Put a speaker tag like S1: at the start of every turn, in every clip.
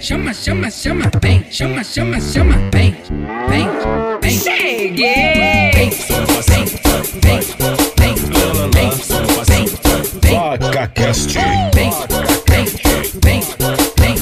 S1: chama, chama, chama, vem, chama, chama, chama, vem, vem, vem. Cheguei! Vem, vem, vem, vem, vem, vem, vem.
S2: Cacast.
S1: Vem, vem, vem, vem,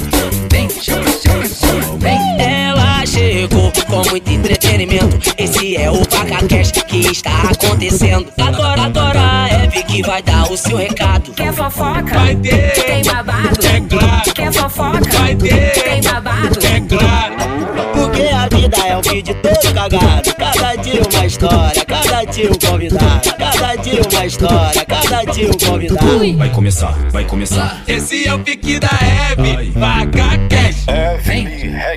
S1: vem, chama, chama, chama, vem.
S3: Ela chegou com muito entretenimento. Esse é o PacaCast que está acontecendo. Agora, agora é Hebe que vai dar o seu recado.
S4: Quer fofoca? Vai ter. Tem babado? É claro. Quer fofoca? Vai ter. Tem babado? É
S3: Porque a vida é um vídeo todo cagado. Cada dia uma história, cada dia um convidado. Cada dia uma história, cada dia um convidado.
S5: Vai começar, vai começar.
S6: Esse é o pique da Hebe, paga cash.
S1: Vem,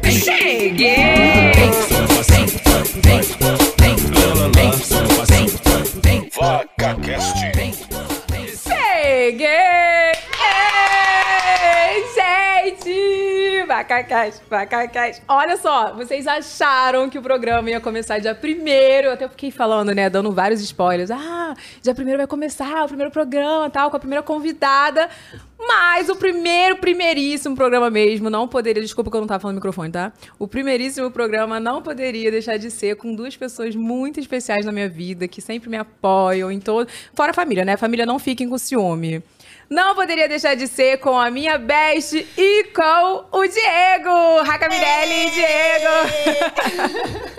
S1: vem,
S4: Cheguei!
S1: vem, vem, vem, vem, vem, vem, vem,
S2: Vacacast.
S1: vem, vem.
S7: Cheguei! Ei, gente! Macacás, macacás. Olha só, vocês acharam que o programa ia começar dia primeiro. Eu até fiquei falando, né? Dando vários spoilers. Ah, dia primeiro vai começar o primeiro programa tal, com a primeira convidada. Mas o primeiro, primeiríssimo programa mesmo, não poderia. Desculpa que eu não tava falando no microfone, tá? O primeiríssimo programa não poderia deixar de ser com duas pessoas muito especiais na minha vida, que sempre me apoiam em todo. Fora a família, né? Família, não fiquem com ciúme. Não poderia deixar de ser com a minha best e com o Diego! Raca Mirelli e Diego!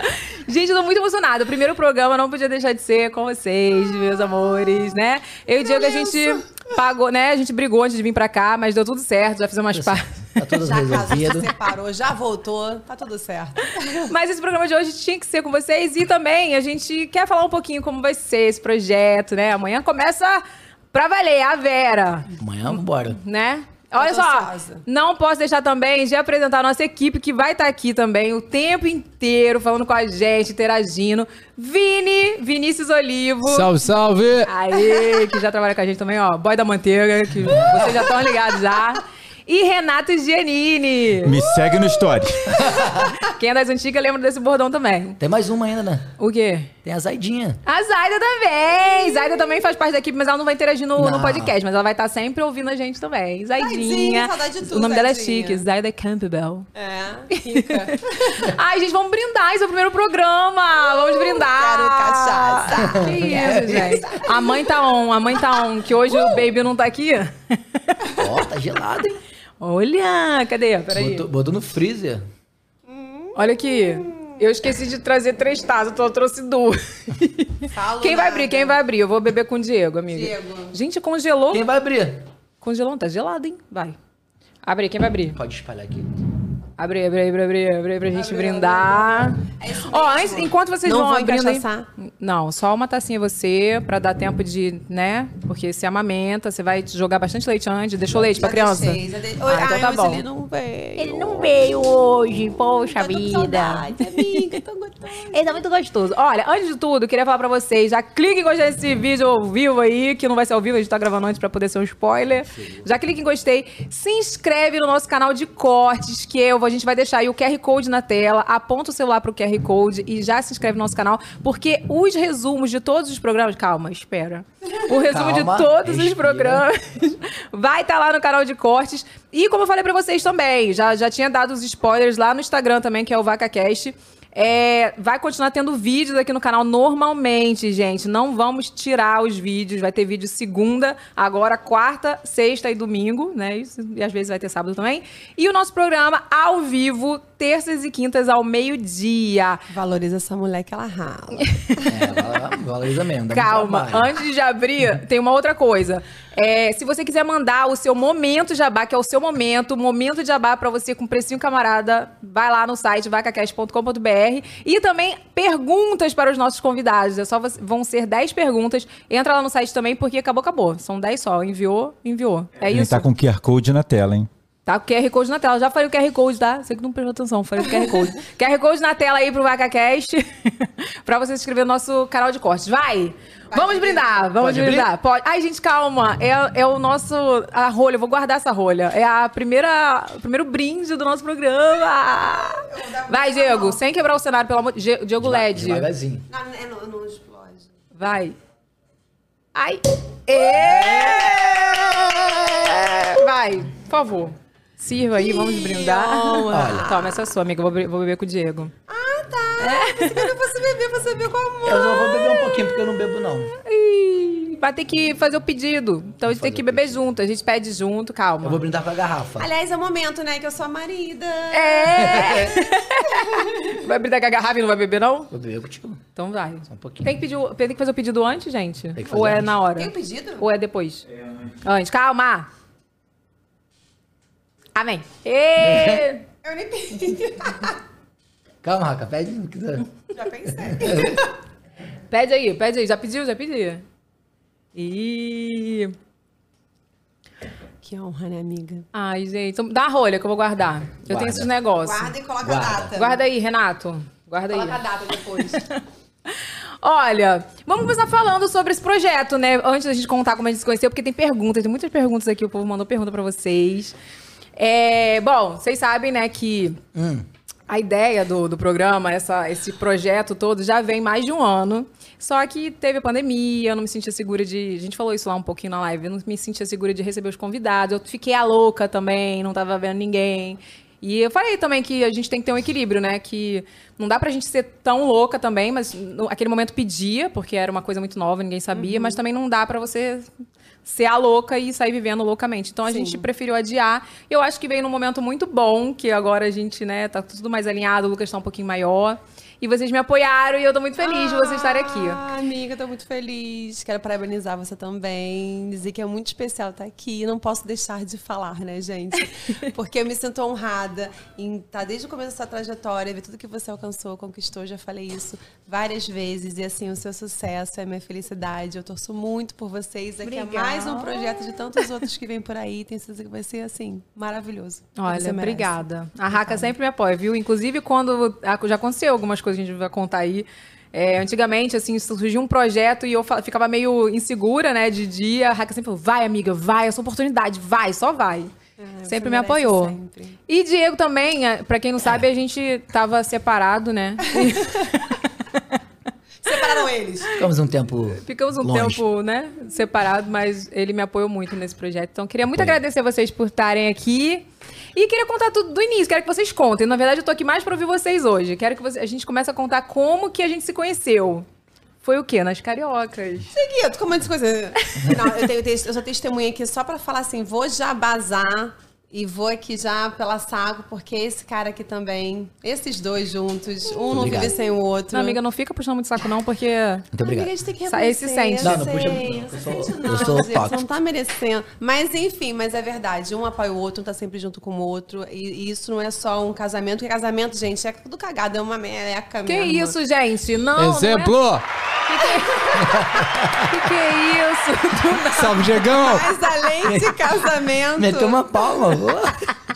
S7: Gente, eu tô muito emocionada. O primeiro programa não podia deixar de ser com vocês, meus amores, né? Eu e o Diego, a gente pagou, né? A gente brigou antes de vir pra cá, mas deu tudo certo, já fizemos umas partes.
S8: Tá todas
S9: Já casou, já
S8: resolvido.
S9: separou, já voltou, tá tudo certo.
S7: Mas esse programa de hoje tinha que ser com vocês e também a gente quer falar um pouquinho como vai ser esse projeto, né? Amanhã começa pra valer a Vera,
S8: Amanhã bora.
S7: né? Olha
S9: tô
S7: só,
S9: ansiosa.
S7: não posso deixar também de apresentar a nossa equipe que vai estar aqui também o tempo inteiro falando com a gente, interagindo. Vini, Vinícius Olivo.
S10: Salve, salve!
S7: Aê, que já trabalha com a gente também, ó. Boy da Manteiga, que vocês já estão ligados já. E Renato Giannini.
S5: Me segue no story.
S7: Quem é das antigas lembra desse bordão também.
S8: Tem mais uma ainda, né?
S7: O quê?
S8: Tem a Zaidinha.
S7: A Zaida também! Zaida também faz parte da equipe, mas ela não vai interagir no, no
S8: Não.
S7: podcast, mas ela vai estar sempre ouvindo a gente também. Zaidinha.
S9: Zaidinha, saudade de tu,
S7: o nome dela é
S9: Zaidinha.
S7: chique, Zaida Campbell.
S9: É, fica.
S7: Ai, gente, vamos brindar, esse é o primeiro programa! Vamos brindar!
S9: Uh, quero cachaça.
S7: Que isso, gente. A mãe tá on, a mãe tá on, que hoje o
S9: Uh!
S7: baby não tá aqui.
S8: Ó, tá gelado, hein?
S7: Olha, cadê? Peraí.
S8: Botou, botou no freezer.
S7: Olha aqui. Eu esqueci de trazer três taças, então eu trouxe duas.
S9: Falo
S7: Quem vai
S9: nada.
S7: abrir? Quem vai abrir? Eu vou beber com o Diego, amiga.
S9: Diego.
S7: Gente, congelou.
S8: Quem vai abrir?
S7: Congelou, não tá gelado, hein? Vai. Abre aí, quem vai abrir?
S8: Pode espalhar aqui.
S7: Abre, abre, abre, abre, abre pra gente brindar. Ó, antes, enquanto vocês
S9: Não
S7: vão
S9: vou
S7: abrindo aí...
S9: encachaçar.
S7: Não, só uma tacinha você, pra dar tempo de, né? Porque se amamenta, você vai jogar bastante leite antes. Deixou leite pra criança?
S9: Deixei, já dei- Oi,
S7: Ah, então
S9: ai,
S7: tá
S9: mas
S7: bom.
S9: ele não veio. Tá
S11: Ele não veio hoje, poxa vida.
S9: Saudade, amiga, tô gostosa.
S7: Ele tá muito gostoso. Olha, antes de tudo, queria falar pra vocês, já clique em gostei desse vídeo ao vivo aí, que não vai ser ao vivo, a gente tá gravando antes pra poder ser um spoiler. Já clique em gostei, se inscreve no nosso canal de cortes, que eu, vou- a gente vai deixar aí o QR Code na tela, aponta o celular pro QR Code e já se inscreve no nosso canal, porque os resumos de todos os programas... Calma, espera. O resumo
S8: Calma,
S7: de todos os
S8: respira.
S7: programas... Vai estar lá no canal de cortes. E como eu falei pra vocês também, já, já tinha dado os spoilers lá no Instagram também, que é o VacaCast. É, vai continuar tendo vídeos aqui no canal normalmente, gente. Não vamos tirar os vídeos. Vai ter vídeo segunda, agora quarta, sexta e domingo, né? Isso, E às vezes vai ter sábado também. E o nosso programa ao vivo, terças e quintas ao meio-dia.
S9: Valoriza essa mulher que ela rala.
S8: É, vala- valoriza mesmo. dá muito
S7: Calma,
S8: trabalho.
S7: antes de abrir, tem uma outra coisa. É, se você quiser mandar o seu momento jabá, que é o seu momento, o momento jabá pra você com precinho camarada, vai lá no site vacacast.com.br e também perguntas para os nossos convidados. É só você- vão ser 10 perguntas. Entra lá no site também porque acabou, acabou. São 10 só, enviou, enviou. É
S5: A gente
S7: isso.
S5: tá com QR Code na tela, hein?
S7: Tá com o QR Code na tela. Já falei o QR Code, tá? Você que não prestou atenção, falei o QR Code. QR Code na tela aí pro VacaCast, pra você se inscrever no nosso canal de cortes. Vai! vamos brindar, vamos
S8: Pode abrir?
S7: brindar. Pode. Ai, gente, calma. É, é o nosso... A rolha, eu vou guardar essa rolha. É a primeira... O primeiro brinde do nosso programa. Vai, Diego. Sem quebrar o cenário, pelo amor... Ge- Diego LED.
S8: Devagarzinho.
S9: Não, não, não explode.
S7: Vai.
S9: É!
S7: Ai. Ê! Vai, É! por favor. Sirva aí, vamos brindar.
S9: Olha.
S7: Toma, essa é sua, amiga. eu Vou, be- vou beber com o Diego. É.
S9: Ah, tá. Pensei que eu não fosse beber, você bebeu com amor.
S8: Eu só vou beber um pouquinho porque eu não bebo, não.
S7: Ih, Vai ter que fazer o pedido. Então a gente tem que beber junto. A gente pede junto, calma.
S8: Eu vou brindar com a garrafa.
S9: Aliás, é o momento, né? Que eu sou a marida.
S7: É! vai brindar com a garrafa e não vai beber, não?
S8: Vou beber contigo.
S7: Então vai.
S8: Só um pouquinho.
S7: Tem que, pedir, o- tem que fazer o pedido antes, gente?
S8: que fazer
S7: Ou é
S8: antes.
S7: na hora?
S9: Tem um pedido?
S7: Ou é depois? É antes. Calma! Amém. Ê!
S9: Eu nem pedi.
S8: Calma, Raca, pede o que quiser.
S9: Já pensei.
S7: Pede aí, pede aí. Já pediu, já pedi. Ih.
S9: Que honra, né, amiga?
S7: Ai, gente. então Dá a rolha que eu vou guardar. Eu tenho
S8: Guarda.
S7: esses negócios.
S9: Guarda e coloca
S8: Guarda.
S9: a data.
S7: Guarda aí, Renato. Guarda
S9: Coloca a
S7: aí.
S9: data depois.
S7: Olha, vamos começar falando sobre esse projeto, né? Antes da gente contar como a gente se conheceu, porque tem perguntas, tem muitas perguntas aqui, o povo mandou pergunta pra vocês. É, bom, vocês sabem, né, que a ideia do, do programa, essa, esse projeto todo, já vem mais de um ano. Só que teve a pandemia, eu não me sentia segura de. A gente falou isso lá um pouquinho na live, eu não me sentia segura de receber os convidados. Eu fiquei a louca também, não tava vendo ninguém. E eu falei também que a gente tem que ter um equilíbrio, né? Que não dá pra gente ser tão louca também, mas no- aquele momento pedia, porque era uma coisa muito nova, ninguém sabia, mas também não dá pra você ser a louca e sair vivendo loucamente. Então a gente preferiu adiar. Eu acho que veio num momento muito bom, que agora a gente, né, tá tudo mais alinhado, o Lucas tá um pouquinho maior. E vocês me apoiaram e eu tô muito feliz de vocês estarem aqui.
S9: Ah, amiga, eu tô muito feliz. Quero parabenizar você também. Dizer que é muito especial estar aqui. Não posso deixar de falar, né, gente? Porque eu me sinto honrada em estar desde o começo da sua trajetória, ver tudo que você alcançou, conquistou. Já falei isso várias vezes. E assim, o seu sucesso é minha felicidade. Eu torço muito por vocês. Aqui é mais um projeto de tantos outros que vem por aí. Tenho certeza que vai ser, assim, maravilhoso. Você
S7: Olha,
S9: merece. Então tá.
S7: obrigada. A Raca sempre me apoia, viu? Inclusive, quando ah, já aconteceu algumas coisas que a gente vai contar aí. É, antigamente, assim, surgiu um projeto e eu fa- ficava meio insegura, né, de dia. A Raca sempre falou, vai, amiga, vai, essa oportunidade, vai, só vai.
S9: Ah, você
S7: sempre me
S9: merece
S7: apoiou.
S9: sempre.
S7: E Diego também, eh, pra quem não sabe, a gente tava separado, né?
S9: Separaram eles.
S8: Ficamos um tempo.
S7: Ficamos um
S8: longe.
S7: tempo, né, separado, mas ele me apoiou muito nesse projeto. Então, queria muito agradecer a vocês por estarem aqui. E queria contar tudo do início, quero que vocês contem. Na verdade, eu tô aqui mais pra ouvir vocês hoje. Quero que você- a gente comece a contar como que a gente se conheceu. Foi o quê? Nas cariocas.
S9: Seguido, como antes coisa. Não, eu, tenho, eu sou testemunha aqui só pra falar assim, vou já bazar e vou aqui já pela saco, porque esse cara aqui também, esses dois juntos, um não
S8: Obrigado.
S9: vive sem o outro.
S7: Não, amiga, não fica puxando muito saco, não, porque.
S8: Muito
S9: Amiga, a
S8: obrigado.
S9: gente tem que
S7: Sa- esse sente.
S8: Não,
S9: Não,
S8: não puxa muito, não. Eu sou- eu sou
S9: gente,
S8: tóxico.
S9: Você não tá merecendo. Mas enfim, mas é verdade. Um apoia o outro, um tá sempre junto com o outro. E, e isso não é só um casamento, porque casamento, gente, é tudo cagado, é uma merreca
S7: Que
S9: mesmo.
S7: isso, gente? Não.
S6: Exemplo!
S7: Não é... que, que... que que é isso? Do nada.
S6: Salve, Diegão!
S9: Mas além de casamento.
S8: Meteu uma palma, vô.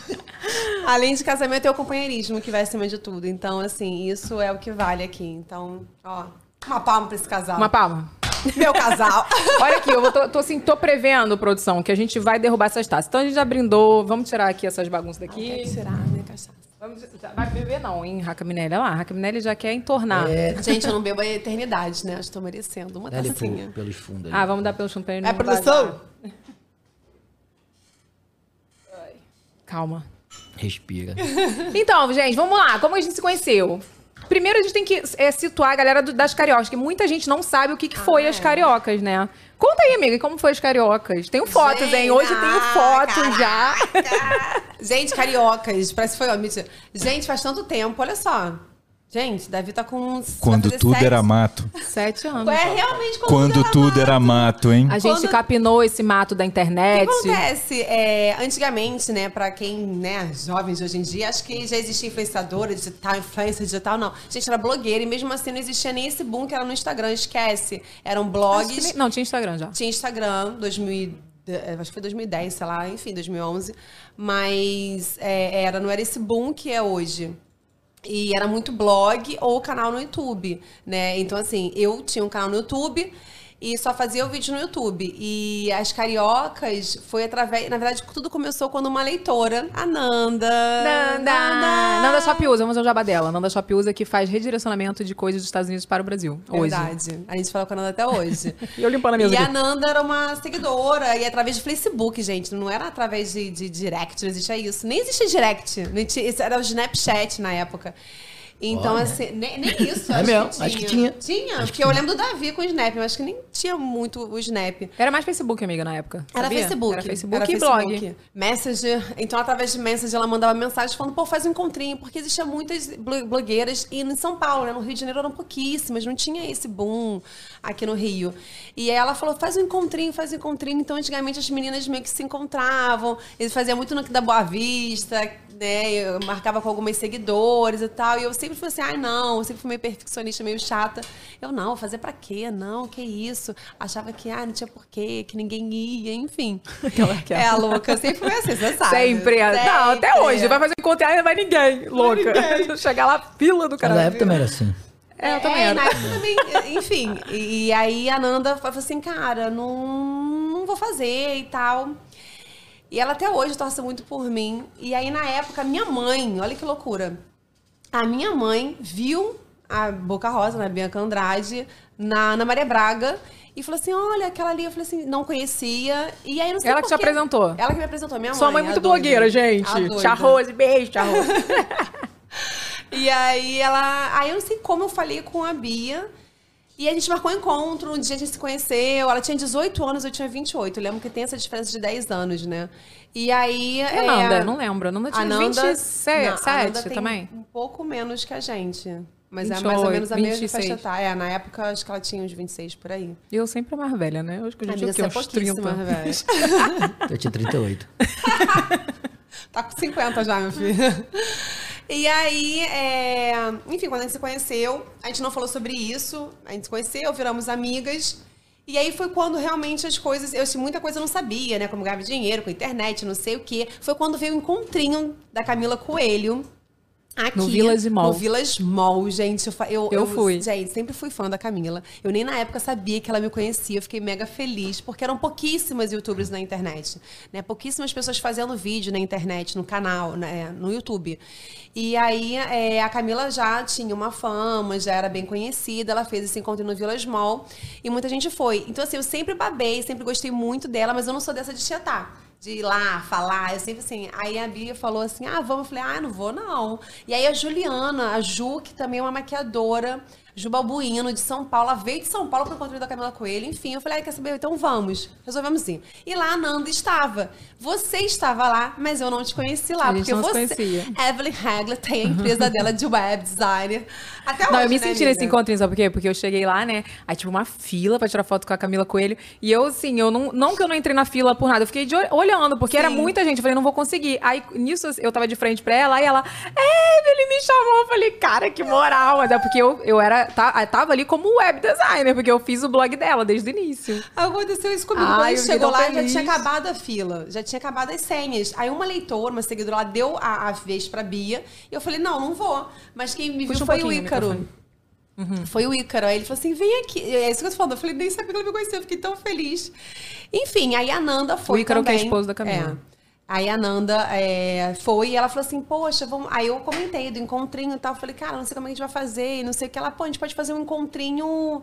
S9: Além de casamento, é o companheirismo que vai acima de tudo. Então, assim, isso é o que vale aqui. Então, ó, uma palma pra esse casal.
S7: Uma palma.
S9: Meu casal.
S7: Olha aqui, eu vou- tô, tô assim, tô prevendo, produção, que a gente vai derrubar essas taças. Então a gente já brindou, vamos tirar aqui essas bagunças daqui.
S9: Tirar minha cachaça.
S7: Vamos, tá, vai beber não, hein, Raca Minelli? Olha lá, Raca Minelli já quer entornar.
S9: Gente, eu não bebo a eternidade, né? Eu estou merecendo uma
S8: Dá ali pro,
S9: tacinha.
S8: pelos fundos ali.
S7: Ah, vamos dar pelo champanhe.
S9: É,
S7: não
S9: produção?
S7: vazar. Calma. Ah.
S8: Respira.
S7: Então, gente, vamos lá. Como a gente se conheceu? Primeiro a gente tem que é, situar a galera do- das cariocas, que muita gente não sabe o que,
S9: Ah,
S7: que foi as cariocas, né? Conta aí, amiga, como foi as cariocas? Tenho fotos, hein? Hoje
S9: Gente,
S7: tenho foto já.
S9: caraca. Gente, cariocas, parece que foi ó, mentira. Gente, faz tanto tempo, olha só. Gente, Davi tá com uns.
S5: Quando
S9: vai fazer
S5: tudo
S9: sete.
S5: era mato.
S7: Sete anos.
S9: É realmente
S5: Quando tudo era mato, hein?
S7: A gente
S9: Quando-
S7: capinou esse mato da
S9: O
S7: internet.
S9: que acontece? É, antigamente, né, pra quem, né, jovens de hoje em dia, acho que já existia influenciadora digital, influência digital, não. Gente, era blogueira e mesmo assim não existia nem esse boom que era no Instagram, esquece. Eram
S7: Acho que
S9: blogs,
S7: nem- Não, tinha Instagram já.
S9: tinha Instagram, 2000, eh, acho que foi 2010, sei lá, enfim, 2011. Mas é, era, não era esse boom que é hoje. E era muito blog ou canal no YouTube, né? Então, assim, eu tinha um canal no YouTube e só fazia o vídeo no YouTube. E as cariocas foi através. Na verdade, tudo começou quando uma leitora, a Nanda.
S7: Nanda. Nanda Shopiusa, vamos ao jabá dela. Nanda Shopiusa que faz redirecionamento de coisas dos Estados Unidos para o Brasil. Hoje.
S9: Verdade. A gente fala com a Nanda até hoje.
S7: E eu limpando a mesa
S9: E a
S7: aqui.
S9: Nanda era uma seguidora, e através de Facebook, gente. Não era através de, de direct, não existia isso. Nem existia direct. Não tinha- isso era o Snapchat na época. Então,
S8: Olha.
S9: assim, nem, nem isso.
S8: É
S9: acho
S8: mesmo,
S9: que tinha.
S8: acho que tinha.
S9: Tinha,
S8: Acho que
S9: porque eu lembro do Davi com o Snap, mas acho que nem tinha muito o Snap.
S7: Era mais Facebook, amiga, na época.
S9: Era
S7: sabia?
S9: Facebook.
S7: Era Facebook
S9: Era
S7: e blog.
S9: Facebook. Messenger. Então, através de Messenger, ela mandava mensagem falando, pô, faz um encontrinho, porque existia muitas blo- blogueiras e em São Paulo, né? No Rio de Janeiro eram pouquíssimas, não tinha esse boom aqui no Rio. E aí ela falou, faz um encontrinho, faz um encontrinho. Então, antigamente, as meninas meio que se encontravam, eles faziam muito no que da Boa Vista, né? Eu marcava com algumas seguidores e tal. E eu sempre falei assim, ai, não, eu sempre fui meio perfeccionista, meio chata. Eu, não, vou fazer pra quê? Não, que isso? Achava que, ah, não tinha porquê, que ninguém ia, enfim.
S7: Aquela que
S9: É, louca, eu sempre fui assim, você sabe.
S7: Sempre. Não, até
S9: Sempre.
S7: hoje. Vai fazer encontro e ainda vai ninguém. Louca. Chegar lá, fila do
S8: Mas
S7: caralho.
S8: na época também era assim.
S7: É, eu também
S9: É,
S7: era.
S9: na época também, enfim. E, e aí a Nanda falou assim, cara, não, não vou fazer e tal. E ela até hoje torce muito por mim. E aí na época, minha mãe, olha que loucura. A minha mãe viu a Boca Rosa, na Bianca Andrade, na Ana Maria Braga. E falou assim, olha, aquela ali, eu falei assim, não conhecia. E aí não sei
S7: Ela que te
S9: por quê.
S7: apresentou?
S9: Ela que me apresentou, minha mãe.
S7: Sua mãe é
S9: a
S7: muito
S9: doida.
S7: blogueira, gente.
S9: A doida.
S7: Tia Rose, beijo, Tia Rose.
S9: E aí ela. Aí eu não sei como eu falei com a Bia. E a gente marcou um encontro, um dia a gente se conheceu. Ela tinha 18 anos, eu tinha 28. Eu lembro que tem essa diferença de 10 anos, né? E aí.
S7: E a Nanda? É Não lembro. A Nanda tinha
S9: Nanda- É. não, a
S7: 27
S9: Nanda tem
S7: também?
S9: Um pouco menos que a gente. Mas é mais ou
S7: 28,
S9: menos a mesma faixa
S7: 26.
S9: etária. É, na época acho que ela tinha uns 26 por aí.
S7: E eu sempre mais velha, né? Hoje que eu já tinha
S9: Amiga,
S7: o quê?
S9: você é
S7: Uns 30.
S9: pouquíssima, velho.
S8: Eu tinha 38.
S9: Tá com 50 já, meu filho. E aí, é, enfim, quando a gente se conheceu, a gente não falou sobre isso, a gente se conheceu, viramos amigas. E aí foi quando realmente as coisas. Eu tinha muita coisa eu não sabia, né? Como ganhava dinheiro, com internet, não sei o quê. Foi quando veio o encontrinho da Camila Coelho. Aqui,
S7: No Village Mall.
S9: No Village Mall, gente. Eu, fa- eu,
S7: Eu fui.
S9: Gente, é, sempre fui fã da Camila. Eu nem na época sabia que ela me conhecia. Eu fiquei mega feliz, porque eram pouquíssimas youtubers na internet. Né? Pouquíssimas pessoas fazendo vídeo na internet, no canal, né? no YouTube. E aí, é, a Camila já tinha uma fama, já era bem conhecida. Ela fez esse encontro no Village Mall e muita gente foi. Então, assim, eu sempre babei, sempre gostei muito dela, mas eu não sou dessa de tietar de ir lá falar. Eu sempre assim. Aí a Bia falou assim: ah, vamos. Eu falei: ah, não vou não. E aí a Juliana, a Ju, que também é uma maquiadora, Ju Balbuino, de São Paulo, ela veio de São Paulo pro encontro da Camila Coelho. Enfim, eu falei: ah, quer saber? Então vamos. Resolvemos ir. E lá a Nanda estava. Você estava lá, mas eu não te conheci lá.
S7: A gente
S9: porque
S7: não se
S9: você.
S7: conhecia.
S9: Evelyn Hagler tem a empresa dela de web designer. Até hoje.
S7: Não, eu me
S9: né,
S7: senti
S9: amiga?
S7: nesse encontrinho, sabe por quê? Porque eu cheguei lá, né? Aí, tipo, uma fila pra tirar foto com a Camila Coelho. E eu, assim, eu não. Não que eu não entrei na fila por nada, eu fiquei de ol- olhando, porque era muita gente. Eu falei, não vou conseguir. Aí, nisso, eu tava de frente pra ela, aí ela. É, ele me chamou. Eu falei, cara, que moral. Mas é porque eu, eu era. tá- eu tava ali como web designer, porque eu fiz o blog dela desde o início.
S9: Aconteceu isso comigo.
S7: Ai,
S9: Quando a
S7: eu
S9: gente
S7: fiquei
S9: chegou
S7: tão
S9: lá,
S7: feliz.
S9: já tinha acabado a fila, já tinha acabado as senhas. Aí uma leitora, uma seguidora lá, deu a, a vez pra Bia. E eu falei, não, não vou. Mas quem me
S7: Puxa
S9: viu
S7: um
S9: foi o
S7: pouquinho o
S9: Ícaro.
S7: microfone. Uhum.
S9: Foi o Ícaro. Aí ele falou assim: vem aqui. É isso que eu tô falando. Eu falei, nem sabia que ele me conhecia, eu fiquei tão feliz. Enfim, aí a Nanda foi.
S7: O Ícaro que é
S9: também.
S7: esposo da Camila.
S9: É. Aí a Nanda é, foi e ela falou assim, poxa, vamos... Aí eu comentei do encontrinho e tal, falei, cara, não sei como é a gente vai fazer, e não sei o que. Ela, pô, a gente pode fazer um encontrinho...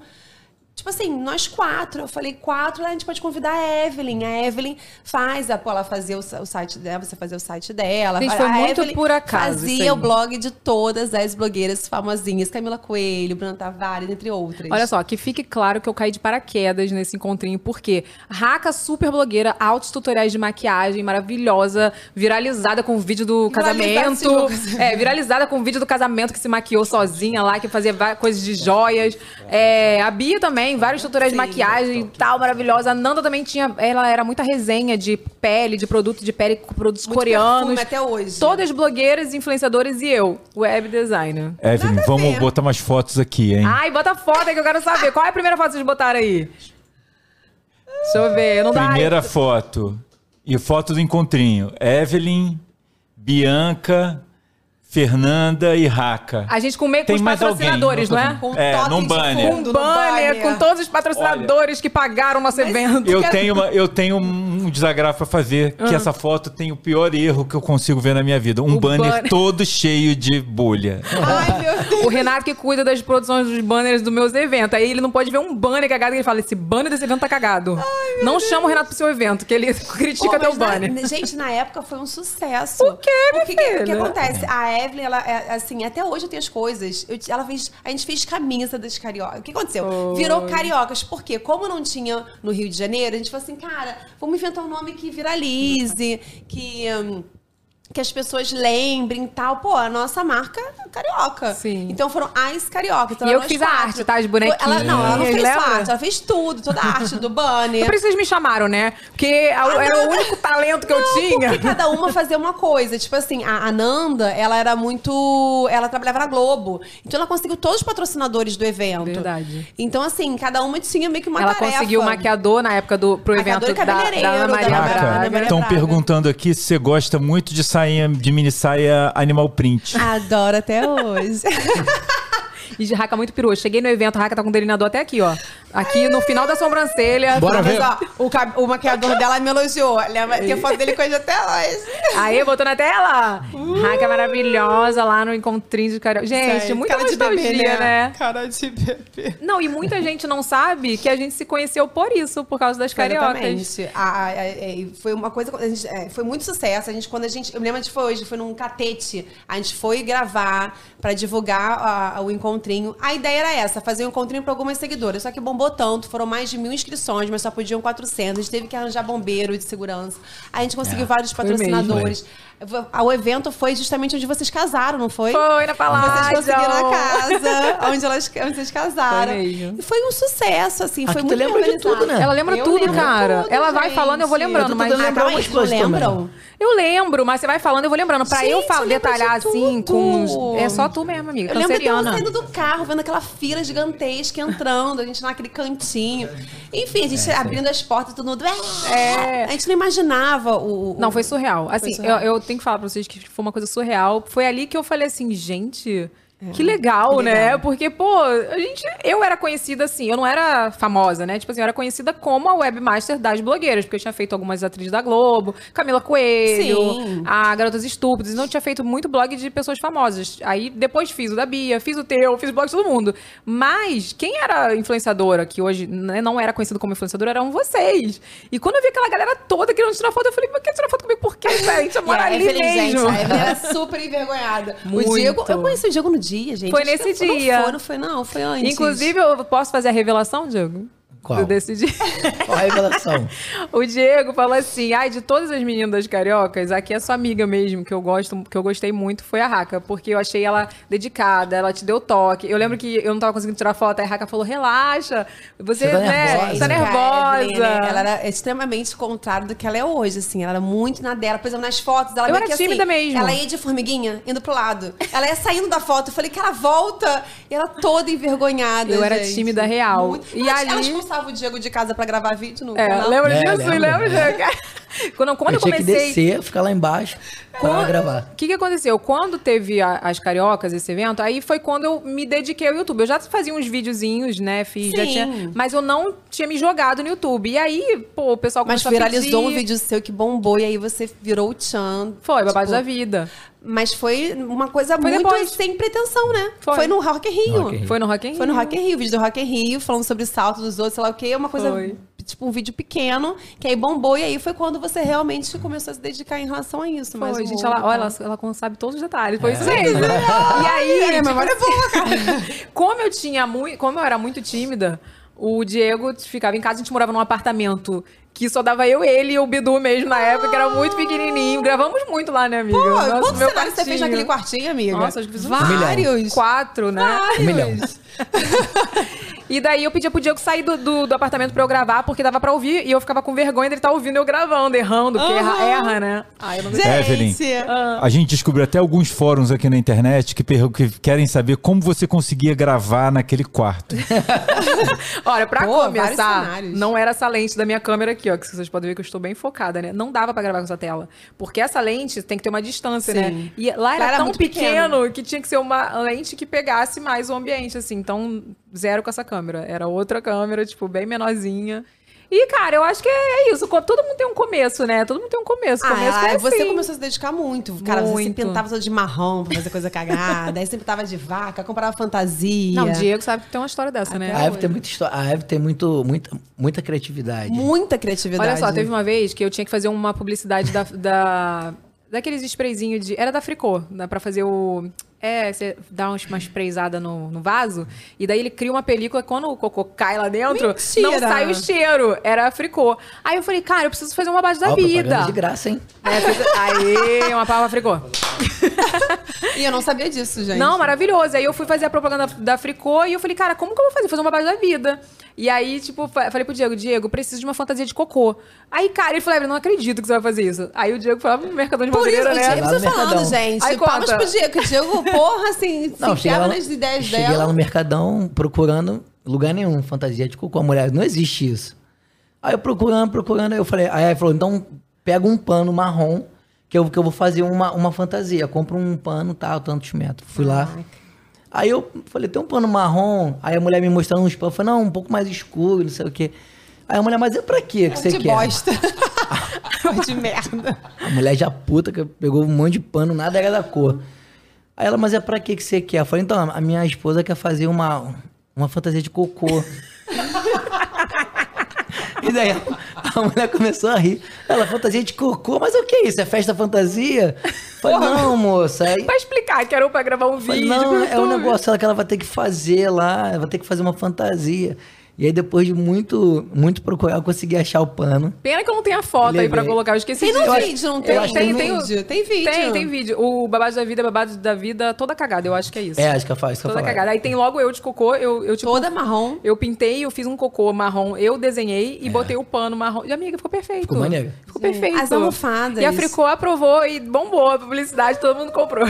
S9: Tipo assim, nós quatro. Eu falei, quatro, a gente pode convidar a Evelyn. A Evelyn faz, a, pô, ela fazia o, sa- o site dela, você fazia o site dela.
S7: Gente,
S9: A-
S7: foi
S9: a
S7: muito
S9: Evelyn
S7: por acaso isso aí.
S9: Fazia o blog de todas as blogueiras famosinhas. Camila Coelho, Bruna Tavares, entre outras.
S7: Olha só, que fique claro que eu caí de paraquedas nesse encontrinho, porque Raca, super blogueira, altos tutoriais de maquiagem, maravilhosa, viralizada com o vídeo do casamento.
S9: Viralização.
S7: É, viralizada com o vídeo do casamento que se maquiou sozinha lá, que fazia va- coisas de joias. É, a Bia também, vários tutoriais de maquiagem e tal, maravilhosa. A Nanda também tinha, ela era muita resenha de pele, de produto de pele, produtos
S9: Muito
S7: coreanos.
S9: perfume até hoje.
S7: Todas blogueiras, influenciadores e eu, web designer.
S5: Evelyn,
S9: a
S5: vamos
S9: ver.
S5: botar umas fotos aqui, hein?
S7: Ai, bota foto aí que eu quero saber. Qual é a primeira foto que vocês botaram aí? Deixa eu ver. Não dá.
S5: Primeira foto. E foto do encontrinho. Evelyn, Bianca, Fernanda e Raca.
S7: A gente com, me- com
S5: Tem
S7: os
S5: mais alguém,
S7: patrocinadores,
S5: não
S7: não
S5: tô
S7: é?
S9: Com
S5: É,
S9: toque
S5: num
S9: de
S5: banner.
S9: fundo,
S7: Com um
S9: no
S7: banner,
S9: é.
S7: com todos os patrocinadores que pagaram nosso evento.
S5: Eu tenho, uma- eu tenho um desagravo pra fazer, que essa foto tem o pior erro que eu consigo ver na minha vida. Um
S7: O
S5: banner,
S7: banner.
S5: todo cheio de bolha.
S9: Ai, meu Deus.
S7: O Renato que cuida das produções dos banners dos meus eventos. Aí ele não pode ver um banner cagado que ele fala: esse banner desse evento tá cagado. não chama o Renato pro seu evento, que ele critica
S9: Pô,
S7: teu
S9: mas é na-
S7: banner.
S9: gente, na época foi um sucesso.
S7: O quê, minha
S9: o que, que,
S7: filha?
S9: que acontece? A Evelyn, ela, é, assim, até hoje eu tenho as coisas. Eu- ela fez, a gente fez camisa das cariocas. O que aconteceu? Virou cariocas. Por quê? Como não tinha no Rio de Janeiro, a gente falou assim, cara, vamos inventar um nome que viralize, que. hum, que as pessoas lembrem e tal. Pô, a nossa marca é carioca.
S7: Sim.
S9: Então foram as cariocas. Então
S7: E eu
S9: nós
S7: fiz a
S9: quatro.
S7: arte, tá? As
S9: Foi- Ela, não, ela não
S7: bonequinhas,
S9: fez só
S7: lembra?
S9: arte. Ela fez tudo. Toda a arte do banner.
S7: Por isso vocês me chamaram, né? Porque
S9: Ah,
S7: a- era o único talento que eu tinha.
S9: Porque cada uma fazia uma coisa. Tipo assim, a Ananda, ela era muito. Ela trabalhava na Globo. Então ela conseguiu todos os patrocinadores do evento.
S7: Verdade.
S9: Então, assim, cada uma tinha meio que uma
S7: Ela
S9: tarefa.
S7: conseguiu o maquiador na época do pro
S9: Maquiador
S7: evento da,
S9: e
S7: da Ana
S9: cabeleireiro,
S7: Maria
S9: da Ana Maria
S7: Braga.
S5: Raca,
S9: Braga.
S5: estão perguntando aqui se você gosta muito de saia, de mini saia animal print.
S9: Adoro até hoje.
S7: E de Raca muito perua. Cheguei no evento, a Raca tá com o delineador até aqui, ó. Aqui no final da sobrancelha.
S8: Bora
S9: Mas,
S8: ver.
S9: ó, o, cab- o maquiador dela me elogiou. é Leva, tem foto dele coisa até hoje.
S7: Aí, botou na tela.
S9: Uh!
S7: Raca maravilhosa lá no encontrinho de carioca. Gente,
S9: Sério,
S7: muita
S9: cara de
S7: nostalgia,
S9: bebê,
S7: né?
S9: Cara de bebê.
S7: Não, e muita gente não sabe que a gente se conheceu por isso, por causa das cariocas.
S9: Exatamente. A- a- a- é, foi uma coisa. a gente, é, foi muito sucesso. A gente, quando a gente. Eu me lembro de foi hoje, foi num catete. A gente foi gravar pra divulgar a- a- o encontrinho. A ideia era essa, fazer um encontrinho pra algumas seguidoras. Só que bombou tanto, foram mais de mil inscrições, mas só podiam 400. A gente teve que arranjar bombeiro de segurança. A gente conseguiu vários
S7: mesmo.
S9: patrocinadores. O evento foi justamente onde vocês casaram, não foi?
S7: Foi na
S9: Vocês
S7: palavra.
S9: conseguiram a casa, onde, elas, onde vocês casaram.
S7: Ah, Foi mesmo.
S9: e foi um sucesso, assim.
S8: Ah,
S9: foi
S8: que tu
S9: muito
S8: lembra de
S9: organizado.
S8: tudo, né?
S7: Ela lembra
S9: Eu
S7: tudo,
S9: lembro
S7: cara.
S9: tudo,
S7: ela vai
S9: gente.
S7: falando, eu vou lembrando,
S8: Eu tô
S7: mas.
S8: tentando lembrar
S9: Ah, calma
S8: umas
S9: aí,
S8: coisas
S9: não
S8: também.
S9: lembram?
S7: Eu lembro, mas você vai falando, eu vou lembrando. Pra eu
S9: Gente,
S7: fa-
S9: eu lembro
S7: detalhar
S9: de
S7: assim, com.
S9: tudo.
S7: os- É só tu mesmo, amiga.
S9: Eu lembro até eu
S7: Canceriana.
S9: saindo do carro, vendo aquela fila gigantesca entrando, a gente naquele cantinho. Enfim, a
S8: É,
S9: gente abrindo as portas, todo mundo. "Ah!"
S7: É.
S9: A gente não imaginava o. o-
S7: Não, foi surreal. Assim,
S9: surreal.
S7: Eu, eu tenho que falar pra vocês que foi uma coisa surreal. Foi ali que eu falei assim, gente. Que legal, né? Porque, pô, a gente, eu era conhecida assim, eu não era famosa, né? Tipo assim, eu era conhecida como a webmaster das blogueiras, porque eu tinha feito algumas atrizes da Globo, Camila Coelho,
S9: Sim.
S7: a Garotas Estúpidas, então eu tinha feito muito blog de pessoas famosas. Aí depois fiz o da Bia, fiz o teu, fiz o blog de todo mundo. Mas quem era influenciadora, que hoje né, não era conhecido como influenciadora, eram vocês. E quando eu vi aquela galera toda querendo tirar foto, eu falei, mas quer tirar foto comigo? Por quê? cara? A gente
S9: E
S7: mora
S9: a
S7: ali
S9: Evelyn, gente,
S7: mesmo.
S9: a Evelyn É, era super envergonhada.
S7: É, né? Muito.
S9: O Diego, eu conheci o Diego no dia, gente.
S7: Foi
S9: Acho que
S7: nesse
S9: não-
S7: dia.
S9: Não foi, não foi, não. Foi antes.
S7: Inclusive, eu posso fazer a revelação, Diego?
S8: Qual?
S7: Eu decidi.
S8: Qual a revelação?
S7: O Diego falou assim: ai, de todas as meninas cariocas, aqui é sua amiga mesmo, que eu gosto, que eu gostei muito, foi a Raca, porque eu achei ela dedicada, ela te deu toque. Eu lembro que eu não tava conseguindo tirar foto, aí a Raca falou: relaxa, você,
S8: Você tá
S7: né,
S8: nervosa."
S7: tá
S9: Cara, a Evelyn,
S7: nervosa.
S9: né, Ela era extremamente contrário do que ela é hoje, assim. Ela era muito na dela. Por exemplo, nas fotos, ela
S7: Eu
S9: meio
S7: era
S9: que, assim,
S7: tímida mesmo.
S9: Ela ia de formiguinha, indo pro lado. Ela ia saindo da foto. Eu falei, cara, volta! E ela toda envergonhada.
S7: Eu era
S9: gente.
S7: tímida real. E
S9: E ela,
S7: ali-
S9: ela expulsava o Diego de casa pra gravar vídeo, não?
S7: É,
S9: não? Né,
S7: lembra
S8: É,
S7: disso?
S8: lembro.
S7: Lembra, Diego? Quando, quando eu,
S8: eu tinha que
S7: comecei.
S8: descer, ficar lá embaixo pra gravar.
S7: O que, que aconteceu? Quando teve a- as cariocas, esse evento, aí foi quando eu me dediquei ao YouTube. Eu já fazia uns videozinhos, né? Fiz, já
S9: Sim.
S7: tinha. Mas eu não tinha me jogado no YouTube. E aí, pô, o pessoal
S9: Mas
S7: começou
S9: viralizou
S7: a
S9: um
S7: pedir.
S9: vídeo seu que bombou e aí você virou o Chan.
S7: Foi, babado
S9: Tipo,
S7: da vida.
S9: Mas foi uma coisa
S7: Foi
S9: muito
S7: depois.
S9: sem pretensão, né?
S7: Foi.
S9: Foi, no Rock in Rio.
S8: Rock in Rio.
S7: Foi no Rock in
S9: Foi no
S7: Rio.
S9: Rock in Rio, vídeo do Rock in Rio, falando sobre o salto dos outros, sei lá o quê. É uma coisa,
S7: Foi.
S9: tipo, um vídeo pequeno, que aí bombou. E aí foi quando você realmente começou a se dedicar em relação a isso.
S7: Foi,
S9: mas o
S7: gente,
S9: outro,
S7: ela, olha, ela,
S9: tá?
S7: ela sabe todos os detalhes. Foi isso mesmo. E aí, tipo,
S9: Ai, a memória é boa,
S7: cara. como eu tinha muito, como eu era muito tímida, o Diego ficava em casa, a gente morava num apartamento que só dava eu, ele e o Bidu mesmo na época, que era muito pequenininho. Gravamos muito lá, né, amiga?
S9: Ah. Pô,
S7: Nossa,
S9: quantos
S7: meu
S9: cenários você fez
S7: quartinho.
S9: naquele
S7: um
S9: quartinho, amiga?
S7: Nossa, acho que fiz uns
S9: Ah. vários.
S7: Quatro, né?
S8: Um milhão.
S7: E daí eu pedia pro Diego sair do, do, do apartamento pra eu gravar, porque dava pra ouvir, e eu ficava com vergonha dele estar ouvindo eu gravando, errando, porque erra, erra, né? Ah, eu não
S8: É,
S5: Gente. Evelyn.
S7: Ah.
S5: A gente descobriu até alguns fóruns aqui na internet que, per- que querem saber como você conseguia gravar naquele quarto.
S7: Olha, pra
S9: Pô, vários
S7: começar,
S9: cenários.
S7: não era essa lente da minha câmera aqui, ó. Que vocês podem ver que eu estou bem focada, né? Não dava pra gravar com essa tela. Porque essa lente tem que ter uma distância,
S9: Sim.
S7: né? E lá era
S9: Lá era
S7: tão
S9: muito
S7: pequeno,
S9: pequeno.
S7: que tinha que ser uma lente que pegasse mais o ambiente, assim. Então, zero com essa câmera. Era outra câmera, tipo, bem menorzinha. E, cara, eu acho que é isso. Co- Todo mundo tem um começo, né? Todo mundo tem um começo. começo
S9: Ah,
S7: é
S9: aí você
S7: assim.
S9: começou a se dedicar muito. Cara, você se
S7: Muito.
S9: pintava toda de marrom pra fazer coisa cagada. aí você pintava de vaca, comprava fantasia.
S7: Não, o Diego sabe que tem uma história dessa, né?
S8: A Eve tem muita história. A Eve tem muito, muita, muita criatividade.
S9: Muita criatividade.
S7: Olha só, teve uma vez que eu tinha que fazer uma publicidade da. da daqueles sprayzinhos de. Era da Fricô, né, pra fazer o. É, você dá uns- uma sprayzada no, no vaso, e daí ele cria uma película que quando o cocô cai lá dentro,
S9: Mentira!
S7: não sai o cheiro. Era a Fricô. Aí eu falei, cara, eu preciso fazer uma base da
S8: Ó, propaganda
S7: vida.
S8: de graça, hein?
S7: É, fiz- Aí, uma palavra Fricô.
S9: E eu não sabia disso, gente.
S7: Não, maravilhoso. Aí eu fui fazer a propaganda da Fricô e eu falei, cara, como que eu vou fazer? Fazer uma base da vida. E aí, tipo, fa- falei pro Diego, Diego, preciso de uma fantasia de cocô. Aí, cara, ele falou, "Evelyn, não acredito que você vai fazer isso. Aí o Diego falou, "Ah, mercador de
S9: Por isso,
S7: bandeira,
S9: o Diego
S7: né?
S8: Lá
S9: tá
S8: no
S9: falando,
S8: Mercadão.
S9: gente.
S7: Aí
S9: Palmas
S7: conta.
S9: pro Diego. que O Diego, porra, assim, se
S8: cheguei lá
S9: enfiava
S8: no-
S9: nas ideias
S8: cheguei
S9: dela.
S8: lá no Mercadão procurando lugar nenhum, fantasia de cocô. A mulher, não existe isso. Aí eu procurando, procurando, aí eu falei, aí ela falou, então pega um pano marrom, que eu, que eu vou fazer uma, uma fantasia. Compra um pano, tal, tantos metros. Fui lá. Aí eu falei, tem um pano marrom. Aí a mulher me mostrando uns panos, eu falei, não, um pouco mais escuro, não sei o quê. Aí a mulher, mas é pra quê que você
S9: de
S8: quer?
S9: bosta. de merda.
S8: A mulher já puta que pegou um monte de pano, nada era da cor. Aí ela, mas é pra que que você quer? Eu falei, então, a minha esposa quer fazer uma, uma fantasia de cocô. e daí a, a mulher começou a rir. Ela, fantasia de cocô? Mas o que é isso? É festa fantasia? Eu falei, não, moça. Aí,
S7: Pra explicar que era pra gravar um
S8: eu falei,
S7: vídeo.
S8: não,
S7: pro
S8: é um
S7: YouTube.
S8: negócio ela que ela vai ter que fazer lá, ela vai ter que fazer uma fantasia. E aí, depois de muito, muito procurar, eu consegui achar o pano.
S7: Pena que eu não tenho a foto aí pra
S8: Levei.
S7: colocar. Eu esqueci
S9: Tem
S7: de-
S9: no
S7: Eu acho-
S9: vídeo, não
S7: eu
S9: tem?
S7: acho que
S9: Tem
S7: não tem o-
S9: vídeo, tem vídeo.
S7: Tem, tem vídeo. O Babado da Vida, é Babado da Vida, toda cagada, eu acho que é isso.
S8: É, acho que eu falo, isso que eu
S7: Toda
S8: falava.
S7: cagada. Aí tem logo eu de cocô, eu, eu tipo.
S9: Toda marrom.
S7: Eu pintei, eu fiz um cocô marrom, eu desenhei e botei o pano marrom. E amiga, ficou perfeito.
S8: É. Ficou maneiro.
S7: Ficou perfeito.
S9: As almofadas.
S7: E a Fricô aprovou e bombou a publicidade, todo mundo comprou.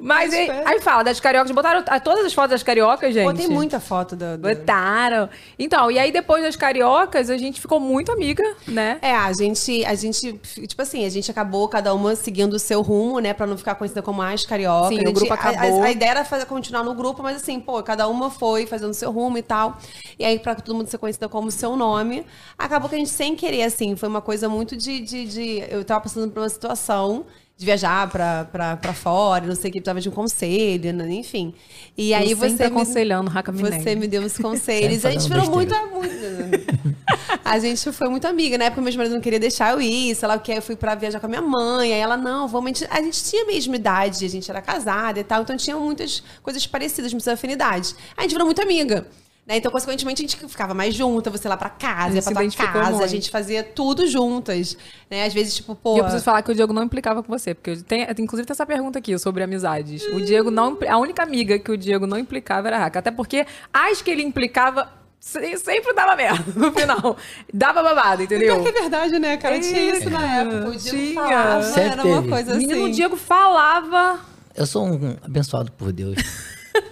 S7: Mas aí, aí fala das cariocas, botaram a- todas as fotos das cariocas, gente.
S9: Pô, tem muita foto da. da-
S7: Botaram. Então, e aí depois das cariocas, a gente ficou muito amiga, né?
S9: É, a gente, a gente, tipo assim, a gente acabou cada uma seguindo o seu rumo, né, Pra não ficar conhecida como as carioca.
S7: Sim,
S9: A
S7: o
S9: gente-
S7: grupo
S9: a- a-
S7: acabou.
S9: A, ideia era fazer, continuar no grupo, mas assim, pô, cada uma foi fazendo o seu rumo e tal. E aí pra todo mundo ser conhecida como o seu nome, acabou que a gente sem querer assim, foi uma coisa muito de, de, de- eu tava passando por uma situação de viajar pra, pra, pra fora, não sei o que, precisava de um conselho, né, enfim. E
S7: Eu
S9: aí
S7: sempre
S9: você me-
S7: aconselhando, Raca Mineiro.
S9: Você me deu uns conselhos.
S8: Sempre
S9: A gente
S8: fazendo
S9: virou né? muito, muito. A gente foi muito amiga. Na época, meu marido não queria deixar eu ir, sei lá o que. Eu fui pra viajar com a minha mãe. Aí ela, não, vamos. A gente, a gente tinha a mesma idade, a gente era casada e tal. Então tinha muitas coisas parecidas, muitas afinidades. A gente virou muito amiga. Né? Então, consequentemente, a gente ficava mais junta, você lá pra casa,
S7: gente
S9: ia
S7: se
S9: pra tua
S7: identificou
S9: casa,
S7: muito.
S9: a gente fazia tudo juntas. Né? Às vezes, tipo, pô.
S7: E eu preciso falar que o Diego não implicava com você, porque eu tenho- inclusive tem essa pergunta aqui sobre amizades. O Diego não, impli- a única amiga que o Diego não implicava era a Raca, até porque as que ele implicava se- sempre dava merda no final, dava babado,
S9: Pior
S7: entendeu?
S9: que é verdade, né, cara? Tinha isso na
S7: É,
S9: época. O Diego
S7: tinha.
S9: falava,
S8: Sempre
S9: era uma
S8: teve.
S9: coisa assim.
S7: Menino, um o Diego falava,
S8: Eu sou um abençoado por Deus.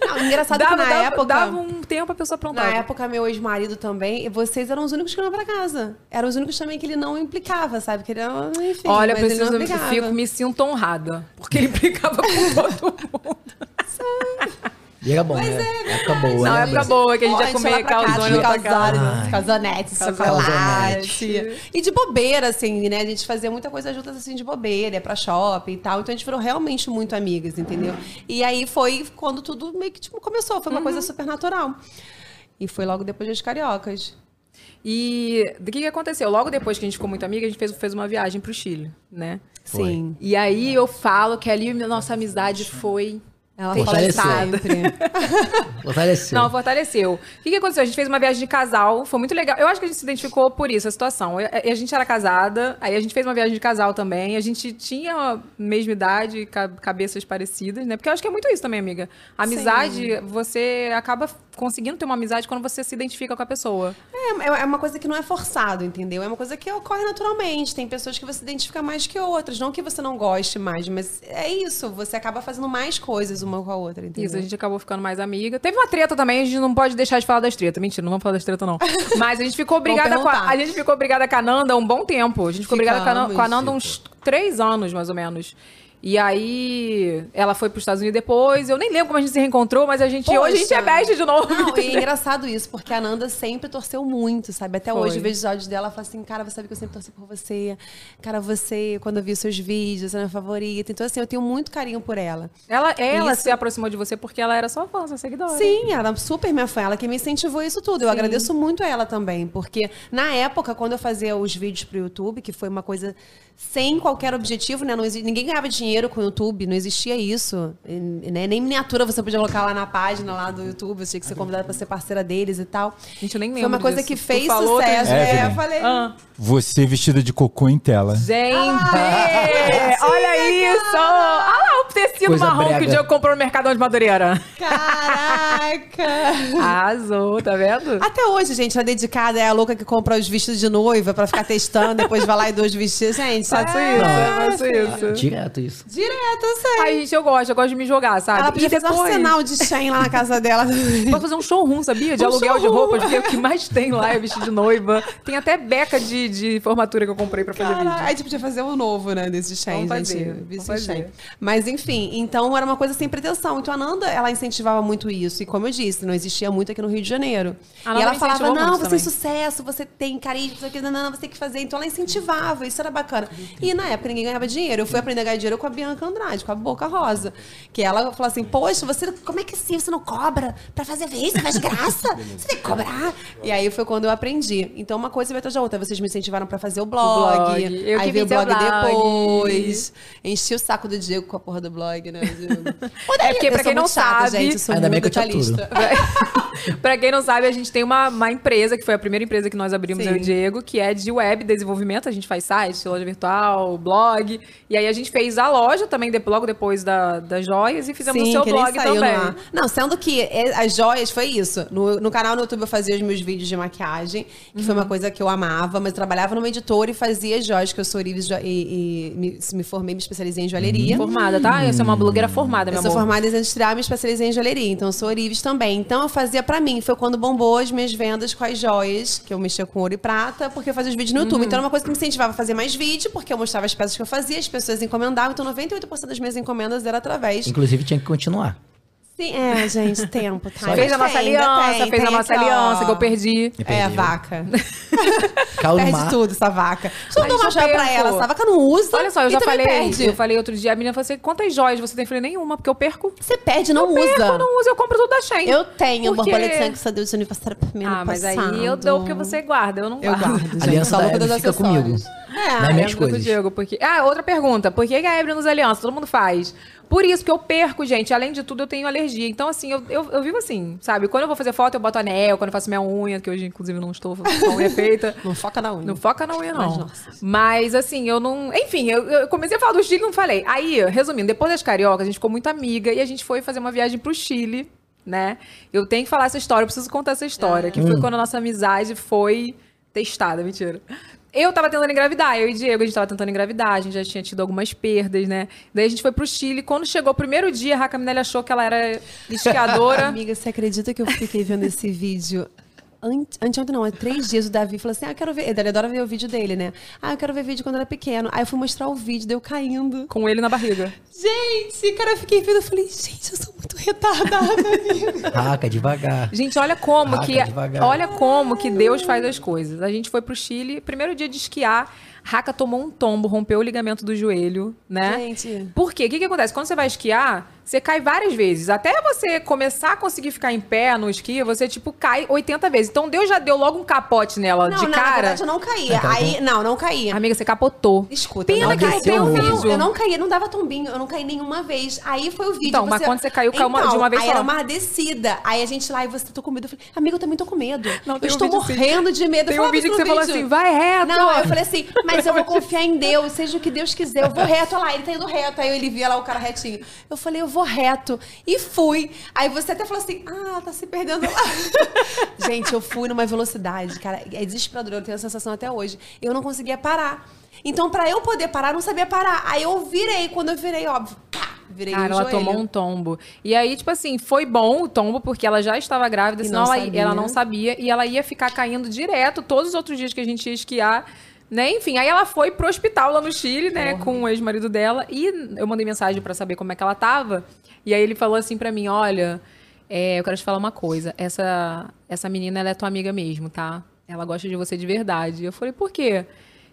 S9: Não, engraçado
S7: dava,
S9: que na
S7: dava-
S9: época.
S7: dava um tempo a pessoa aprontava.
S9: Na época, meu ex-marido também, e vocês eram os únicos que iam pra casa. Eram os únicos também que ele não implicava, sabe? Que ele era, enfim.
S7: Olha, eu
S9: mas ele
S7: preciso,
S9: não implicava.
S7: fico, me sinto honrada, porque ele implicava com todo mundo.
S8: E era bom, né?
S9: é
S8: Época boa,
S7: Não,
S8: né?
S7: época boa, que a gente
S9: Ó,
S7: ia comer
S9: lá pra casa,
S7: calzone pra casa.
S9: calzone, calzonete, chocolate.
S7: Calzonete.
S9: E de bobeira, assim, né? A gente fazia muita coisa juntas, assim, de bobeira, ia pra shopping e tal. Então a gente virou realmente muito amigas, entendeu? E aí foi quando tudo meio que tipo, começou. Foi uma coisa
S7: Uhum.
S9: super natural. E foi logo depois das cariocas.
S7: E do que, que aconteceu? Logo depois que a gente ficou muito amiga, a gente fez, fez uma viagem pro Chile, né?
S9: Sim.
S7: E aí eu falo que ali nossa amizade foi.
S9: Ela
S8: Fortaleceu.
S9: fala sempre.
S8: Fortaleceu.
S7: Não, fortaleceu. O que, que aconteceu? A gente fez uma viagem de casal, foi muito legal. Eu acho que a gente se identificou por isso, a situação. Eu- eu- A gente era casada, aí a gente fez uma viagem de casal também. A gente tinha a mesma idade, ca- cabeças parecidas, né? Porque eu acho que é muito isso também, amiga. Amizade, você acaba conseguindo ter uma amizade quando você se identifica com a pessoa.
S9: É, é uma coisa que não é forçado, entendeu? É uma coisa que ocorre naturalmente. Tem pessoas que você identifica mais que outras. Não que você não goste mais, mas é isso. Você acaba fazendo mais coisas uma com a outra, entendeu?
S7: Isso, a gente acabou ficando mais amiga. Teve uma treta também, a gente não pode deixar de falar das tretas. Mentira, não vamos falar das tretas, não. Mas a gente ficou brigada com a,
S9: perguntar.
S7: a gente ficou brigada com a Nanda um bom tempo. A gente ficou brigada com a, Nan- com a Nanda
S9: Ficamos.
S7: uns três anos, mais ou menos. E aí, ela foi pros Estados Unidos depois. Eu nem lembro como a gente se reencontrou, mas a gente. Hoje a gente é
S9: Poxa.
S7: best de novo.
S9: Não, e é engraçado isso, porque a Nanda sempre torceu muito, sabe? Até
S7: Foi.
S9: hoje eu vejo áudios dela, ela fala assim, cara, você sabe que eu sempre torci por você. Cara, você, quando eu vi os seus vídeos, você é minha favorita. Então, assim, eu tenho muito carinho por ela.
S7: Ela, ela
S9: Isso.
S7: se aproximou de você porque ela era sua fã, sua seguidora.
S9: Sim, ela super minha fã, ela que me incentivou isso tudo. Eu agradeço muito a ela também, porque na época, quando eu fazia os vídeos pro YouTube, que foi uma coisa sem qualquer objetivo, né? Não exi- Ninguém ganhava dinheiro com o YouTube, não existia isso. E, né? Nem miniatura você podia colocar lá na página lá do YouTube, você tinha que ser convidada pra ser parceira deles e tal.
S7: Gente, eu nem lembro.
S9: Foi uma coisa
S7: disso.
S9: que
S7: Tu
S9: fez
S7: falou, outro
S9: sucesso.
S7: dia.
S5: É,
S9: É, eu
S5: Evelyn.
S9: falei.
S7: Ah.
S5: Você vestida de cocô em tela.
S7: Gente,
S9: Ah,
S7: olha isso! Olha lá o tecido
S8: Coisa
S7: marrom que
S8: brega.
S7: o Diogo comprou no Mercadão de Madureira.
S9: Caraca!
S7: Arrasou, tá vendo?
S9: Até hoje, gente, a dedicada é a louca que compra os vestidos de noiva pra ficar testando, depois vai lá e dois vestidos. Gente, é.
S7: Faço
S9: sabe?
S7: isso, faço isso.
S8: Direto isso.
S9: Direto, eu sei.
S7: Ai, gente, eu gosto, eu gosto de me jogar, sabe?
S9: Ela podia
S7: E
S9: fazer um
S7: depois-
S9: arsenal de Shein lá na casa dela.
S7: Pode fazer um showroom, sabia? De
S9: Um
S7: aluguel de
S9: showroom.
S7: roupas, porque o que mais tem lá é vestido de noiva. Tem até beca de, de formatura que eu comprei pra fazer
S9: Cara,
S7: vídeo.
S9: aí, tipo, podia fazer um novo, né? Desse Shein,
S7: Vamos
S9: gente.
S7: fazer,
S9: Desse
S7: vamos
S9: Shein.
S7: fazer.
S9: Mas, enfim, então era uma coisa sem pretensão. Então, a Nanda, ela incentivava muito isso. E, como eu disse, não existia muito aqui no Rio de Janeiro.
S7: A
S9: e
S7: Nanda
S9: ela
S7: me
S9: falava,
S7: incentivou
S9: não,
S7: muito
S9: você
S7: também."
S9: é sucesso, você tem carisma, você, não, não, você tem que fazer. Então, ela incentivava. Isso era bacana. E, na época, ninguém ganhava dinheiro. Eu fui aprender a ganhar dinheiro com a Bianca Andrade, com a Boca Rosa. Que ela falou assim, poxa, você, como é que assim, você não cobra pra fazer vídeo? Você faz graça? Você tem que cobrar? E aí, foi quando eu aprendi. Então, uma coisa vai atrás da outra. Vocês me incentivaram pra fazer o blog
S7: blog.
S9: blog.
S7: Eu que
S9: aí veio o
S7: fiz o
S9: blog,
S7: blog.
S9: depois. Enchi o saco do Diego com a porra do blog, né? Diego?
S7: É porque,
S9: Eu
S7: pra
S9: sou
S7: quem não
S9: muito chata,
S7: sabe,
S9: gente, eu sou
S8: Ainda bem
S9: muito
S8: que eu te aturo.
S9: detalhista.
S7: pra quem não sabe, a gente tem uma, uma empresa, que foi a primeira empresa que nós abrimos,
S9: Sim.
S7: eu e o Diego, que é de web desenvolvimento. A gente faz site, loja virtual, blog. E aí a gente fez a loja também, de- logo depois da, das joias, e fizemos o é seu
S9: que nem
S7: blog
S9: saiu no
S7: também.
S9: ar. Não, sendo que é, as joias foi isso. No, no canal no YouTube eu fazia os meus vídeos de maquiagem, que foi
S7: Uhum.
S9: uma coisa que eu amava, mas eu trabalhava numa editora e fazia as joias, que eu sou Orives jo- e, e me, me formei, me especializei em joalheria.
S8: Uhum.
S7: Formada, tá? Eu sou uma blogueira formada, meu
S9: Eu sou
S7: amor.
S9: formada em design industrial, me especializei em joalheria, então eu sou Orives também. Então eu fazia pra mim, foi quando bombou as minhas vendas com as joias, que eu mexia com ouro e prata, porque eu fazia os vídeos no
S7: Uhum.
S9: YouTube. Então era uma coisa que me incentivava a fazer mais vídeo, porque eu mostrava as peças que eu fazia, as pessoas encomendavam, então 98% das minhas encomendas era através.
S8: Inclusive tinha que continuar.
S9: Sim, é, gente, tempo, tá?
S7: Fez a nossa
S9: Ainda
S7: aliança,
S9: tem,
S7: fez a
S9: tem então.
S7: nossa
S9: aqui, ó.
S7: aliança, que eu perdi.
S9: É, a vaca. Perde
S8: Calmar.
S9: tudo, essa vaca. Deixa eu
S7: Ai,
S9: dar uma
S7: só
S9: joia pra
S7: perco.
S9: ela, essa vaca não usa.
S7: Olha só, eu
S9: e
S7: já
S9: também
S7: falei.
S9: Perde.
S7: Eu falei outro dia, a menina falou assim: quantas joias você tem? Eu falei, nenhuma, porque eu perco.
S9: Você perde, não usa.
S7: Perco, eu não uso, eu compro tudo da Shein.
S9: Eu tenho
S7: Porque-
S9: borboleta sangue que tá você deu de aniversário pra mim
S7: Ah,
S9: no
S7: mas aí
S9: passado.
S7: eu dou porque você guarda, eu não
S9: Eu
S7: guardo.
S9: guardo, gente.
S8: Aliança
S9: Tá
S8: da
S9: louca
S8: Hebe
S9: dos
S8: fica comigo.
S9: acessórios. É,
S8: Nas minhas
S7: Lembra do
S8: coisas.
S7: Diego, porque... Ah, outra pergunta. Por que que a Ebre nos aliança? Todo mundo faz. Por isso que eu perco, gente. Além de tudo, eu tenho alergia. Então, assim, eu, eu, eu vivo assim, sabe? Quando eu vou fazer foto, eu boto anel. Quando eu faço minha unha, que hoje, inclusive, não estou com a unha feita.
S9: Não foca na unha.
S7: Não foca na unha,
S9: Mas,
S7: não.
S9: nossa.
S7: Mas, assim, eu não... Enfim, eu, eu comecei a falar do Chile e não falei. Aí, resumindo, depois das cariocas, a gente ficou muito amiga. E a gente foi fazer uma viagem pro Chile, né? Eu tenho que falar essa história, eu preciso contar essa
S9: É.
S7: história. Que foi quando a nossa amizade foi testada, mentira. Eu tava tentando engravidar, eu e Diego, a gente tava tentando engravidar, a gente já tinha tido algumas perdas, né? Daí a gente foi pro Chile, quando chegou o primeiro dia, a Raca Minelli achou que ela era esquiadora.
S9: Amiga, você acredita que eu fiquei vendo esse vídeo? Ante- Anteontem não, há três dias o Davi falou assim: Ah, eu quero ver. Ele adora ver o vídeo dele, né? Ah, eu quero ver vídeo quando eu era pequeno. Aí eu fui mostrar o vídeo, deu caindo.
S7: com ele na barriga.
S9: Gente, cara, eu fiquei vendo. Eu falei: Gente, eu sou muito retardada, amiga.
S8: Raca, devagar.
S7: Gente, olha como
S8: Raca
S7: que
S8: devagar.
S7: olha como que Deus faz as coisas. A gente foi pro Chile, primeiro dia de esquiar, Raca tomou um tombo, rompeu o ligamento do joelho, né?
S9: Gente.
S7: Por quê? O que, que acontece? Quando você vai esquiar, você cai várias vezes. Até você começar a conseguir ficar em pé no esqui, você, tipo, cai 80 vezes. Então Deus já deu logo um capote nela
S9: Não,
S7: de
S9: não, na
S7: cara.
S9: verdade eu não caía. Aí, não, não caía.
S7: Amiga, você capotou.
S9: Escuta,
S7: Pena
S9: eu não
S7: que
S9: caí.
S7: tem
S9: Eu
S7: um
S9: não,
S7: vídeo.
S9: eu não caí, não dava tombinho, eu não caí nenhuma vez. Aí foi o vídeo. Então,
S7: Então, mas quando você caiu, caiu uma- de uma vez
S9: aí
S7: só.
S9: era uma descida. Aí a gente lá, e você, tô com medo. Eu falei, amigo, eu também tô com medo.
S7: Não,
S9: eu
S7: tem um
S9: estou
S7: vídeo assim.
S9: morrendo de medo.
S7: Tem
S9: eu "Ah,
S7: um
S9: falava
S7: vídeo que
S9: isso
S7: você
S9: no
S7: falou assim, vai reto.
S9: Não, eu falei assim, mas
S7: É.
S9: eu vou confiar em Deus, seja o que Deus quiser, eu vou reto. Olha lá, ele tá indo reto. Aí ele via lá o cara retinho. Eu falei, eu vou reto. E fui. Aí você até falou assim, ah, tá se perdendo lá. Gente, eu fui numa velocidade, cara. É desesperador, eu tenho a sensação até hoje. Eu não conseguia parar. Então, pra eu poder parar, eu não sabia parar. Aí eu virei. Quando eu virei, óbvio, pá, virei
S7: Cara,
S9: o
S7: ela
S9: joelho.
S7: tomou um tombo. E aí, tipo assim, foi bom o tombo, porque ela já estava grávida,
S9: E
S7: senão
S9: não
S7: ela,
S9: sabia.
S7: ela não sabia. E ela ia ficar caindo direto todos os outros dias que a gente ia esquiar. Né? Enfim, aí ela foi pro hospital lá no Chile, né, com o ex-marido dela. E eu mandei mensagem pra saber como é que ela tava. E aí ele falou assim pra mim: Olha, é, eu quero te falar uma coisa. Essa, essa menina, ela é tua amiga mesmo, tá? Ela gosta de você de verdade. Eu falei: Por quê?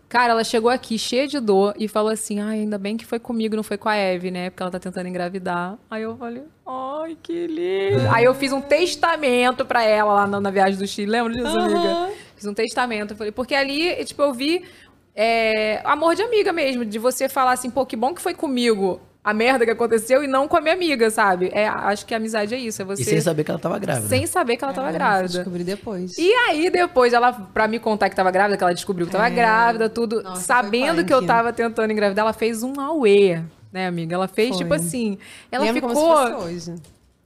S7: Cara, ela chegou aqui cheia de dor e falou assim: Ai, ainda bem que foi comigo, não foi com a Eve, né? Porque ela tá tentando engravidar. Aí eu falei: Ai, que lindo. Aí eu fiz um testamento pra ela lá na, na viagem do Chile, lembra disso, amiga? Fiz um testamento. Eu falei, porque ali, tipo, eu vi é, amor de amiga mesmo, de você falar assim, pô, que bom que foi comigo a merda que aconteceu e não com a minha amiga, sabe? É, acho que a amizade é isso, é você.
S8: E sem saber que ela tava grávida.
S7: Sem saber que ela tava grávida.
S9: Descobri depois.
S7: E aí, depois, ela, pra me contar que tava grávida, que ela descobriu que tava grávida, tudo,
S9: É. Nossa,
S7: sabendo
S9: foi
S7: que eu
S9: punk.
S7: tava tentando engravidar, ela fez um auê, né, amiga? Ela fez,
S9: Foi.
S7: tipo assim, ela
S9: Lembro
S7: ficou.
S9: como se fosse hoje.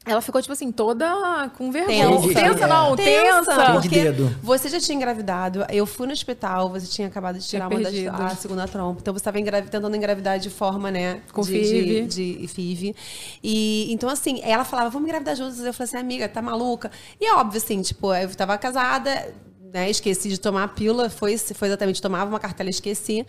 S7: Ela ficou, tipo assim, toda com vergonha.
S9: Tensa.
S7: Tensa, não, tensa.
S8: de
S9: porque
S8: dedo.
S9: Você já tinha engravidado, eu fui no hospital, você tinha acabado de tirar
S7: Tinha
S9: uma das,
S7: perdido.
S9: a segunda trompa. Então você estava tentando engravidar de forma, né?
S7: Com
S9: de,
S7: FIV.
S9: De, de FIV. E então, assim, ela falava, vamos engravidar juntos. Eu falei assim, amiga, tá maluca? E é óbvio, assim, tipo, eu estava casada, né? Esqueci de tomar a pílula, foi, foi exatamente, tomava uma cartela e esqueci.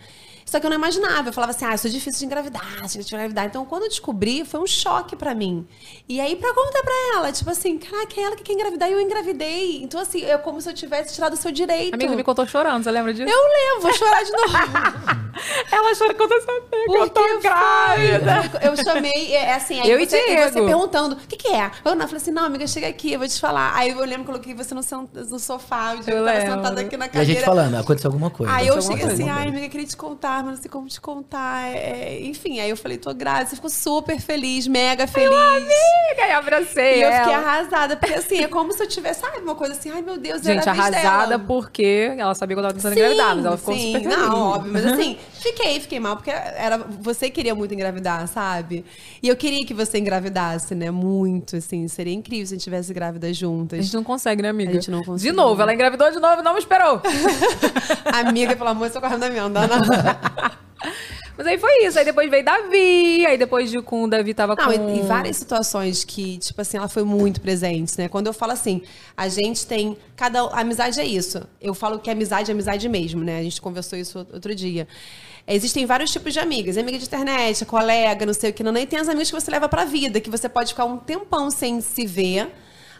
S9: Só que eu não imaginava. Eu falava assim, ah, isso é difícil de engravidar, difícil de engravidar. Então, quando eu descobri, foi um choque pra mim. E aí, pra contar pra ela, tipo assim, caraca, é ela que quer engravidar e eu engravidei. Então, assim, é como se eu tivesse tirado o seu direito.
S7: Amiga, me contou chorando, você lembra disso?
S9: Eu lembro, vou chorar de novo.
S7: Ela chora quando eu sabia que eu
S9: Porque
S7: tô
S9: foi.
S7: grávida.
S9: Eu chamei, é é assim, aí
S7: Eu e
S9: você,
S7: Diego.
S9: você perguntando, o que, que é? Eu não, eu falei assim, não, amiga, chega aqui, eu vou te falar. Aí eu lembro, que coloquei você no, sen- no sofá, o Diego
S7: Eu
S9: tava
S7: lembro.
S9: sentado aqui na
S8: E a
S9: cadeira.
S8: gente falando, aconteceu alguma coisa.
S9: Aí eu
S8: aconteceu
S9: cheguei
S8: alguma
S9: assim,
S8: coisa.
S9: ai, amiga, queria te contar, mas não sei como te contar. é, enfim, aí eu falei, tô grávida, você ficou super feliz, mega feliz.
S7: Amiga, e abracei
S9: E eu
S7: ela.
S9: fiquei arrasada, porque assim, é como se eu tivesse, sabe, uma coisa assim, ai meu Deus,
S7: Gente,
S9: era a vez
S7: arrasada
S9: dela.
S7: porque ela sabia que eu tava pensando em
S9: Sim,
S7: engravidar, mas ela ficou
S9: sim.
S7: super feliz.
S9: Não, óbvio, mas assim, fiquei, fiquei mal, porque era, você queria muito engravidar, sabe? E eu queria que você engravidasse, né? Muito, assim, seria incrível se a gente tivesse grávida
S7: A
S9: juntas.
S7: gente não consegue, né, amiga?
S9: A gente não consegue.
S7: De novo, ela engravidou de novo e não me esperou.
S9: Amiga, pelo amor, socorre da minha, não dá nada.
S7: Mas aí foi isso. Aí depois veio Davi. Aí depois de com o Davi tava
S9: Não,
S7: com.
S9: e, e várias situações que, tipo assim, ela foi muito presente, né? Quando eu falo assim, a gente tem. Cada. Amizade é isso. Eu falo que amizade é amizade mesmo, né? A gente conversou isso outro dia. Existem vários tipos de amigas. Amiga de internet, colega, não sei o que, não. não. E tem as amigas que você leva pra vida, que você pode ficar um tempão sem se ver.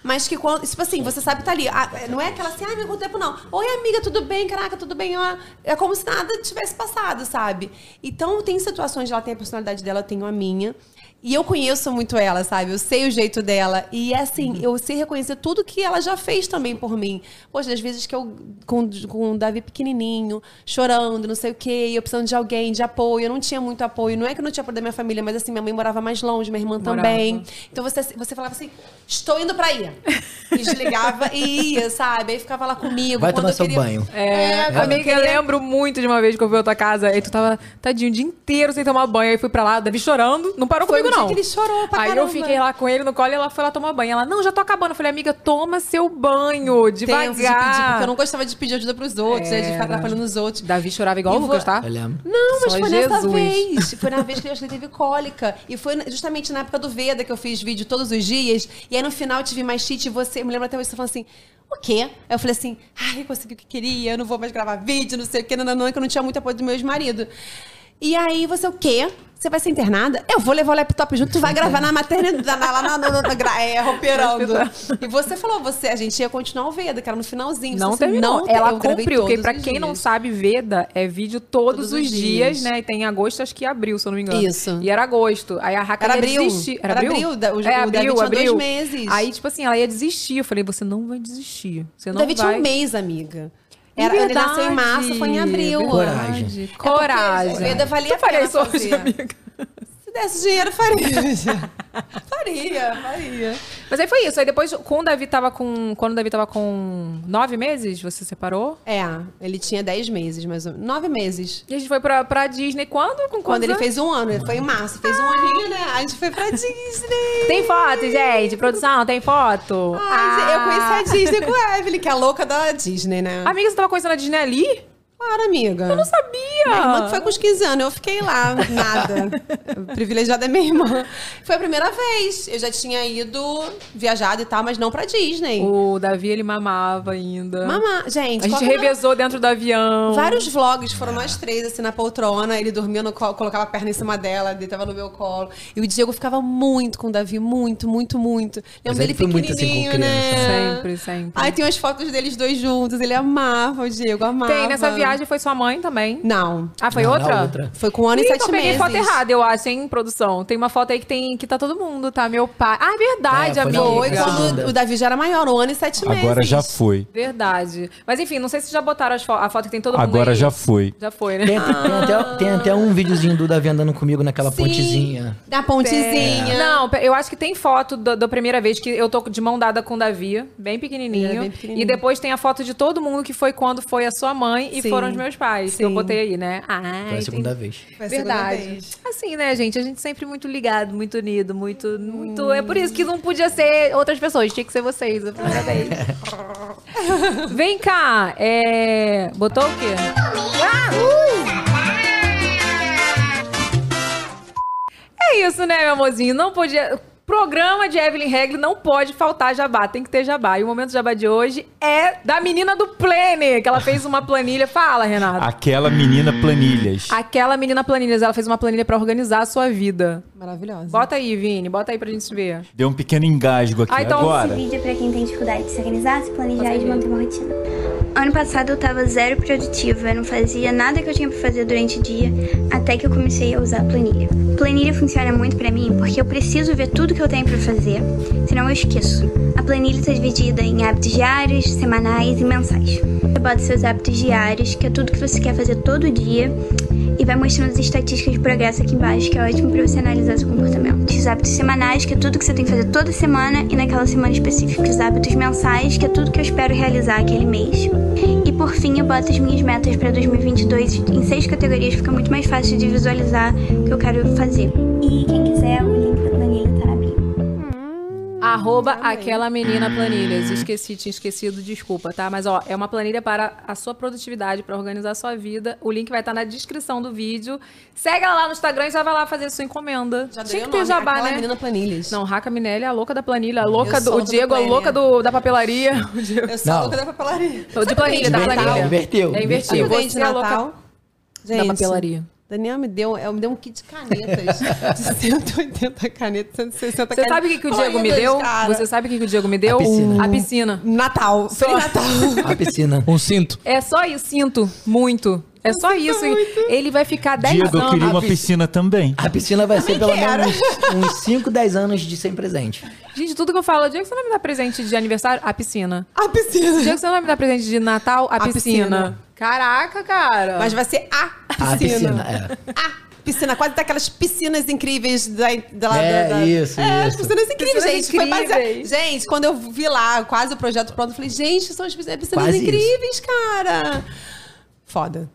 S9: Mas que quando. Tipo assim, você sabe que tá ali. Ah, não é aquela assim, ai, meu quanto tempo, não. Oi, amiga, tudo bem? Caraca, tudo bem? Ah, é como se nada tivesse passado, sabe? Então tem situações, ela tem a personalidade dela, eu tenho a minha. E eu conheço muito ela, sabe? Eu sei o jeito dela. E assim, eu sei reconhecer tudo que ela já fez também por mim. Poxa, das vezes que eu, com, com o Davi pequenininho, chorando, não sei o quê, eu precisando de alguém, de apoio. Eu não tinha muito apoio. Não é que eu não tinha apoio da minha família, mas assim, minha mãe morava mais longe, minha irmã
S7: Morava.
S9: também. Então você, você falava assim, estou indo pra aí. E Desligava e ia, sabe? Aí ficava lá comigo.
S8: Vai
S9: quando
S8: tomar
S9: eu
S8: seu
S9: queria-
S8: banho.
S7: É,
S9: quando eu
S7: amiga, eu
S9: queria-
S7: lembro muito de uma vez que eu fui à tua casa e tu tava tadinho o dia inteiro sem tomar banho. Aí fui pra lá, o Davi chorando. Não parou
S9: Foi o
S7: comigo,
S9: dia
S7: não.
S9: que ele chorou pra
S7: Aí eu
S9: caramba.
S7: fiquei lá com ele no colo e ela foi lá tomar banho. Ela, não, já tô acabando. Eu falei, amiga, toma seu banho, devagar.
S9: Tenso de pedir, porque eu não gostava de pedir ajuda pros outros, né? de
S7: Era.
S9: ficar atrapalhando os outros.
S7: Davi chorava igual
S9: E
S7: o Lucas,
S9: vou-
S7: tá?
S8: Eu lembro.
S9: Não, mas
S7: Só
S9: foi nessa
S7: Jesus.
S9: vez. Foi na vez que eu acho que ele teve cólica. E foi justamente na época do Veda que eu fiz vídeo todos os dias. E aí no final eu tive mastite e você, eu me lembro até hoje, você falando assim. O quê? Aí eu falei assim, ai, eu consegui o que queria, eu não vou mais gravar vídeo, não sei o quê, não, não, não, que eu não tinha muito apoio do meu ex-marido. E aí você, o quê? Você vai ser internada? Eu vou levar o laptop junto, tu vai gravar na maternidade, na- lá na, na, na, na, gra- é, rouperando. E você falou, você, a gente ia continuar o Veda, que era no finalzinho.
S7: Não
S9: você, assim,
S7: terminou.
S9: te-
S7: ela
S9: eu gravei
S7: cumpriu, porque
S9: todos
S7: pra
S9: os
S7: quem não
S9: dias.
S7: sabe, Veda é vídeo todos,
S9: Todos
S7: os
S9: os
S7: dias,
S9: dias.
S7: né? E tem em agosto, acho que em abril, se eu não me engano.
S9: Isso.
S7: E era agosto. Aí a Raca
S9: Era
S7: ia
S9: abril.
S7: desistir. Era,
S9: Era
S7: abril?
S9: abril, da- o- o
S7: é,
S9: Davi
S7: abril,
S9: tinha dois
S7: abril.
S9: meses.
S7: Aí, tipo assim, ela ia desistir. Eu falei, você não vai desistir. Você não
S9: Davi
S7: vai...
S9: tinha um mês, amiga.
S7: É
S9: Era, ele nasceu em
S7: verdade.
S9: março, foi em abril.
S8: Coragem.
S9: É porque
S7: Coragem.
S9: Veda valia
S7: eu
S9: a pena
S7: faria isso hoje,
S9: fazer.
S7: amiga.
S9: Se desse dinheiro, faria. faria, faria.
S7: Mas aí foi isso. Aí depois, quando o Davi tava com. Quando o Davi tava com nove meses, você separou?
S9: É, ele tinha dez meses, mais ou menos. Nove meses.
S7: E a gente foi pra, pra Disney quando? Com quantos
S9: Quando ele
S7: anos?
S9: fez um ano, ele foi em março, fez um aninho, né? A gente foi pra Disney.
S7: Tem Ah. foto, gente? Produção, tem foto?
S9: Ai, Eu conheci a Disney com a Evelyn, que é a louca da Disney, né?
S7: Amiga, você tava conhecendo a Disney ali?
S9: Claro, amiga.
S7: Eu não ah. sabia.
S9: Minha irmã que foi com os 15 anos, eu fiquei lá, nada. Privilegiada é minha irmã. Foi a primeira vez. Eu já tinha ido, viajado e tal, mas não pra Disney.
S7: O Davi, ele mamava ainda.
S9: Mamá, gente,
S7: A gente
S9: qual que é o nome?
S7: revezou um. dentro do avião.
S9: Vários vlogs foram nós três, assim, na poltrona. Ele dormia no colo, colocava a perna em cima dela, deitava no meu colo. E o Diego ficava muito com o Davi, muito, muito, muito.
S8: Mas
S9: Lembro dele
S8: ele foi muito assim com
S9: pequenininho,
S8: criança.
S9: né?
S7: Sempre, sempre.
S9: Aí tem umas fotos deles dois juntos. Ele amava o Diego, amava.
S7: Tem, nessa viagem foi sua mãe também.
S9: Não.
S7: Ah, foi
S8: Não, na
S7: outra?
S8: outra.
S9: Foi com um ano
S7: Ih,
S9: e
S7: então
S9: sete
S7: peguei
S9: meses.
S7: foto errada, eu acho, hein, produção. Tem uma foto aí que tem que tá todo mundo, tá? Meu pai. Ah, é verdade,
S8: É, foi na
S7: amiga.
S9: Foi
S8: Legal.
S9: quando o Davi já era maior, um ano e sete meses.
S5: Agora já foi.
S7: Verdade. Mas enfim, não sei se já botaram as fo- a foto que tem todo mundo.
S5: Agora
S7: aí.
S5: já foi.
S7: Já foi, né?
S8: Tem, tem até, tem até um videozinho do Davi andando comigo naquela
S9: Ah. Sim,
S8: pontezinha.
S9: Da pontezinha.
S7: É. Não, pe- eu acho que tem foto da, da primeira vez que eu tô de mão dada com o Davi, bem
S9: Ele
S7: pequenininho,
S9: era bem pequenininho.
S7: E depois tem a foto de todo mundo que foi quando foi a sua mãe e
S9: Sim.
S7: foram os meus pais. Que eu
S9: Sim.
S7: botei aí, né? Ah,
S8: Foi Então, é a segunda vez.
S9: Foi a segunda
S7: Verdade.
S9: vez.
S7: Assim, né, gente? A gente sempre muito ligado, muito unido, muito. muito... É por isso que não podia ser outras pessoas, tinha que ser vocês. a primeira vez. Vem cá, é. Botou o quê? Ah! É isso, né, meu amorzinho? Não podia. Programa de Evelyn Regli não pode faltar jabá, tem que ter jabá. E o momento jabá de hoje é da menina do Planner, que ela fez uma planilha. Fala, Renata.
S5: Aquela menina planilhas.
S7: Aquela menina planilhas, ela fez uma planilha pra organizar a sua vida.
S9: Maravilhosa.
S7: Bota aí, Vini, bota aí pra gente ver.
S5: Deu um pequeno engasgo aqui.
S7: Ah, então-
S5: Agora.
S10: vídeo é pra quem tem dificuldade de se organizar, se planejar e de manter uma rotina. Ano passado eu tava zero produtiva, eu não fazia nada que eu tinha pra fazer durante o dia, até que eu comecei a usar a planilha. Planilha funciona muito pra mim porque eu preciso ver tudo que eu tenho pra fazer, senão eu esqueço. A planilha tá dividida em hábitos diários, semanais e mensais. Você bota seus hábitos diários, que é tudo que você quer fazer todo dia, e vai mostrando as estatísticas de progresso aqui embaixo, que é ótimo pra você analisar seu comportamento. Os hábitos semanais, que é tudo que você tem que fazer toda semana e naquela semana específica. Os hábitos mensais, que é tudo que eu espero realizar aquele mês. E por fim, eu boto as minhas metas pra 2022 em seis categorias, fica muito mais fácil de visualizar o que eu quero fazer. E quem quiser, o link da planilha tá na bio.
S7: Arroba
S9: Hum,
S7: aquela menina planilhas. Esqueci, tinha esquecido, desculpa, tá? Mas ó, é uma planilha para a sua produtividade, pra organizar a sua vida. O link vai estar na descrição do vídeo. Segue ela lá no Instagram e já vai lá fazer sua encomenda.
S9: Já dei
S7: tinha
S9: o
S7: que ter
S9: nome,
S7: jabá,
S9: aquela
S7: né?
S9: menina planilhas.
S7: Não, Raca Minelli é a louca da planilha, a louca
S9: Eu
S7: do.
S9: sou
S7: O
S9: a
S7: Diego, a
S9: planilha.
S7: louca do, da papelaria. O Diego.
S9: Eu sou
S8: Não.
S9: louca da papelaria.
S7: De planilha, da
S8: Inverteu,
S7: planilha. É
S8: inverteu, inverteu.
S7: invertido.
S9: Eu vou
S7: Você é a louca
S9: Natal.
S7: da
S9: Gente,
S7: papelaria.
S9: Daniel me deu, eu, me deu um kit de canetas. de 180 canetas, 160
S7: Você
S9: canetas.
S7: sabe o que, que o Diego me
S9: Coloridas,
S7: deu?
S9: cara.
S7: Você sabe o que, que o Diego me deu?
S8: A piscina.
S7: A piscina.
S9: Natal. Feliz Natal.
S8: A piscina.
S6: Um cinto.
S7: É só isso, sinto muito. É só isso. Ele vai ficar 10
S5: Diego, eu
S7: anos.
S5: queria uma
S8: piscina.
S5: piscina também.
S8: A piscina vai
S9: é
S8: ser pelo menos uns 5, 10 anos de sem presente.
S7: Gente, tudo que eu falo, Diego, você não vai me dar presente de aniversário? A piscina.
S9: A piscina.
S7: Diego, você não vai me dar presente de Natal? A,
S9: A
S7: piscina.
S9: piscina.
S7: Caraca, cara.
S9: Mas vai ser a piscina.
S8: A piscina, é.
S9: A piscina, quase daquelas piscinas incríveis da, da, lá
S8: É,
S9: da- da-
S8: isso,
S9: É,
S8: isso.
S9: as piscinas incríveis,
S7: Piscinas
S9: gente. Foi
S7: incríveis.
S9: baseado- Gente, quando eu vi lá quase o projeto pronto, eu falei, gente, são as piscinas
S8: Quase isso.
S9: incríveis, cara. Foda.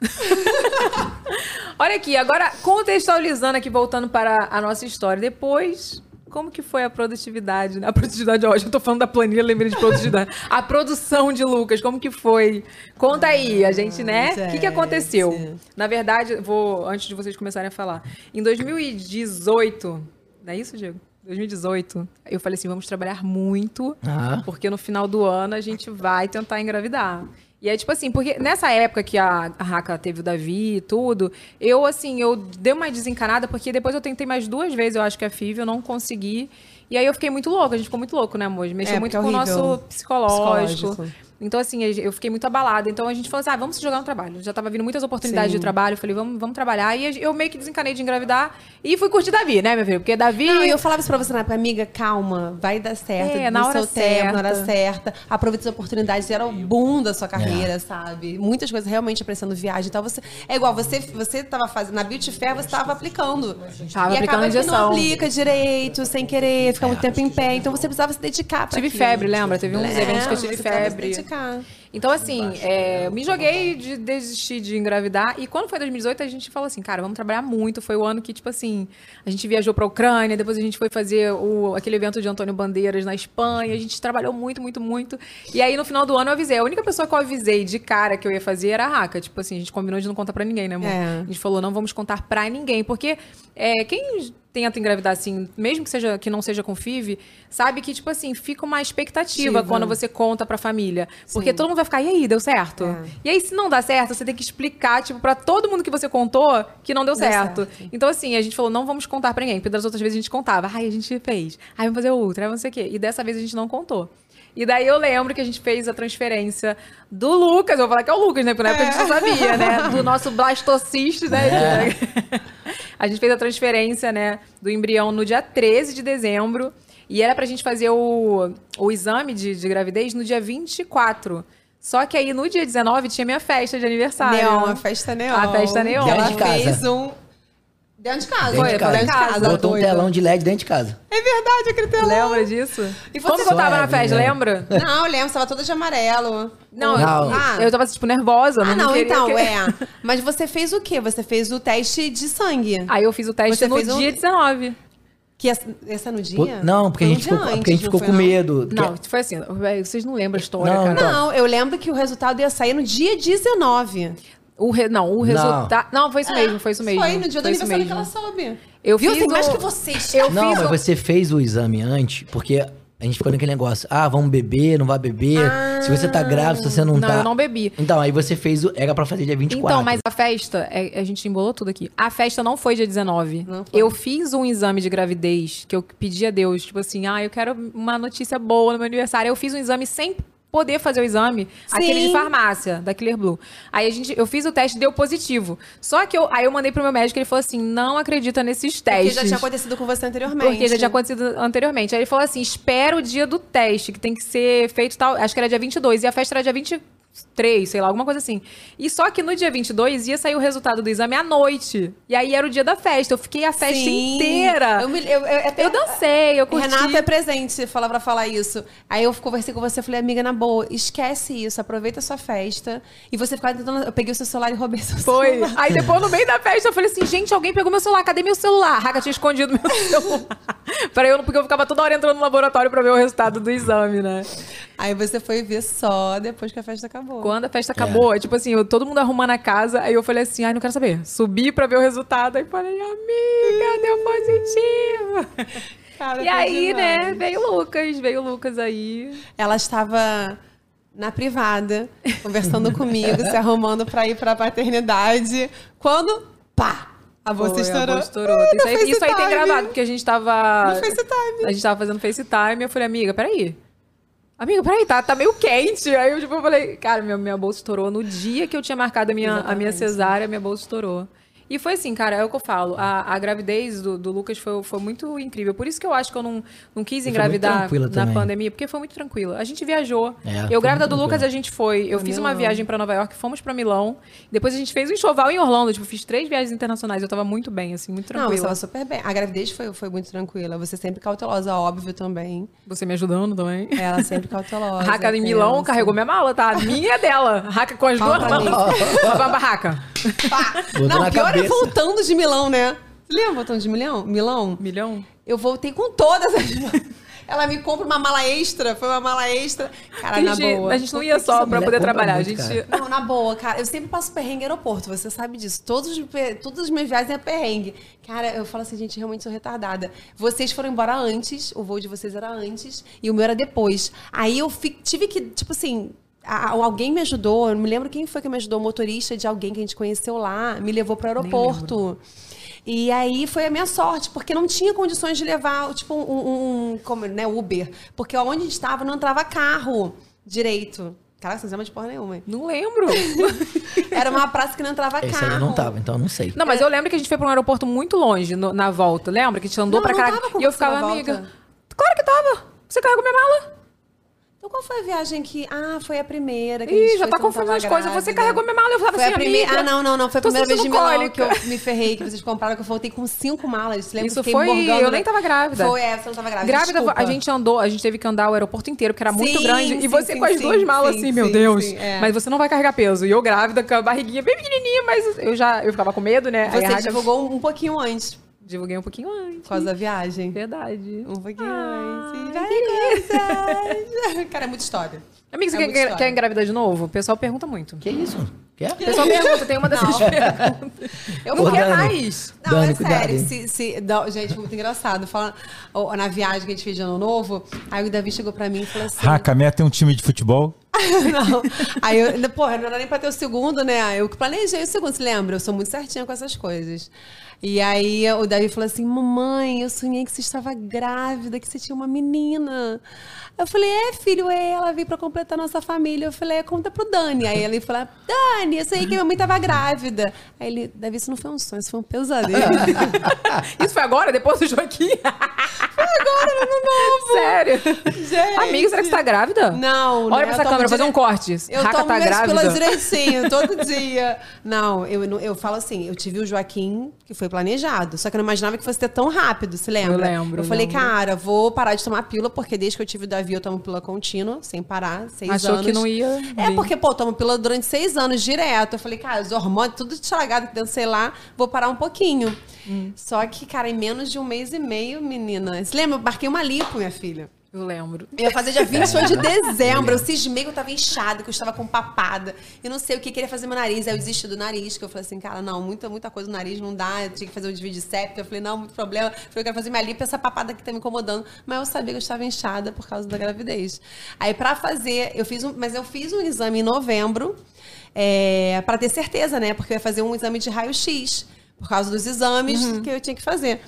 S7: Olha aqui, agora contextualizando aqui, voltando para a nossa história. Depois, como que foi a produtividade? né? A produtividade, ó, já tô falando da planilha, lembrei de produtividade. a produção de Lucas, como que foi? Conta aí, a gente,
S9: Ah,
S7: né? O que, que aconteceu? É. Na verdade, vou, antes de vocês começarem a falar, em 2018, não é isso, Diego? 2018, eu falei assim, vamos trabalhar muito
S8: Ah.
S7: porque no final do ano a gente vai tentar engravidar. E é tipo assim, porque nessa época que a, a Raca teve o Davi e tudo, eu assim, eu dei uma desencanada, porque depois eu tentei mais duas vezes, eu acho que é a FIV, eu não consegui. E aí eu fiquei muito louco, a gente ficou muito louco, né, amor? Mexeu
S9: É,
S7: muito
S9: porque é
S7: com o
S9: horrível.
S7: nosso psicológico.
S9: Psicológico.
S7: Então, assim, eu fiquei muito abalada. Então, a gente falou assim, ah, vamos se jogar no trabalho. Já tava vindo muitas oportunidades
S9: Sim.
S7: de trabalho. Eu falei, vamos, vamos trabalhar. E eu meio que desencanei de engravidar. E fui curtir Davi, né, meu filho? Porque Davi...
S9: Não, eu falava isso pra você na época, amiga, calma, vai dar certo.
S7: É,
S9: no
S7: na hora
S9: seu tempo, na hora
S7: certa.
S9: certa. Aproveita as oportunidades, era o boom da sua
S8: É.
S9: carreira, sabe? Muitas coisas realmente aparecendo viagem. Então você. É igual, você, você tava fazendo. Na Beauty Fair, você tava aplicando.
S7: Tava
S9: e
S7: aplicando
S9: acaba que
S7: injeção.
S9: não aplica direito, sem querer, fica muito
S8: É,
S9: tempo em pé. Então você precisava se dedicar pra
S7: Tive
S9: aquilo.
S7: febre, lembra? Teve uns
S9: Lembra,
S7: eventos que eu tive
S9: você precisava se
S7: febre.
S9: dedicar.
S7: Então, assim, é, eu me joguei de desistir de engravidar. E quando foi 2018, a gente falou assim, cara, vamos trabalhar muito. Foi o ano que, tipo assim, a gente viajou pra Ucrânia, depois a gente foi fazer o, aquele evento de Antônio Bandeiras na Espanha. A gente trabalhou muito, muito, muito. E aí, no final do ano, eu avisei. A única pessoa que eu avisei de cara que eu ia fazer era a Raca. Tipo assim, a gente combinou de não contar pra ninguém, né, amor?
S9: É.
S7: A gente falou, não vamos contar pra ninguém. Porque é, quem tenta engravidar assim, mesmo que, seja, que não seja com FIV, sabe que, tipo assim, fica uma expectativa
S9: Expectativa.
S7: quando você conta pra família. Porque
S9: Sim.
S7: todo mundo vai ficar, e aí, deu certo? E aí, se não dá certo, você tem que explicar, tipo, pra todo mundo que você contou que não deu
S9: Deu
S7: certo. Então, assim, a gente falou, não vamos contar pra ninguém. Porque das outras vezes a gente contava, ai, a gente fez, ai, vamos fazer outra, ai, não sei o quê. E dessa vez a gente não contou. E daí eu lembro que a gente fez a transferência do Lucas, eu vou falar que é o Lucas, né? Porque na época a gente não sabia, né? Do nosso blastociste,
S8: É.
S7: né? A gente fez a transferência, né, do embrião no dia 13 de dezembro. E era pra gente fazer o, o exame de, de gravidez no dia 24. Só que aí no dia 19 tinha minha festa de aniversário.
S9: Neon, a festa neon.
S7: A festa neon.
S9: Que ela
S8: Dentro de casa.
S9: fez um. Dentro de casa,
S8: Dentro de casa.
S9: Dentro de casa.
S8: Botou um
S9: doida.
S8: telão de LED dentro de casa.
S9: É verdade, aquele telão.
S7: Lembra disso?
S9: E você
S7: Como que eu tava na
S8: Suave,
S7: festa,
S8: né?
S7: lembra?
S9: Não, eu lembro, você tava toda de amarelo.
S7: Não,
S8: Não.
S7: Eu, eu tava, tipo, nervosa.
S9: Ah, não,
S7: queria
S9: então,
S7: que-
S9: é. Mas você fez o quê? Você fez o teste de sangue.
S7: Aí eu fiz o teste
S9: Você
S7: no
S9: fez um-
S7: dia 19.
S9: Que essa, essa é no dia?
S8: Pô, não, porque a
S9: Foi um
S8: gente
S9: dia
S8: ficou,
S9: antes,
S8: porque a gente
S9: não
S8: ficou
S9: foi,
S8: com
S9: não?
S8: medo.
S7: Não,
S8: que-
S7: foi assim, velho, vocês não lembram a história,
S8: Não,
S7: cara.
S8: então.
S9: Não, eu lembro que o resultado ia sair no dia 19.
S7: O re- Não, o resultado... Não. foi isso mesmo, foi isso mesmo.
S9: É, Foi no dia do
S7: isso
S9: aniversário que
S7: mesmo.
S9: ela soube.
S7: Eu
S9: Viu?
S7: fiz
S9: Tem
S7: o-
S9: mais que vocês.
S7: Eu
S8: não,
S7: fiz
S8: mas
S7: o-
S8: você fez o exame antes, porque a gente ficou naquele negócio. Ah, vamos beber, não vai beber. se você tá grávida, se você não,
S7: Ah, Não,
S8: tá.
S7: eu não bebi.
S8: Então, aí você fez o. Era pra fazer dia 24.
S7: Então, mas a festa, é- a gente embolou tudo aqui. A festa não foi dia 19.
S9: Não foi.
S7: Eu fiz um exame de gravidez que eu pedi a Deus, tipo assim, ah, eu quero uma notícia boa no meu aniversário. Eu fiz um exame sem poder fazer o exame,
S9: Sim.
S7: aquele de farmácia, da Clear Blue. Aí a gente, eu fiz o teste, deu positivo. Só que eu, aí eu mandei pro meu médico, ele falou assim: "Não acredita nesses
S9: Porque
S7: testes".
S9: É já tinha acontecido com você anteriormente.
S7: Porque já tinha acontecido anteriormente. Aí ele falou assim: espera o dia do teste, que tem que ser feito tal. Acho que era dia 22, e a festa era dia 23, sei lá, alguma coisa assim. E só que no dia 22 ia sair o resultado do exame à noite. E aí era o dia da festa. Eu fiquei a festa
S9: Sim.
S7: inteira.
S9: Eu,
S7: Eu,
S9: me- eu, eu, até-
S7: dancei, eu curti.
S9: Renata é presente, falar pra falar isso. Aí eu conversei com você, falei, amiga, na boa, esquece isso, aproveita a sua festa. E você ficava tentando. Eu peguei o seu celular e roubei seu
S7: Foi.
S9: celular.
S7: Aí depois, no meio da festa, eu falei assim, gente, alguém pegou meu celular, cadê meu celular? A Raca tinha escondido meu celular. pra eu, porque eu ficava toda hora entrando no laboratório pra ver o resultado do exame, né?
S9: Aí você foi ver só depois que a festa acabou.
S7: Quando a festa acabou, tipo assim, eu- todo mundo arrumando a casa, aí eu falei assim, ai, não quero saber. Subi pra ver o resultado, aí falei, amiga, deu positivo.
S9: Cara,
S7: e
S9: foi
S7: aí,
S9: demais.
S7: né, veio o Lucas, veio o Lucas aí.
S9: Ela estava na privada, conversando comigo, se arrumando pra ir pra paternidade. Quando, pá! A bolsa
S7: Foi,
S9: estourou.
S7: a bolsa estourou.
S9: Ah,
S7: isso,
S9: no
S7: aí, isso aí tem
S9: FaceTime.
S7: gravado, porque a gente tava...
S9: No FaceTime.
S7: A gente tava fazendo FaceTime, eu falei, amiga, peraí. Amiga, peraí, tá, tá meio quente. Aí eu, tipo, eu falei, cara, minha, minha bolsa estourou. No dia que eu tinha marcado a minha, a minha
S9: Exatamente.
S7: cesárea, minha bolsa estourou. E foi assim, cara, é o que eu falo. A, a gravidez do, do Lucas foi, foi muito incrível. Por isso que eu acho que eu não, não quis
S8: muito
S7: engravidar
S8: tranquila
S7: na
S8: também.
S7: pandemia, porque foi muito tranquila. A gente viajou.
S8: É, foi
S7: eu, grávida
S8: muito
S7: do Lucas,
S8: tranquila.
S7: a gente foi. Eu
S9: Pra
S7: fiz uma
S9: Milão.
S7: viagem pra Nova York, fomos pra Milão. Depois a gente fez um enxoval em Orlando. Tipo, fiz três viagens internacionais. Eu tava muito bem, assim, muito
S9: Não,
S7: tranquila.
S9: você estava super bem. A gravidez foi, foi muito tranquila. Você sempre cautelosa, óbvio também.
S7: Você me ajudando também.
S9: Ela sempre cautelosa.
S7: Raca em
S9: tensa.
S7: Milão carregou minha mala, tá? A Minha é dela. Raca com as
S9: Fala
S7: duas
S9: pra mim.
S7: malas. Vamos, Raca.
S9: Pá!
S8: Botou
S9: Não,
S8: na
S9: pior é
S8: cabeça.
S9: voltando de Milão, né? Você lembra voltando de Milão? Milão?
S7: Milhão?
S9: Eu voltei com todas as. Ela me compra uma mala extra, foi uma mala extra. Cara,
S7: a,
S9: na
S7: gente,
S9: boa.
S7: a gente não ia
S8: essa
S7: só pra
S8: mulher
S7: poder
S8: compra
S7: trabalhar. A
S8: muito,
S7: gente.
S8: cara.
S9: Não, na boa, cara. Eu sempre passo perrengue em aeroporto, você sabe disso. Todos, os pe- todas as minhas viagens é perrengue. Cara, eu falo assim, gente, realmente sou retardada. Vocês foram embora antes, o voo de vocês era antes e o meu era depois. Aí eu fi- tive que, tipo assim. a- a- alguém me ajudou, eu não me lembro quem foi que me ajudou, o motorista de alguém que a gente conheceu lá, me levou pro aeroporto. E aí foi a minha sorte, porque não tinha condições de levar, tipo, um, um- um- como, né, Uber. Porque onde a gente estava não entrava carro direito. Caraca, você não lembra de porra nenhuma, hein?
S7: Não lembro.
S9: Era uma praça que não entrava carro.
S8: Esse aí eu não tava, então eu não sei.
S7: Não, mas eu lembro que a gente foi pra um aeroporto muito longe no- na volta. Lembra que a gente andou
S9: Não,
S7: pra
S9: não
S7: caralho?
S9: tava com
S7: E eu
S9: você
S7: ficava,
S9: na volta.
S7: amiga. Claro que tava. Você carregou minha mala?
S9: Então qual foi a viagem que... Ah, foi a primeira que a gente
S7: Ih, já
S9: foi
S7: tá
S9: que não tava
S7: confundindo as coisas. Você
S9: grávida. né?
S7: carregou minha mala, eu falava
S9: Foi
S7: assim,
S9: a primeira...
S7: amiga.
S9: Ah, não, não, não. Foi a
S7: tô
S9: primeira vez de
S7: sentindo
S9: Milão que eu
S7: cólica.
S9: me ferrei, que vocês compraram, que eu voltei com cinco malas. Você lembra que
S7: Isso
S9: eu fiquei
S7: foi,
S9: morgando,
S7: eu
S9: né?
S7: nem tava grávida.
S9: Foi, é, você não tava grávida,
S7: Grávida,
S9: desculpa.
S7: a gente andou, a gente teve que andar o aeroporto inteiro, porque era muito
S9: Sim,
S7: grande.
S9: sim,
S7: e você
S9: sim,
S7: com as
S9: sim,
S7: duas malas
S9: sim,
S7: assim, meu
S9: sim,
S7: Deus.
S9: sim, é.
S7: Mas você não vai carregar peso. E eu grávida, com a barriguinha bem pequenininha, mas eu já eu ficava com medo, né?
S9: Você
S7: a Raca-
S9: divulgou um pouquinho antes.
S7: Divulguei um pouquinho antes.
S9: Por causa da viagem.
S7: Verdade.
S9: Um pouquinho
S7: Ah,
S9: antes. Vai, Cara, é muita história.
S7: Amiga, você
S9: É
S7: quer,
S9: muita
S7: quer,
S9: história.
S7: quer engravidar de novo? O pessoal pergunta muito.
S8: Que é? isso? Quer?
S7: O pessoal pergunta, tem uma dessas
S9: Não.
S7: perguntas.
S9: Eu
S8: Ô,
S9: não quero
S8: Dani.
S9: mais. Não,
S8: Dani,
S9: é
S8: cuidado,
S9: sério.
S8: hein?
S9: Se, se, não, gente, muito engraçado. Fala, ó, na viagem que a gente fez de ano novo, aí o Davi chegou pra mim e falou assim.
S5: Raca, a minha tem um time de futebol.
S9: não. Aí eu, porra, não era nem pra ter o segundo, né? Eu que planejei o segundo, você lembra? Eu sou muito certinha com essas coisas. E aí o Davi falou assim: Mamãe, eu sonhei que você estava grávida, que você tinha uma menina. Eu falei, é, filho, é, ela veio pra completar nossa família. Eu falei, é, conta pro Dani. Aí ele falou, Dani, eu sonhei que minha mãe tava grávida. Aí ele, Davi, isso não foi um sonho, isso foi um pesadelo.
S7: Isso foi agora, depois do Joaquim?
S9: Agora, no ano novo.
S7: Sério?
S9: Gente.
S7: Amiga, será que você tá grávida?
S9: Não, né?
S7: Olha pra
S9: Eu
S7: essa
S9: tomo
S7: câmera,
S9: dire-
S7: fazer um corte.
S9: Eu
S7: Raca
S9: tomo
S7: tá
S9: meus pelos
S7: grávida.
S9: direitinho, todo dia. Não, eu, não- eu falo assim, eu tive o Joaquim, que foi planejado. Só que eu não imaginava que fosse ter tão rápido, se lembra?
S7: Eu lembro,
S9: Eu falei,
S7: lembro.
S9: cara, vou parar de tomar pílula, porque desde que eu tive o Davi, eu tomo pílula contínua, sem parar, seis
S7: Achou
S9: anos.
S7: que não ia
S9: É,
S7: vir.
S9: porque, pô, eu tomo pílula durante seis anos direto. Eu falei, cara, os hormônios, tudo estragado aqui dentro, sei lá, vou parar um pouquinho.
S7: Hum.
S9: Só que, cara, em menos de um mês e meio, menina. Você lembra? Eu marquei uma lipo, minha filha.
S7: Eu lembro.
S9: Eu ia fazer dia 28 de dezembro. Eu cismei que eu tava inchada, que eu estava com papada. E não sei o que, queria fazer meu nariz. Aí eu desisti do nariz, que eu falei assim, cara, não, muita, muita coisa no nariz não dá. Eu tinha que fazer um desvio de septo. Eu falei, não, muito problema. Eu falei, eu quero fazer minha lipo, essa papada que tá me incomodando. Mas eu sabia que eu estava inchada por causa da gravidez. Aí pra fazer, eu fiz um, mas eu fiz um exame em novembro, é, para ter certeza, né? Porque eu ia fazer um exame de raio-x, por causa dos exames que eu tinha que fazer.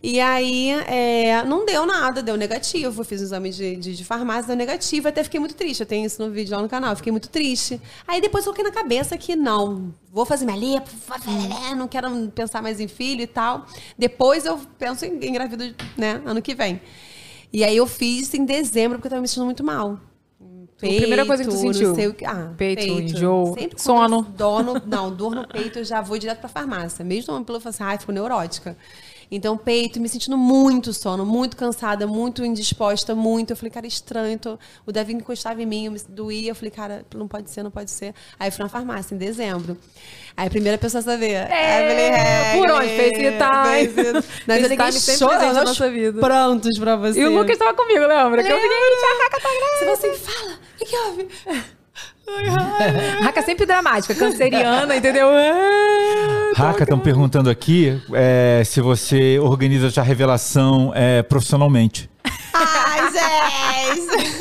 S9: E aí, é, não deu nada, deu negativo. Eu fiz um exame de, de, de farmácia, deu negativo. Até fiquei muito triste. Eu tenho isso no vídeo lá no canal. eu Fiquei muito triste. Aí depois eu coloquei na cabeça que não, vou fazer minha lipo, vou fazer- não quero pensar mais em filho e tal. Depois eu penso em engravido, né, ano que vem. E aí eu fiz em dezembro, porque eu tava me sentindo muito mal.
S7: Tipo, a primeira coisa que tu
S9: Peito,
S7: sentiu?
S9: Não sei o que. Ah,
S7: Peito, enjoo,
S9: Sempre quando
S7: sono.
S9: eu dor no, não, dor no peito, eu já vou direto pra farmácia. Mesmo tomando pílula, eu falo assim, ai, fico neurótica. Então, peito, me sentindo muito sono, muito cansada, muito indisposta, muito. Eu falei, cara, é estranho. tô- O Davi encostava em mim, eu me doía. Eu falei, cara, não pode ser, não pode ser. Aí eu fui na farmácia em dezembro. Aí a primeira pessoa a saber. aí eu falei, é,
S7: por onde? tá, FaceTime.
S9: FaceTime. Mas eu liguei
S7: FaceTime sempre presente na
S9: chorando
S7: nossa vida.
S9: prontos pra você.
S7: E o Lucas tava comigo, lembra? Que eu fiquei, "Tia, Raca tá
S9: Se você fala, o que, que houve?
S7: grávida." Raca sempre dramática, canceriana, entendeu? Ah, tô
S5: Raca, estão perguntando aqui é, se você organiza sua revelação é, profissionalmente.
S9: Ai, gente!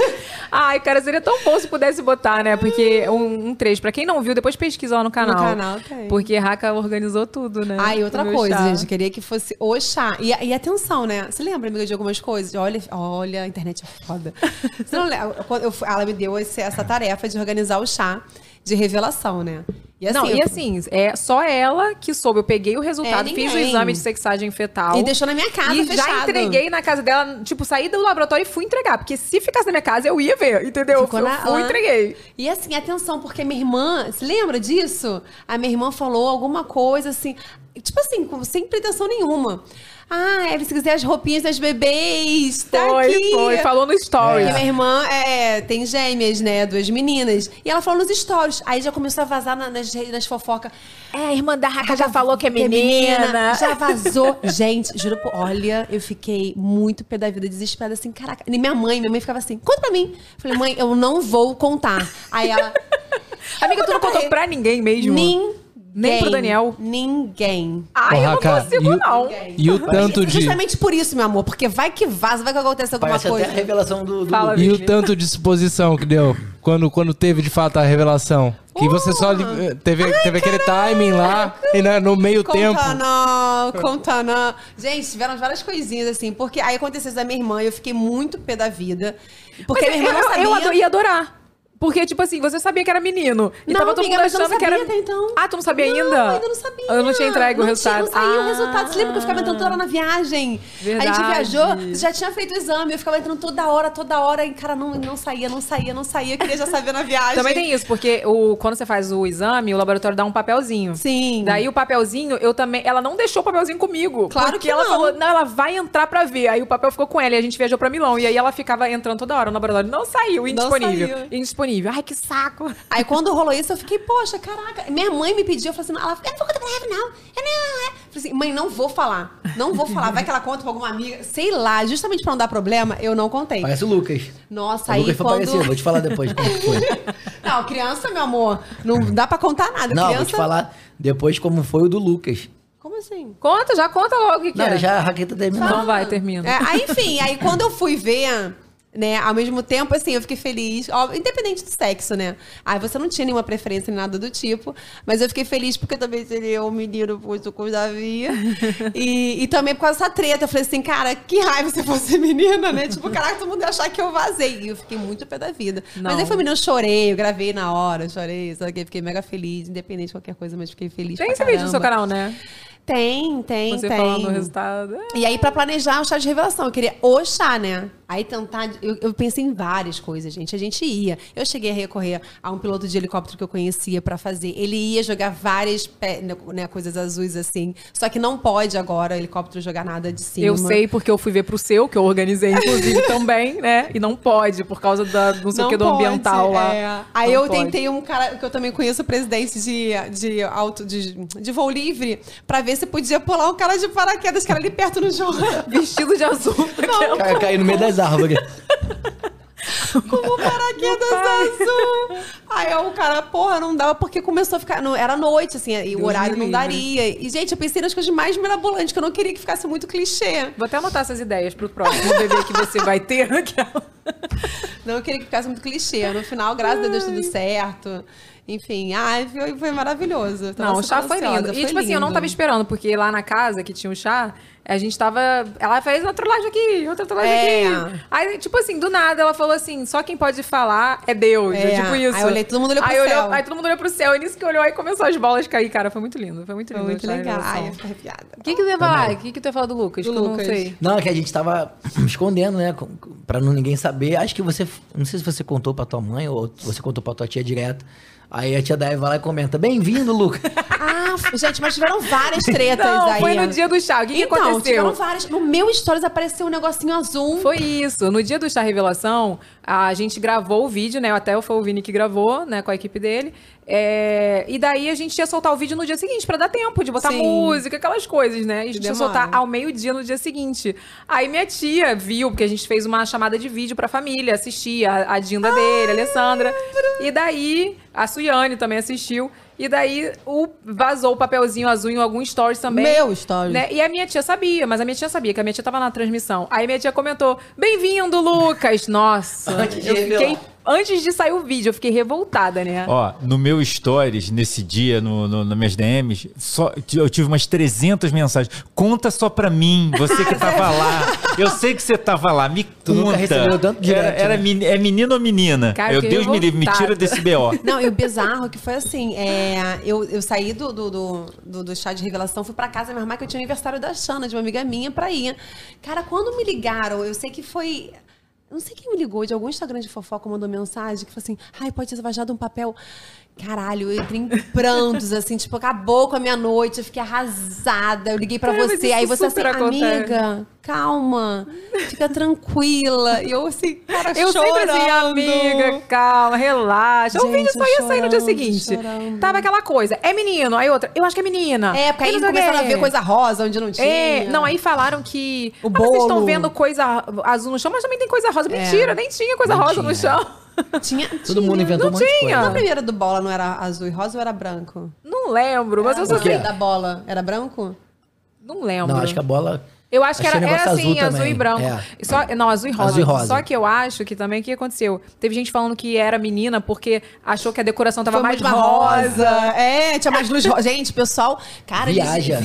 S7: Ai, cara, seria tão bom se pudesse botar, né? Porque um, um trecho, pra quem não viu, depois pesquisa lá no canal.
S9: canal tem.
S7: Porque Raca organizou tudo, né?
S9: Ah, e outra
S7: O meu
S9: coisa,
S7: chá.
S9: gente, queria que fosse o chá. E, e atenção, né? Você lembra, amiga, de algumas coisas? Olha, olha, a internet é foda. Você não lembra? Quando eu fui- ela me deu esse- essa tarefa de organizar o chá de revelação, né? E assim,
S7: não, e
S9: eu-
S7: assim, é só ela que soube. Eu peguei o resultado,
S9: É,
S7: fiz o
S9: ninguém.
S7: exame de sexagem fetal.
S9: E deixou na minha casa
S7: E já
S9: fechado.
S7: entreguei na casa dela, tipo, saí do laboratório e fui entregar. Porque se ficasse na minha casa, eu ia ver, entendeu?
S9: Ficou
S7: eu
S9: na-
S7: fui
S9: lá.
S7: e entreguei.
S9: E assim, atenção, porque minha irmã, se lembra disso? A minha irmã falou alguma coisa assim, tipo assim, com- sem pretensão nenhuma. Ah, Eve, se quiser as roupinhas das bebês, tá
S7: foi,
S9: aqui.
S7: foi. Falou no stories.
S8: É.
S9: Porque minha irmã é, tem gêmeas, né? Duas meninas. E ela falou nos stories. Aí já começou a vazar na- nas, re- nas Ah, fofocas.
S7: É, a irmã da Raca já falou que é
S9: Já vazou. Gente, juro por... Olha, eu fiquei muito pé da vida, desesperada, assim, caraca. E minha mãe, minha mãe ficava assim, conta pra mim. Eu falei, mãe, eu não vou contar. Aí ela...
S7: Amiga, tu não
S9: É.
S7: contou pra ninguém mesmo?
S9: Ninguém.
S7: Nem pro Daniel?
S9: Ninguém. Então, é
S7: Ai, eu não
S8: Porra, cara,
S7: consigo,
S8: e o-
S7: não.
S8: E o tanto de.
S9: Justamente por isso, meu amor. Porque vai que vaza, vai que acontece alguma
S8: Parece
S9: coisa.
S8: até a revelação do. do
S7: Fala,
S6: E o
S7: Virginia.
S6: tanto de exposição que deu quando, quando teve de fato a revelação. Que você só li- eh, teve, teve aquele timing lá e na- no meio
S9: Conta
S6: tempo.
S7: né?
S9: não, conta não. Gente, tiveram várias coisinhas assim, porque aí aconteceu isso da minha irmã, eu fiquei muito pé da vida. Porque
S7: Mas
S9: minha irmã
S7: eu,
S9: não sabia.
S7: eu ado- ia adorar. Porque, tipo assim, você sabia que era menino. E
S9: Não,
S7: tava todo
S9: amiga,
S7: mundo
S9: mas eu não
S7: achando que era.
S9: sabia até então.
S7: Ah, tu não sabia
S9: Não,
S7: ainda?
S9: ainda não sabia.
S7: Eu não tinha entregue o
S9: Não tinha-
S7: resultado.
S9: Não saiu
S7: ah,
S9: o resultado. Você lembra que eu ficava entrando toda hora na viagem? A gente
S7: Verdade.
S9: viajou, já tinha feito o exame. Eu ficava entrando toda hora, toda hora. E, cara, não, não saía, não saía, não saía. Eu queria já saber na viagem.
S7: Também tem isso, porque o, quando você faz o exame, o laboratório dá um papelzinho.
S9: Sim.
S7: Daí o papelzinho, eu também. Ela não deixou o papelzinho comigo.
S9: Claro
S7: porque
S9: que
S7: ela
S9: não.
S7: falou, não, ela vai entrar pra ver. Aí o papel ficou com ela e a gente viajou pra Milão. E aí ela ficava entrando toda hora no laboratório. Não saiu, indisponível.
S9: saiu.
S7: Indisponível. Ai, que saco.
S9: Aí quando rolou isso, eu fiquei, poxa, caraca. Minha mãe me pediu, eu falei assim, ela fica, eu não vou contar pra ela, não. Eu não, é. Falei assim, mãe, não vou falar. Não vou falar. Vai que ela conta pra alguma amiga. Sei lá, justamente pra não dar problema, eu não contei.
S8: Parece o Lucas.
S9: Nossa,
S8: O
S9: aí
S8: Lucas foi
S9: quando...
S8: parecido, vou te falar depois como que foi.
S9: Não, criança, meu amor, não dá pra contar nada.
S8: Não,
S9: criança...
S8: vou te falar depois como foi o do Lucas.
S9: Como assim?
S7: Conta, já conta logo o que, que
S8: Não,
S7: é.
S8: já a raqueta terminou.
S7: Então vai, termina.
S9: É, aí, enfim, aí quando eu fui ver, né, ao mesmo tempo, assim, eu fiquei feliz, ó, independente do sexo, né? Aí você não tinha nenhuma preferência nem nada do tipo, mas eu fiquei feliz porque eu também seria um menino puto com o Davi. E, e também por causa dessa treta, eu falei assim, cara, que raiva se eu fosse menina, né? Tipo, caraca, todo mundo ia achar que eu vazei. E eu fiquei muito pé da vida. Mas
S7: Não.
S9: aí foi menino, eu chorei, eu gravei na hora, eu chorei, só que eu fiquei mega feliz, independente de qualquer coisa, mas fiquei feliz.
S7: Tem
S9: pra
S7: esse vídeo no seu
S9: caramba.
S7: canal, né?
S9: Tem, tem,
S7: Você
S9: tem.
S7: falando o resultado. É.
S9: E aí, pra planejar o chá de revelação, eu queria o chá, né? Aí tentar. Eu, eu pensei em várias coisas, gente. A gente ia. Eu cheguei a recorrer a um piloto de helicóptero que eu conhecia pra fazer. Ele ia jogar várias pe- né, coisas azuis assim. Só que não pode agora o helicóptero jogar nada de cima.
S7: Eu sei porque eu fui ver pro seu, que eu organizei, inclusive, também, né? E não pode, por causa da, não sei o que, do
S9: pode,
S7: ambiental lá.
S9: é. Aí
S7: Não
S9: eu
S7: pode.
S9: tentei um cara que eu também conheço, o presidente de, de, auto, de, de voo livre, pra ver se podia pular um cara de paraquedas que era ali perto no jogo.
S7: Vestido de azul.
S9: Não,
S8: Cai, caiu no meio das árvores.
S9: como paraquedas é azul. Aí o cara, porra, não dava porque começou a ficar. Não, era noite, assim, e o
S7: Deus
S9: horário
S7: me
S9: não
S7: livre.
S9: daria. E, gente, eu pensei nas coisas mais mirabolantes, que eu não queria que ficasse muito clichê.
S7: Vou até anotar essas ideias pro próximo bebê que você vai ter. aquela.
S9: Não eu queria que ficasse muito clichê. No final, graças a Deus, tudo certo. Enfim, ai, foi, foi maravilhoso. Eu tava
S7: Não, o
S9: super
S7: chá foi
S9: tá ansiosa,
S7: lindo. E,
S9: foi
S7: tipo assim, eu não
S9: lindo.
S7: tava esperando, porque lá na casa que tinha o chá, a gente tava. Ela fez uma trollagem aqui, outra trollagem
S9: É.
S7: aqui. Aí, tipo assim, do nada ela falou assim: só quem pode falar é Deus.
S9: É.
S7: É. Tipo isso.
S9: Aí eu olhei, todo mundo olhou pro
S7: Aí olhou-
S9: céu.
S7: aí todo mundo olhou pro céu. E nisso que olhou, aí começou as bolas a cair, cara. Foi muito lindo. Foi muito
S9: Foi
S7: lindo.
S9: muito
S7: essa
S9: legal.
S7: revelação.
S9: Ai, eu fiquei arrepiada.
S7: O que, que tu ia falar? O que, que tu ia falar do Lucas?
S9: Do
S7: que eu
S9: Lucas.
S7: não sei.
S8: Não, é que a gente tava escondendo, né? com- com- Pra não, ninguém saber. Acho que você. Não sei se você contou pra tua mãe ou você contou pra tua tia direto. Aí a tia Dai vai lá e comenta: Bem-vindo, Lucas.
S9: Ah, f- gente, mas tiveram várias tretas
S7: Não,
S9: aí.
S7: foi no dia do chá. O que, que
S9: então,
S7: aconteceu?
S9: tiveram várias. No meu Stories apareceu um negocinho azul.
S7: Foi isso. No dia do Chá Revelação, a gente gravou o vídeo, né? Até foi o Vini que gravou, né? Com a equipe dele. É, E daí a gente ia soltar o vídeo no dia seguinte, pra dar tempo de botar
S9: Sim.
S7: música, aquelas coisas, né? E a gente ia
S9: Demora.
S7: soltar ao meio-dia no dia seguinte. Aí minha tia viu, porque a gente fez uma chamada de vídeo pra família, assistia a, a Dinda dele, a Alessandra. E daí a Suiane também assistiu. E daí o, vazou o papelzinho azul em algum stories também.
S9: Meu stories.
S7: Né? E a minha tia sabia, mas a minha tia sabia, que a minha tia tava na transmissão. Aí minha tia comentou: Bem-vindo, Lucas! Nossa!
S8: Antes de
S7: eu
S8: revelar.
S7: fiquei- antes de sair o vídeo, eu fiquei revoltada, né?
S5: Ó, no meu stories, nesse dia, no, no, nas minhas DMs, só, eu tive umas 300 mensagens. Conta só pra mim, você que tava lá. Eu sei que você tava lá, me
S8: Tu
S5: conta.
S8: nunca recebeu tanto direct,
S5: era, era
S8: né?
S5: meni- É menino ou menina?
S7: Cara,
S5: eu,
S7: que
S5: Deus me livre, me tira
S7: revoltada.
S5: desse B.O.
S9: Não, e o bizarro que foi assim, é, eu, eu saí do, do, do, do- do chá de revelação, fui pra casa, minha irmã, que eu tinha aniversário da Xana, de uma amiga minha, pra ir. Cara, quando me ligaram, eu sei que foi... Não sei quem me ligou, de algum Instagram de fofoca mandou mensagem, que falou assim, ai, pode ter vazado um papel. Caralho, eu entrei em prantos, assim, tipo, acabou com a minha noite, eu fiquei arrasada, eu liguei pra
S7: Cara, mas
S9: você,
S7: isso
S9: aí você assim,
S7: super acontece.
S9: amiga, calma, fica tranquila. E eu assim, cara,
S7: Eu sempre assim,
S9: chorando.
S7: amiga, calma, relaxa. o
S9: Gente,
S7: vídeo só ia sair no dia
S9: chorando,
S7: seguinte.
S9: chorando.
S7: Tava aquela coisa, é menino, aí outra, eu acho que é menina.
S9: É, porque
S7: E
S9: aí
S7: não sei o quê.
S9: começaram a ver coisa rosa onde não tinha.
S7: É, não, aí falaram que.
S9: O
S7: "Ah, vocês estão
S9: bolo."
S7: vendo coisa azul no chão, mas também tem coisa rosa.
S9: É.
S7: Mentira, nem tinha coisa
S8: Não
S7: rosa no
S8: tinha.
S7: chão.
S9: Tinha,
S8: Todo mundo inventou
S7: Não
S8: um monte de
S7: tinha.
S9: Na
S8: coisa.
S9: primeira do bola não era azul e rosa ou era branco?
S7: Não lembro, mas eu
S9: Era
S7: só
S8: o quê?
S7: sei.
S9: da bola era branco?
S7: Não lembro.
S8: Não, acho que a bola.
S7: Eu acho que
S8: Achei
S7: era,
S8: negócio
S7: era assim,
S8: azul
S7: azul,
S8: também,
S7: e branco.
S8: é.
S7: E Só, não, azul e, rosa.
S8: Azul e rosa.
S7: Só que eu acho que também o que aconteceu? Teve gente falando que era menina porque achou que a decoração tava
S12: Foi
S7: mais
S12: muito
S7: rosa.
S12: É, tinha mais luz rosa. Gente, pessoal, cara, eles-
S7: Viaja.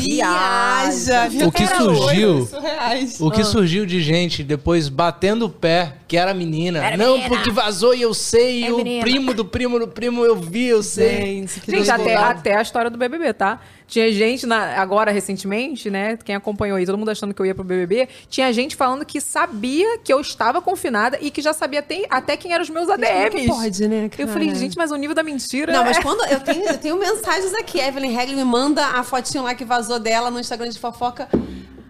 S12: viaja.
S6: O que
S12: Era
S6: surgiu-
S12: loiro, surreais.
S6: O que
S12: Ah.
S6: surgiu de gente depois batendo o pé, que era menina.
S12: Era
S6: não,
S12: menina.
S6: porque vazou e eu sei,
S7: É
S6: o
S7: menina.
S6: primo do primo do primo eu vi, eu sei.
S7: Gente, até, até a história do BBB, tá? Tinha gente, na- agora recentemente, né? Quem acompanhou aí, todo mundo achando que eu ia pro BBB, tinha gente falando que sabia que eu estava confinada e que já sabia até, até quem eram os meus ADMs.
S9: que pode, né,
S7: Eu
S9: cara?
S7: falei, gente, mas o nível da mentira.
S9: Não, mas
S7: é-
S9: quando eu tenho, eu tenho mensagens aqui. Evelyn Regli me manda a fotinho lá que vazou dela no Instagram de fofoca.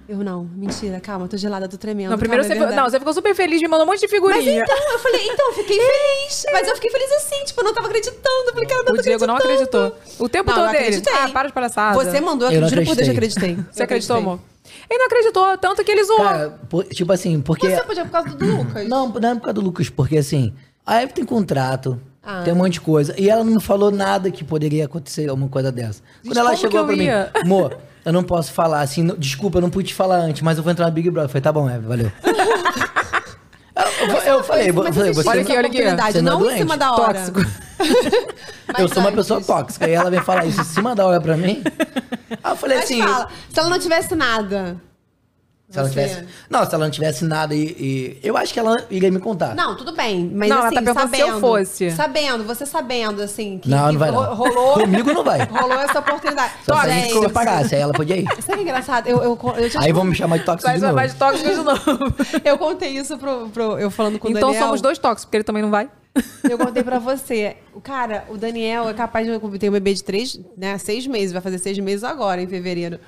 S9: Eu não, mentira, calma, tô gelada, tô tremendo.
S7: Não, primeiro
S9: calma,
S7: você,
S9: é
S7: ficou- não,
S9: verdade.
S7: você ficou super feliz, me mandou um monte de
S9: Mas
S7: figurinha.
S9: então, eu falei, então, eu
S7: É.
S9: fiquei feliz. Mas eu fiquei feliz assim, tipo, eu não tava acreditando. Eu falei, cara, eu não
S7: o
S9: tô
S7: Diego não
S9: acreditando.
S7: acreditou. O tempo
S9: Não,
S7: todo
S9: eu
S7: dele.
S9: acreditei.
S7: Ah, para de palhaçada.
S9: Você é mandou,
S8: Eu não juro por Deus, eu acreditei.
S7: Você
S8: Eu
S7: acreditou,
S8: acreditei.
S7: amor? Ele não acreditou, tanto que ele zoou.
S8: Pô, tipo assim, porque.
S9: podia por causa do Lucas.
S8: Não, não é por causa do Lucas, porque assim, a Eve tem contrato,
S7: Ah.
S8: tem um monte de coisa. E ela não falou nada que poderia acontecer uma coisa
S7: Gente,
S8: dessa. Quando ela
S7: como que eu
S8: chegou pra mim,
S7: ia?
S8: amor, eu não posso falar assim, não- desculpa, eu não pude te falar antes, mas eu vou entrar na Big Brother. Eu falei, tá bom, Eve, valeu. eu, eu- eu falei, eu
S9: assim,
S8: falei, você
S9: Olha aqui, olha aqui.
S8: você
S9: Não,
S8: é
S9: em
S8: doente.
S9: cima da hora.
S8: Eu sou uma pessoa tóxica. E ela vem falar isso em cima da hora pra mim. Aí eu falei
S9: Mas
S8: assim.
S9: fala, se ela não tivesse nada.
S8: Se ela não
S9: Você.
S8: tivesse, não, se ela não tivesse nada e, e- Eu acho que ela iria me contar.
S9: Não, tudo bem. Mas
S8: Não, ela
S9: assim,
S8: tá perguntando se
S9: sabendo,
S8: eu fosse.
S9: Sabendo, você sabendo, assim, que,
S8: Não,
S9: que
S8: não vai não.
S9: ro- rolou.
S8: Comigo não vai.
S9: Rolou essa oportunidade.
S8: Só se a
S9: Gente,
S8: gente se separasse, aí ela podia ir.
S9: Sabe que é engraçado? Eu, eu, eu já te
S8: Aí vão me chamar de tóxico de novo.
S7: tóxico de novo.
S9: eu contei isso pro, pro- eu falando com
S7: Então
S9: o Daniel.
S7: somos dois tóxicos, porque ele também não vai.
S9: Eu contei pra você. O cara, o Daniel é capaz de ter um bebê de três, né? Seis meses. Vai fazer seis meses agora, em fevereiro.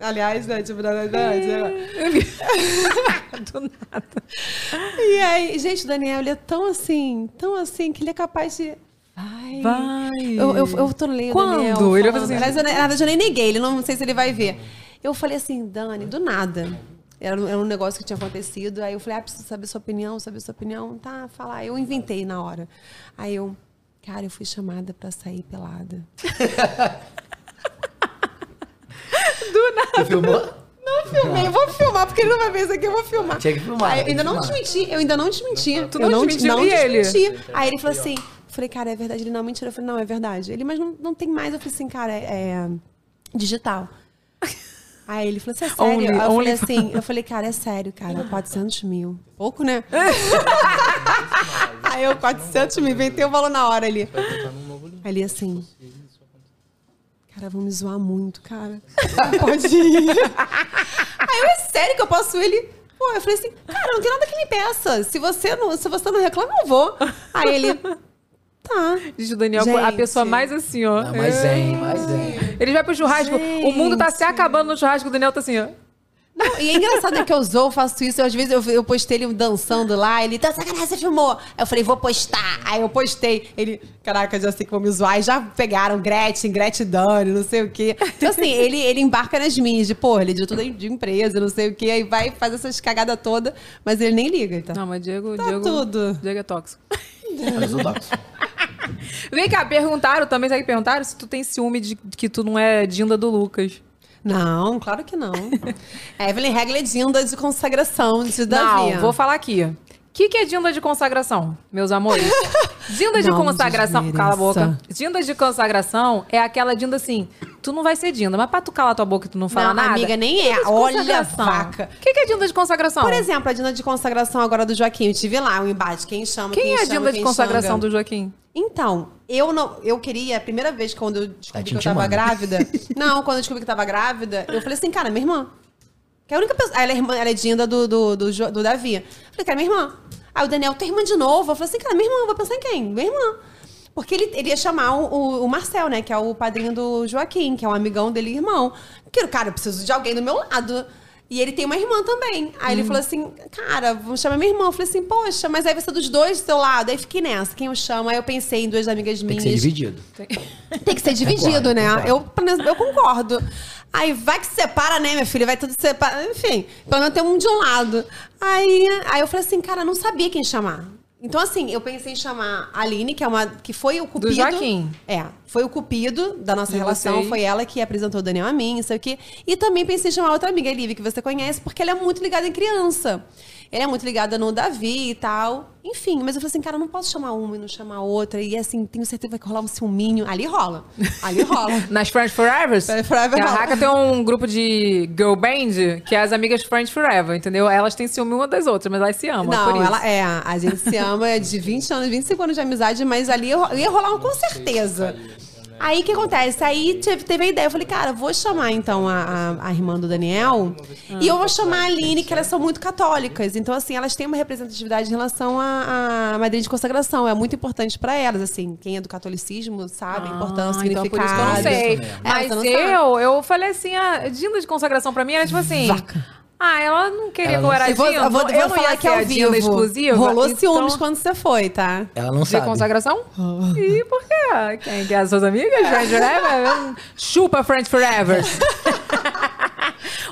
S9: Aliás, né? Tipo, na verdade. é. E aí, gente, o Daniel, ele é tão assim, tão assim, que ele é capaz de. Vai.
S7: Vai.
S9: Eu, eu, eu tornei o
S7: Quando?
S9: Daniel.
S7: Ele vai
S9: falando.
S7: fazer assim-
S9: Aliás, eu, ne- na verdade, eu nem neguei, ele não, não sei se ele vai ver. Eu falei assim, Dani, do nada. Era, um- era um negócio que tinha acontecido. Aí eu falei, ah, preciso saber sua opinião, saber sua opinião. Tá, falar. Eu inventei na hora. Aí eu, cara, eu fui chamada pra sair pelada.
S7: Do nada.
S8: Você filmou?
S9: Não filmei, eu vou filmar, porque ele não vai ver isso aqui, eu vou filmar.
S8: Tinha que filmar,
S9: Aí, eu
S8: tem
S9: ainda
S8: que
S9: não
S8: filmar.
S9: desmenti, eu ainda não desmenti.
S7: Tu
S9: Eu
S7: não
S9: des-
S7: desmentiu, e ele?
S9: desmenti. Aí ele falou assim, eu falei, cara, é verdade, ele não, mentira. Eu falei, não, é verdade. Ele, mas não, não tem mais. Eu falei assim, cara, é, é digital. Aí ele falou assim, é sério?
S7: Only-
S9: Aí eu
S7: only-
S9: falei assim, eu falei, cara, é sério, cara, 400 mil. Pouco, né? Aí eu, 400 mil, inventei o valor na hora ali. Aí ele assim, cara, vão me zoar muito, cara. Não pode ir. Aí eu, é sério que eu posso ir? Ele, pô, eu falei assim, cara, não tem nada que me peça. Se você não, se você não reclama, eu vou. Aí ele, tá.
S7: Diz o Daniel, a
S9: Gente.
S7: pessoa mais assim, ó.
S8: Não, mas zen, mas zen.
S7: Ele vai pro churrasco, o mundo tá se acabando no churrasco, o Daniel tá assim, ó.
S9: Não, e é engraçado né, que eu zoo, eu faço isso. eu, às vezes eu, eu postei ele dançando lá, ele, tá sacanagem, você filmou. Aí eu falei, vou postar. Aí eu postei. Ele, caraca, já sei que vão me zoar. E já pegaram Gretchen, Gretchen Dani, não sei o quê. Então, assim, ele, ele embarca nas minhas, de, porra, ele é diretor de empresa, não sei o quê. Aí vai faz essas cagadas todas, mas ele nem liga. Tá?
S7: Não, mas Diego,
S9: Tá
S7: Diego,
S9: tudo.
S7: Diego é tóxico.
S8: Mas eu tóxico.
S7: Vem cá, perguntaram também, sabe que perguntaram? Se tu tem ciúme de que tu não é Dinda do Lucas.
S9: Não, claro que não. Evelyn Regla é dinda de consagração de Davi.
S7: Não, vou falar aqui. O que, que é Dinda de consagração, meus amores? Dinda de
S9: Não
S7: consagração. Cala a boca.
S9: desmereça.
S7: Dinda de consagração é aquela Dinda assim. Tu não vai ser Dinda, mas pra tu calar tua boca e tu não falar
S9: Não,
S7: nada.
S9: amiga, nem é.
S7: Dinda de
S9: Olha
S7: consagração.
S9: a vaca.
S7: O que, que é Dinda de consagração?
S9: Por exemplo, a Dinda de consagração agora do Joaquim. Eu tive lá o embate. Quem chama,
S7: Quem
S9: quem,
S7: é a
S9: chama,
S7: Dinda de
S9: quem
S7: consagração
S9: xanga.
S7: do Joaquim?
S9: Então, eu não. Eu queria, a primeira vez quando eu descobri que eu tava
S7: intimando.
S9: grávida. não, quando eu descobri que eu tava grávida, eu falei assim, cara, minha irmã. Que é a única pessoa. Ela é, irmã, ela é Dinda do, do, do, Jo- do Davi. Eu falei, cara, minha irmã. Aí o Daniel, tua irmã de novo. Eu falei assim, cara, minha irmã, eu vou pensar em quem? Minha irmã. Porque ele, ele ia chamar o, o- o Marcel, né? Que é o padrinho do Joaquim, que é um amigão dele e irmão. Que, cara, eu preciso de alguém do meu lado. E ele tem uma irmã também. Aí ele
S12: Hum.
S9: falou assim, cara, vamos chamar minha irmã. Eu falei assim, poxa, mas aí vai ser dos dois do seu lado. Aí fiquei nessa, quem eu chamo? Aí eu pensei em duas amigas
S8: Tem que
S9: minhas.
S8: ser dividido.
S9: Tem que ser dividido,
S8: Concordo,
S9: né?
S8: concordo.
S9: Eu, eu concordo. Aí vai que separa, né, minha filha? Vai tudo separa. Enfim, pelo menos tem um de um lado. Aí, aí eu falei assim, cara, eu não sabia quem chamar. Então, assim, eu pensei em chamar a Aline, que, é uma, que foi o cupido...
S7: Joaquim.
S9: É, foi o cupido da nossa
S7: De
S9: relação,
S7: vocês.
S9: foi ela que apresentou o Daniel a mim, não sei o quê. E também pensei em chamar outra amiga, a Lívia, que você conhece, porque ela é muito ligada em criança. Ela é muito ligada no Davi e tal. Enfim, mas eu falei assim, cara, eu não posso chamar uma e não chamar outra. E assim, tenho certeza que vai rolar um ciúminho. Ali rola. Ali rola.
S7: Nas Friends Forevers?
S9: Forever
S7: Que a
S9: rola.
S7: Raca tem um grupo de girl band que é as amigas Friends Forever, entendeu? Elas têm ciúme uma das outras, mas elas se amam. por
S9: Não,
S7: isso.
S9: ela é. A gente se ama de 20 anos, 25 anos de amizade, mas ali eu, eu ia rolar um com certeza. Aí o que acontece? Aí teve, teve a ideia. Eu falei, cara, vou chamar então a, a- a irmã do Daniel e eu Ah, vou chamar a Aline, que elas são muito católicas. Então, assim, elas têm uma representatividade em relação à à madrinha de consagração. É muito importante pra elas, assim. Quem é do catolicismo sabe a importância, o
S7: Então, por isso que eu
S9: significado.
S7: não sei.
S9: É,
S7: Mas
S9: você não sabe.
S7: eu, eu falei assim, a Dinda de consagração pra mim era tipo assim... Ah, ela não queria
S9: Ela
S7: que eu
S9: não-
S7: era
S9: Eu vou-
S7: Dinda.
S9: eu vou-
S7: eu
S9: vou
S7: não
S9: falar
S7: ia
S9: que
S7: ser
S9: é ao
S7: a Dinda
S9: vivo.
S7: exclusiva. então
S9: Rolou ciúmes
S7: quando
S9: você foi, tá?
S8: Ela não
S7: de
S8: sabe.
S7: consagração? E por quê? Quem que é? As suas amigas? Friends Forever? Chupa Friends Forever.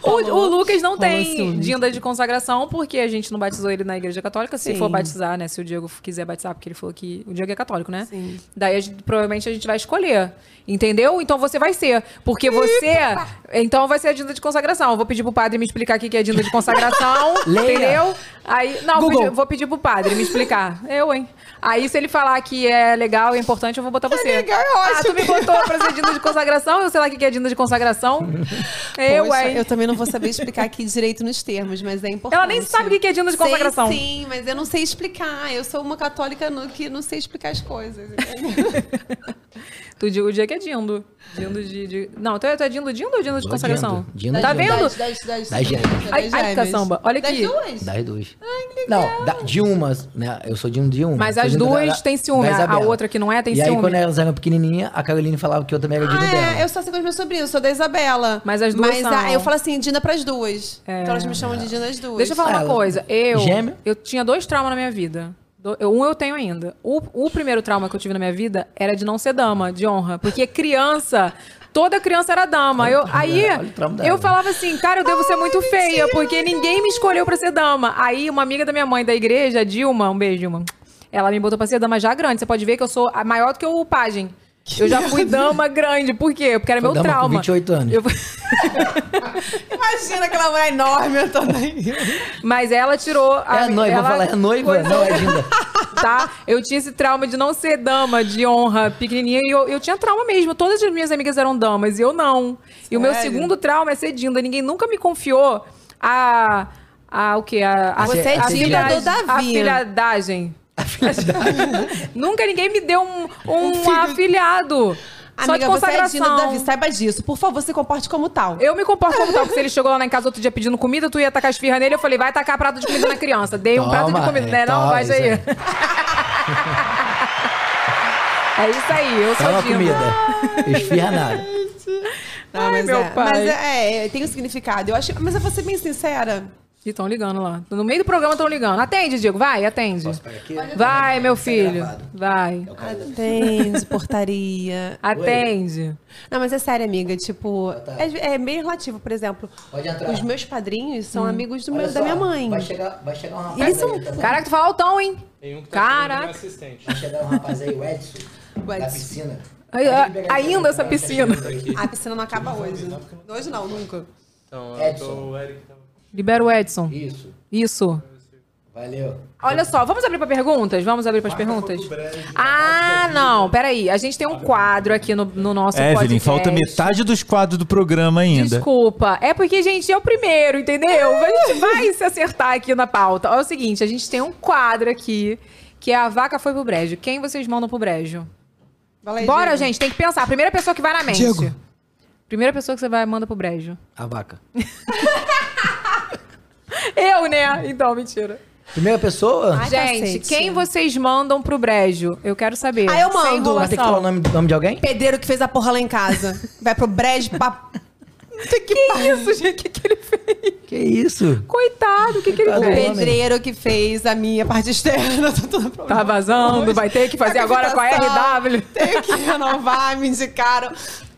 S7: O, o assim, Lucas não tem
S11: ciúmes.
S7: dinda de consagração, porque a gente não batizou ele na igreja católica. Se
S11: Sim.
S7: for batizar, né? Se o Diego quiser batizar, porque ele falou que o Diego é católico, né? Sim. Daí a gente- provavelmente a gente vai escolher. Entendeu? Então você vai ser. Porque você. Então vai ser a dinda de consagração. Eu vou pedir pro padre me explicar o que que é dinda de consagração.
S11: Leia.
S7: entendeu? Aí. Não,
S11: Google.
S7: pedi- vou pedir pro padre me explicar. Eu, hein? Aí, se ele falar que é legal e importante, eu vou botar você.
S9: legal, eu
S7: ah, tu me botou pra ser dinda de consagração? Eu sei lá o que que é dinda de consagração. Eu,
S9: Poxa,
S7: hein?
S9: eu também não vou saber explicar aqui direito nos termos, mas é importante.
S7: Ela nem sabe o que é dinda de
S9: Sei
S7: consagração.
S9: sim, mas eu não sei explicar. Eu sou uma católica no- que não sei explicar as coisas.
S7: Tu diz o dia que é dindo. Dindo de. de- Não, tu é, tu é dindo, dindo ou dindo de
S8: Tô
S7: consagração?
S8: dindo, dindo,
S7: tá
S8: dindo.
S7: vendo?
S8: Das- das- das- Das gêmeas.
S7: Ai,
S8: das
S7: ai,
S8: gêmeas.
S7: caçamba. Olha aqui.
S8: Das duas. Não, da- de uma, né? Eu sou de um de uma.
S7: Mas
S8: Sou
S7: as
S8: de um da-
S7: duas
S8: da-
S7: têm ciúme.
S8: da
S7: A- A
S8: Isabela.
S7: outra que não é tem
S8: e aí,
S7: ciúme. Ah,
S8: quando elas eram pequenininha, a Caroline falava que eu também era Dina dela.
S9: É, eu sou assim com os meus sobrinhos, eu sou da Isabela. Mas
S7: as duas são. É.
S9: eu falo assim, Dina pras duas. Então elas me chamam de Dina as duas.
S7: Deixa eu falar uma coisa. Eu,
S9: Gêmeo?
S7: eu tinha dois traumas na minha vida. Do- eu- um eu tenho ainda. O, o primeiro trauma que eu tive na minha vida era de não ser dama, de honra. Porque criança. Toda criança era dama. Eu, aí eu falava assim, cara, eu devo ser muito feia, porque ninguém me escolheu pra ser dama. Aí uma amiga da minha mãe da igreja, Dilma, um beijo, Dilma. Ela me botou pra ser dama já grande. Você pode ver que eu sou a- maior do que o pajem. Eu já fui dama grande. Por quê? Porque era meu
S8: Foi dama Com
S7: trauma.
S8: 28 anos.
S9: Imagina aquela mulher enorme, eu tô
S7: Mas ela tirou a.
S8: É a noiva,
S7: ela assim,
S8: falar, é noiva? Não, é Dinda.
S7: tá? Eu tinha esse trauma de não ser dama de honra pequenininha e eu, eu tinha trauma mesmo. Todas as minhas amigas eram damas e eu não. E o meu
S11: Sério?
S7: segundo trauma é ser dinda. Ninguém nunca me confiou a. a o quê? A, a,
S11: Você é
S7: a
S11: dinda do
S7: filha-
S11: Davi.
S7: A filhadagem. nunca ninguém me deu um, um afilhado. Só de
S9: Amiga, você é
S7: consagração.
S9: Dina Davi, saiba disso. Por favor, se comporte como tal.
S7: Eu me comporto como tal, porque se ele chegou lá em casa outro dia pedindo comida, tu ia tacar esfirra nele, eu falei, vai tacar prato de comida na criança. Dei um prato de
S11: Toma,
S7: comida,
S11: é,
S7: né? Não,
S11: toma,
S7: vai
S11: isso
S7: aí.
S11: aí.
S7: é isso aí, eu sou
S8: Toma
S7: Dina.
S8: comida. Esfirra nada.
S9: Não, mas
S7: meu
S9: é,
S7: pai.
S9: Mas é, é, tem um significado. Eu acho, mas eu vou ser bem sincera.
S7: E estão ligando lá. No meio do programa estão ligando. Atende, Diego, vai, atende. Vai,
S8: Tá
S7: meu
S8: é
S7: filho. Vai.
S9: Atende, portaria.
S7: Atende.
S9: Não, mas é sério, amiga. Tipo, é, é meio relativo, por exemplo.
S8: Pode entrar.
S9: Os meus padrinhos são
S8: Hum.
S9: amigos do
S8: Olha
S9: meu, da
S8: só,
S9: minha mãe.
S8: Vai chegar, vai chegar um rapaz
S9: Eles são-
S8: aí também.
S7: Caraca, tu fala o tom, hein?
S6: um tá
S7: tá Caraca.
S8: Vai chegar um rapaz aí, o Edson, da piscina.
S7: Ai, ai, Ainda essa piscina.
S9: A piscina não acaba hoje. Hoje não, nunca.
S8: Edson.
S7: Libera o Edson.
S8: Isso.
S7: Isso.
S8: Valeu.
S7: Olha só, vamos abrir para perguntas? Vamos abrir para as perguntas? Ah, não, peraí. A gente tem um quadro aqui no, no nosso
S5: Evelyn,
S7: podcast.
S5: É, falta metade dos quadros do programa ainda.
S7: Desculpa. É porque, gente, é o primeiro, entendeu? A gente vai se acertar aqui na pauta. Olha o seguinte, a gente tem um quadro aqui, que é a vaca foi pro brejo. Quem vocês mandam pro brejo?
S9: Fala aí,
S7: Bora,
S9: Diego.
S7: gente, tem que pensar. Primeira pessoa que vai na mente.
S8: Diego.
S7: Primeira pessoa que você vai manda pro brejo.
S8: A vaca.
S7: Eu, né? Então, mentira.
S8: Primeira pessoa?
S7: gente, quem vocês mandam pro brejo? Eu quero saber.
S9: Ah, eu
S7: Sem
S9: mando.
S7: enrolação.
S8: Mas tem que falar o nome, nome de alguém?
S9: Pedreiro que fez a porra lá em casa. Vai pro brejo pra...
S8: Tá
S9: Que, isso, gente? Que,
S8: Que isso?
S7: Coitado, o que, que ele
S9: O
S7: fez?
S9: pedreiro que fez a minha parte externa.
S7: né? Tá vazando, vai ter que fazer agora com a RW.
S9: Tenho que renovar, me indicaram.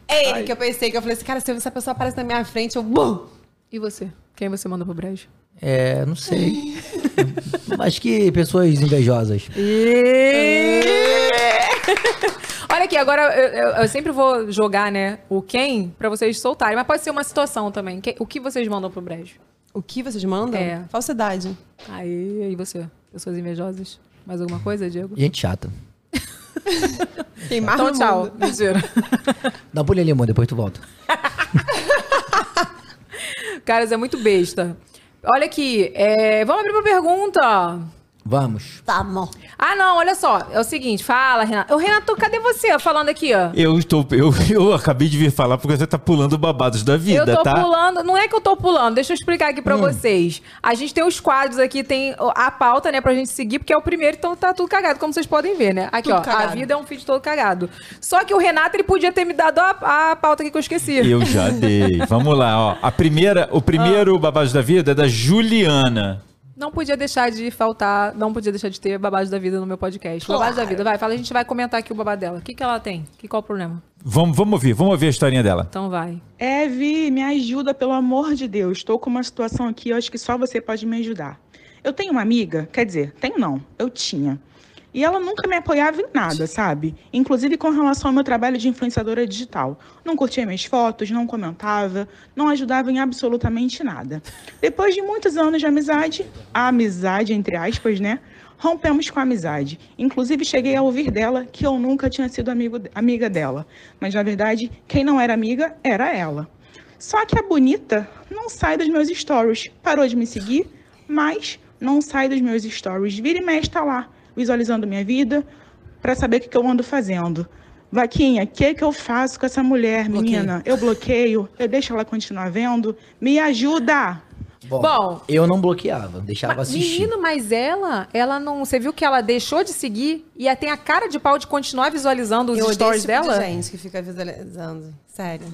S9: É ele que eu pensei, que eu falei assim, cara, se essa pessoa aparece na minha frente, eu... Bum!
S7: E você? Quem você manda pro brejo?
S8: É, não sei. Acho que pessoas invejosas.
S7: Olha aqui, agora eu, eu- eu sempre vou jogar, né, o quem pra vocês soltarem. Mas pode ser uma situação também. Que- o que vocês mandam pro brejo?
S9: O que vocês mandam?
S7: É.
S9: Falsidade.
S7: Aí, e você? Pessoas invejosas? Mais alguma coisa, Diego?
S8: Gente chata.
S9: Queimar
S7: então,
S9: no
S7: tchau.
S9: mundo.
S7: Mentira.
S8: Dá um pulinho ali, amor, depois tu volta.
S7: Caras, é muito besta. Olha aqui, é, vamos abrir pra pergunta.
S8: Vamos.
S7: Tá bom. Ah, não, olha só. É o seguinte, fala, Renato. Ô, Renato, cadê você? Falando aqui, ó.
S5: Eu estou. Eu, eu acabei de vir falar porque você tá pulando babados da vida,
S7: eu tô
S5: tá? Hum.
S7: pulando, não é que eu tô pulando, deixa eu explicar aqui pra vocês. A gente tem os quadros aqui, tem a pauta, né, pra gente seguir, porque é o primeiro, então tá tudo cagado, como vocês podem ver, né? Aqui,
S9: Tudo
S7: ó, a
S9: cagado.
S7: vida é um feed todo cagado. Só que o Renato, ele podia ter me dado a, a pauta aqui que eu esqueci.
S5: Eu já dei. Vamos lá, ó. A primeira, o
S7: Ah.
S5: primeiro babados da vida é da Juliana.
S7: Não podia deixar de faltar, não podia deixar de ter babado da vida no meu podcast.
S9: Claro.
S7: Babado da vida, vai, fala, a gente vai comentar aqui o babado dela. O que que ela tem? Que qual o problema?
S5: Vamos, vamos ouvir, vamos ouvir a historinha dela.
S7: Então vai.
S13: Eve, É, me ajuda, pelo amor de Deus. Estou com uma situação aqui, eu acho que só você pode me ajudar. Eu tenho uma amiga, quer dizer, tenho não, eu tinha. E ela nunca me apoiava em nada, sabe? Inclusive com relação ao meu trabalho de influenciadora digital. Não curtia minhas fotos, não comentava, não ajudava em absolutamente nada. Depois de muitos anos de amizade, a amizade, entre aspas, né? Rompemos com a amizade. Inclusive, cheguei a ouvir dela que eu nunca tinha sido amigo, amiga dela. Mas, na verdade, quem não era amiga era ela. Só que a bonita não sai dos meus stories. Parou de me seguir, mas não sai dos meus stories. Vira e mexe tá lá, visualizando minha vida, pra saber o que, que eu ando fazendo. Vaquinha, o que, que eu faço com essa mulher, menina? Eu bloqueio, eu deixo ela continuar vendo. Me ajuda!
S7: Bom.
S8: Eu não bloqueava, deixava assistir.
S7: Menino, mas ela, ela não. Você viu que ela deixou de seguir e a- tem a cara de pau de continuar visualizando os
S9: Eu odeio
S7: stories
S9: esse tipo de
S7: dela?
S9: gente que fica visualizando. Sério.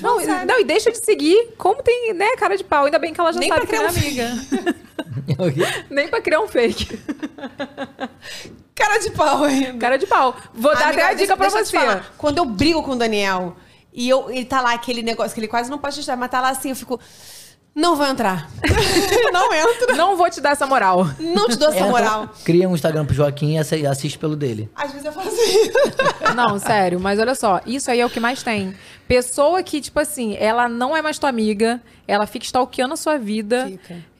S7: Não, e- não, e deixa de seguir. Como tem, né, cara de pau? Ainda bem que ela já
S9: Nem
S7: sabe
S9: pra
S7: que era
S9: criar um
S7: amiga. Nem pra criar um fake.
S9: Cara de pau, hein?
S7: Cara de pau. Vou dar até a dica pra você.
S9: Quando eu brigo com o Daniel e eu, ele tá lá, aquele negócio que ele quase não pode estar, mas tá lá assim, eu fico. Não vou entrar. não entro.
S7: Não vou te dar essa moral.
S9: Não te dou essa
S8: É,
S9: moral.
S8: Cria um Instagram pro Joaquim e assi- assiste pelo dele.
S9: Às vezes eu falo assim.
S7: Não, sério, mas olha só, isso aí é o que mais tem. Pessoa que, tipo assim, ela não é mais tua amiga, ela fica stalkeando a sua vida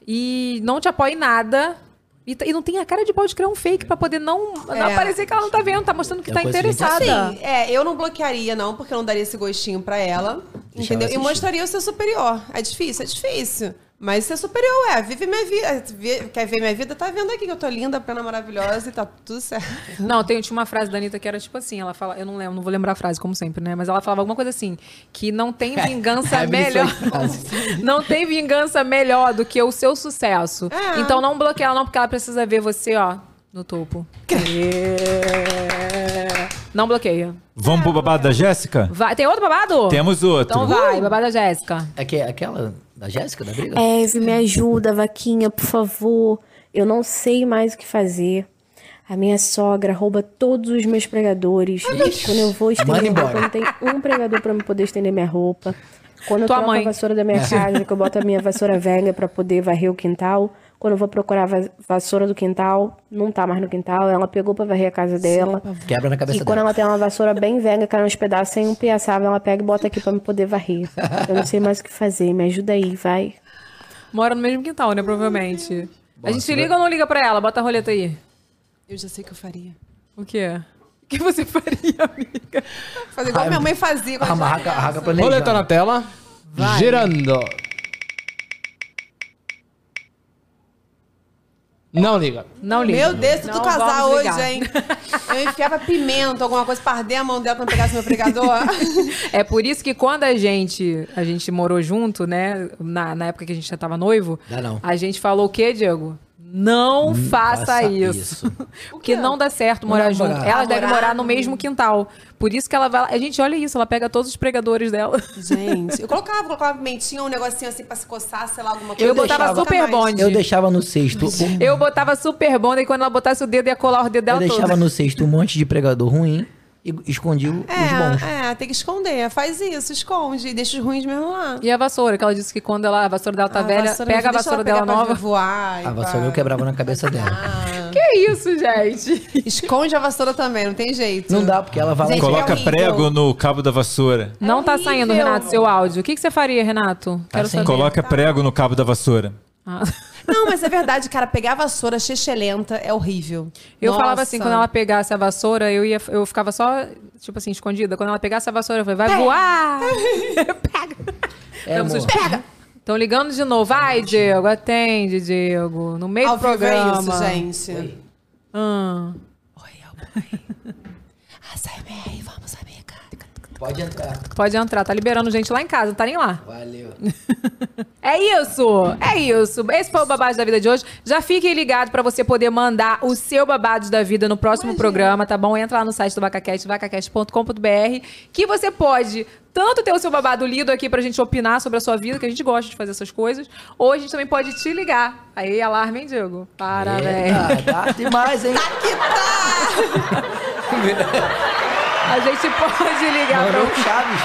S7: e não te apoia em nada. E, t- e não tem a cara de pau de criar um fake pra poder não, não
S9: É.
S7: parecer que ela não tá vendo, tá mostrando que
S9: Eu
S7: tá
S9: conheço gente
S7: interessada.
S9: assim, é, eu não bloquearia, não, porque eu não daria esse gostinho pra ela.
S7: Deixa
S9: entendeu?
S7: ela
S9: e
S7: assistir.
S9: mostraria o seu superior. É difícil, é difícil. Mas ser superior, é. Vive minha vida. Quer ver minha vida? Tá vendo aqui que eu tô linda, plena, maravilhosa e tá tudo certo.
S7: Não, tem, tinha uma frase da Anitta que era tipo assim, ela fala, eu não lembro, não vou lembrar a frase, como sempre, né? Mas ela falava alguma coisa assim, que não tem
S5: É,
S7: vingança
S9: Abre
S7: melhor.
S9: suas
S7: não tem vingança melhor do que o seu sucesso.
S9: É.
S7: Então não bloqueia ela não, porque ela precisa ver você, ó, no topo. É. não bloqueia.
S5: Vamos pro babado da Jéssica?
S7: Vai- tem outro babado?
S5: É. Temos outro.
S7: Então
S9: Uh!
S7: vai, babado da Jéssica.
S8: É que, aquela da Jéssica, da briga?
S14: Eve, me ajuda, vaquinha, por favor. Eu não sei mais o que fazer. A minha sogra rouba todos os meus pregadores. Quando eu vou estender
S15: Manda
S14: minha
S15: embora.
S14: roupa, não tem um pregador pra eu poder estender minha roupa. Quando eu
S7: Tua
S14: troco
S7: mãe.
S14: a vassoura da minha
S7: É.
S14: casa, que eu boto a minha vassoura velha pra poder varrer o quintal. Quando eu vou procurar a va- vassoura do quintal, não tá mais no quintal. Ela pegou pra varrer a casa dela.
S8: Quebra na
S14: E
S8: cabeça
S14: quando
S8: dela.
S14: ela tem uma vassoura bem velha, cai uns pedaços sem um piaçava, ela pega e bota aqui pra me poder varrer. Eu não sei mais o que fazer, me ajuda aí, vai.
S7: Mora no mesmo quintal, né, provavelmente.
S9: Hum.
S7: a gente liga ou não liga pra ela? Bota a roleta aí.
S9: Eu já sei o que eu faria.
S7: O quê?
S9: Fazer igual
S6: Ah,
S9: minha mãe fazia. quando a gente era criança.
S6: Roleta na tela. Girando. Não liga.
S7: Não
S9: liga. Meu Deus, se tu
S7: Não
S9: casar
S7: vamos
S9: hoje,
S7: ligar.
S9: hein? Eu enfiava pimenta, alguma coisa, pardei a mão dela pra não pegasse meu pregador.
S7: É por isso que quando a gente, a gente morou junto, né? Na, na época que a gente já tava noivo,
S8: Dá não.
S7: a gente falou o quê, Diego? Não faça,
S8: faça
S7: isso. Porque não dá certo morar
S8: Não
S7: junto.
S8: morar.
S7: Ela deve
S9: Namorar
S7: morar no
S9: não-
S7: mesmo quintal. Por isso que ela vai lá. A gente, olha isso, ela pega todos os pregadores dela.
S9: Gente, eu colocava, colocava pimentinha, um negocinho assim pra se coçar, sei lá, alguma coisa.
S7: Eu botava
S9: Nunca
S7: super
S9: mais.
S7: bonde.
S8: Eu deixava no cesto. um-
S7: Eu botava super bom, e quando ela botasse o dedo, ia colar o dedo
S8: Eu
S7: dela todo.
S8: deixava no cesto um monte de pregador ruim. e escondi o- os bons.
S9: É, é, tem que esconder. Faz isso, esconde. Deixa os ruins mesmo lá.
S7: E a vassoura, que ela disse que quando ela, a vassoura
S9: Ah,
S7: dela tá velha, pega a vassoura dela nova.
S9: Voar, Ah,
S8: A vassoura eu quebrava na cabeça dela.
S7: Que isso, gente?
S9: Esconde a vassoura também, não tem jeito.
S8: Não dá, porque ela vai
S9: Gente,
S5: Coloca
S9: é horrível.
S5: prego no cabo da vassoura.
S9: É
S7: Não tá saindo, Renato, seu áudio. O que, que você faria, Renato? Quero saber.
S5: Coloca prego no cabo da vassoura.
S9: Não, mas é verdade, cara. Pegar a vassoura lenta é horrível.
S7: Eu
S9: Nossa.
S7: falava assim, quando ela pegasse a vassoura, eu ia, eu ficava só, tipo assim, escondida. Quando ela pegasse a vassoura, eu falei, vai voar!
S8: É, amor.
S7: Pega! Estão ligando de novo. Vai, Diego, atende, Diego. No meio
S9: Ao
S7: do
S9: vivo é
S7: programa.
S9: isso, gente. Oi.
S7: Hum.
S9: Aí, vamos, amiga.
S8: Pode entrar.
S7: Pode entrar, tá liberando gente lá em casa, não tá nem lá.
S8: Valeu.
S7: É isso, é isso. Esse foi o babado da vida de hoje. Já fiquem ligados pra você poder mandar o seu babado da vida no próximo programa, tá bom? Entra lá no site do Vacacast, vacacast.com.br, que você pode tanto ter o seu babado lido aqui pra gente opinar sobre a sua vida, que a gente gosta de fazer essas coisas, ou a gente também pode te ligar. Aí, alarme, hein, Diego? Parabéns.
S8: Eita, tá demais, hein?
S7: A gente pode ligar
S9: Tá
S8: Mandou
S7: pra
S8: o Chaves.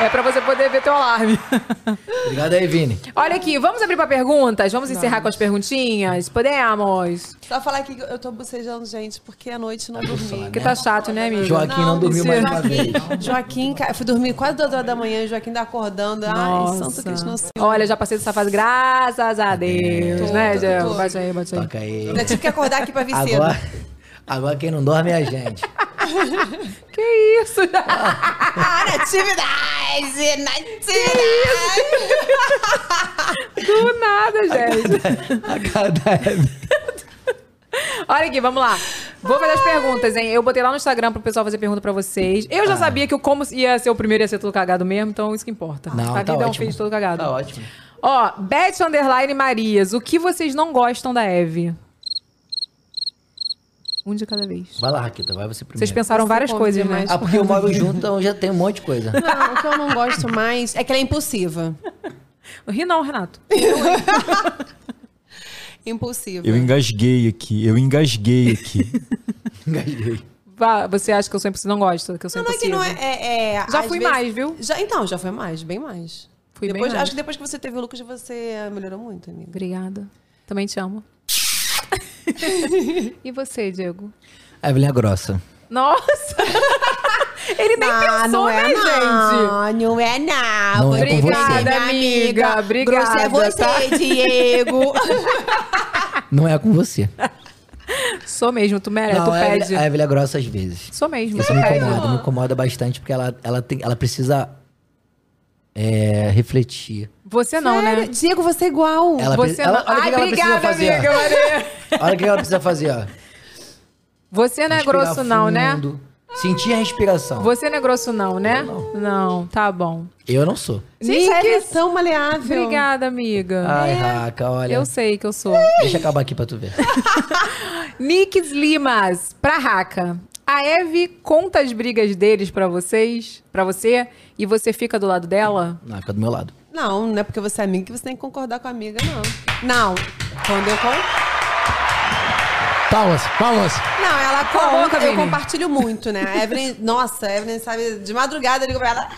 S7: É pra você poder ver teu alarme.
S8: Obrigado aí, Vini.
S7: Olha aqui, vamos abrir pra perguntas? Vamos encerrar com as perguntinhas? Podemos?
S9: Só falar que eu tô bocejando, gente, porque à noite não dormi.
S7: Porque tá chato, né, amiga?
S8: Joaquim não dormiu mais uma
S9: Joaquim,
S8: vez.
S9: Joaquim, cara, eu fui dormir quase duas horas da manhã, o Joaquim tá acordando. Ai, assim, santo Cristo, não sei.
S7: Olha, já passei dessa fase, graças a Deus, né, Diego? Bate aí, bate aí.
S8: Toca aí.
S9: Ainda tive é que né? acordar aqui pra vir cedo.
S8: Agora, agora quem não dorme é a gente.
S7: Que isso?
S9: Ah, Natividade! Natividade!
S7: Do nada, gente. Olha aqui, vamos lá. Vou fazer as perguntas, hein? Eu botei lá no Instagram pro pessoal fazer pergunta pra vocês. Eu
S8: Ah.
S7: já sabia que o como ia ser o primeiro ia ser todo cagado mesmo, então isso que importa.
S8: Não,
S7: a
S8: tá
S7: vida é um
S8: ótimo.
S7: feed todo cagado.
S8: Tá ótimo.
S7: Ó, Beth Underline Marias, o que vocês não gostam da Eve? Um de cada vez.
S8: Vai lá, Raquita, vai você primeiro.
S7: Vocês pensaram várias coisas, né?
S8: Ah, porque eu moro junto, então já tem um monte de coisa.
S9: Não, o que eu não gosto mais é que ela é impulsiva.
S7: Ri não, Ah, Renato.
S9: impulsiva.
S5: Eu engasguei aqui, eu engasguei aqui.
S7: Vá, Você acha que eu sou impossível? Não gosta, que eu sou
S9: Não é que
S7: impossível.
S9: não é. é- é-
S7: Já
S9: às
S7: fui
S9: vezes-
S7: mais, viu?
S9: Já, então, já foi mais, bem mais.
S7: Fui bem
S9: depois,
S7: mais.
S9: Acho que depois que você teve o Lucas, você melhorou muito, amiga.
S7: Obrigada. Também te amo. e você, Diego?
S8: A Evelyn é grossa.
S7: Nossa! Ele nem pensou,
S9: não é,
S7: né,
S9: não. gente? Não é não.
S8: Não é com
S7: Obrigada,
S8: você.
S7: amiga. Obrigada.
S9: Grosso é você,
S7: tá?
S9: Diego.
S8: Não é com você.
S7: Sou mesmo, tu merece,
S8: não,
S7: tu
S8: a
S7: pede.
S8: Evelyn, a Evelyn é grossa às vezes.
S7: Sou mesmo.
S8: Isso me incomoda, me incomoda bastante, porque ela, ela, tem, ela precisa é, refletir.
S7: Você não, né?
S9: Diego, você é igual.
S8: Ela
S7: você
S8: pre- ela-
S7: não.
S8: olha o que
S7: Ai,
S8: ela precisa
S7: obrigada,
S8: fazer, ó.
S7: amiga Maria.
S8: Olha o que ela precisa fazer, ó.
S7: Você não é
S8: Respirar
S7: grosso, não, né?
S8: fundo, Sentir a respiração.
S7: Você não é grosso, não, né? Não, tá bom.
S8: Eu não sou.
S9: Gente, a Evelyn é tão maleável.
S7: Obrigada, amiga.
S8: Ai, Raca, olha.
S7: Eu sei que eu sou.
S8: Deixa acabar aqui pra tu ver.
S7: Nix Limas, pra Raca. A Eve conta as brigas deles pra vocês, pra você, e você fica do lado dela?
S8: Não, fica do meu lado.
S9: Não, não é porque você é amiga que você tem que concordar com a amiga, não. Não. Quando eu con...
S6: Palmas, palmas.
S9: Não, ela con...
S7: a boca,
S9: eu
S7: Vini.
S9: compartilho muito, né? A Evelyn, nossa, a Evelyn sabe, de madrugada eu ligo pra ela.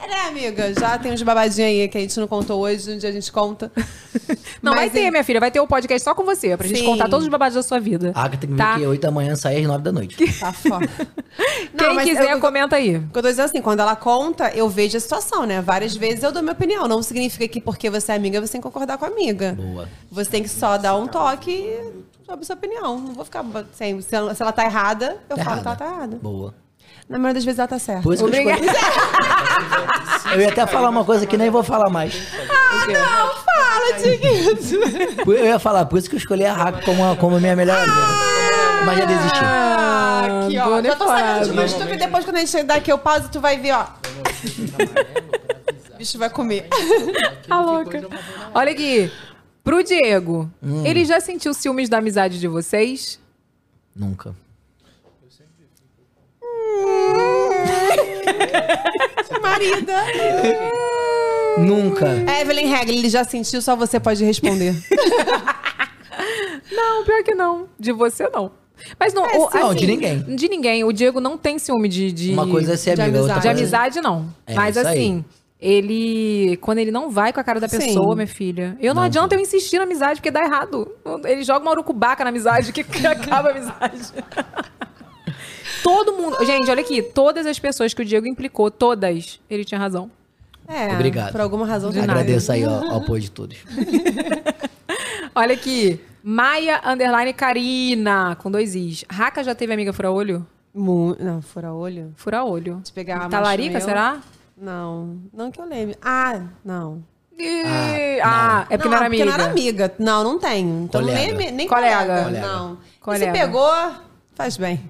S9: "Ah, Né, amiga? Já tem uns babadinhos aí que a gente não contou hoje, um dia a gente conta.
S7: Não, vai
S9: Mas
S7: ter,
S9: em-
S7: minha filha, vai ter o podcast só com você, pra gente
S9: Sim.
S7: contar todos os babados da sua vida.
S8: A Raca tem que
S7: Tá.
S8: vir aqui 8 da manhã, sair às 9 da noite.
S9: Tá foda.
S7: Quem quiser, comenta aí.
S9: O que eu tô dizendo assim, quando ela conta, eu vejo a situação, né? Várias vezes eu dou minha opinião. Não significa que porque você é amiga, você tem que concordar com a amiga.
S8: Boa.
S9: Você tem que só dar um toque sobre sua opinião. Não vou ficar bo- sem. Se ela, se ela tá errada, eu
S8: Tá
S9: falo que ela
S8: errada.
S9: tá errada.
S8: Boa.
S9: Na maioria das vezes ela tá certa.
S8: Por isso que eu
S7: Obrigada.
S8: escolhi- Eu ia até falar uma coisa que nem vou falar mais.
S9: Ah,
S8: é.
S9: Não, fala, Diguinho.
S8: Eu ia falar, por isso que eu escolhi a Raca como, como minha melhor amiga. Mas já desisti.
S9: Ah, aqui, ó.
S7: Dona
S9: Já tô sabendo de
S7: Flávia.
S9: gosto que depois quando a gente chegar aqui, eu pauso, tu vai ver, ó. O bicho vai comer.
S7: Tá louca. Olha aqui. Pro Diego,
S8: Hum.
S7: ele já sentiu ciúmes da amizade de vocês?
S8: Nunca.
S9: Marida.
S8: Nunca.
S9: Evelyn Regli, ele já sentiu, só você pode responder.
S7: Não, pior que não. De você, não. Mas não,
S8: É,
S7: o-
S8: sim. Não, de
S7: assim,
S8: ninguém.
S7: De ninguém. O Diego não tem ciúme de. de
S8: Uma coisa é ser
S7: de
S8: amigo,
S7: amizade.
S8: outra
S7: De
S8: coisa-
S7: amizade, não.
S8: É,
S7: Mas
S8: isso aí.
S7: assim, ele. Quando ele não vai com a cara da
S12: Sim.
S7: pessoa, minha filha. Eu não,
S12: Não
S7: adianta eu insistir na amizade, porque dá errado. Ele joga uma urucubaca na amizade, que, que acaba a amizade. Todo mundo. Gente, olha aqui. Todas as pessoas que o Diego implicou, todas, ele tinha razão.
S9: É,
S8: Obrigado.
S9: Por alguma razão de nada.
S8: Agradeço é aí ó, ao apoio de todos.
S7: Olha aqui. Maia underline Karina, com dois Is. Raca já teve amiga fura-olho?
S9: Não, fura-olho?
S7: Fura-olho. De
S9: pegar
S7: Talarica,
S9: macho meu.
S7: será?
S9: Não, não que eu lembre. Ah, não.
S7: Ih, Ah, é porque não, era amiga.
S9: Porque não era amiga. Não, não tenho. Então
S7: Colega.
S9: nem, nem
S7: Colega.
S9: colega.
S7: Colega.
S9: Não.
S7: Colega.
S9: E se pegou, faz bem.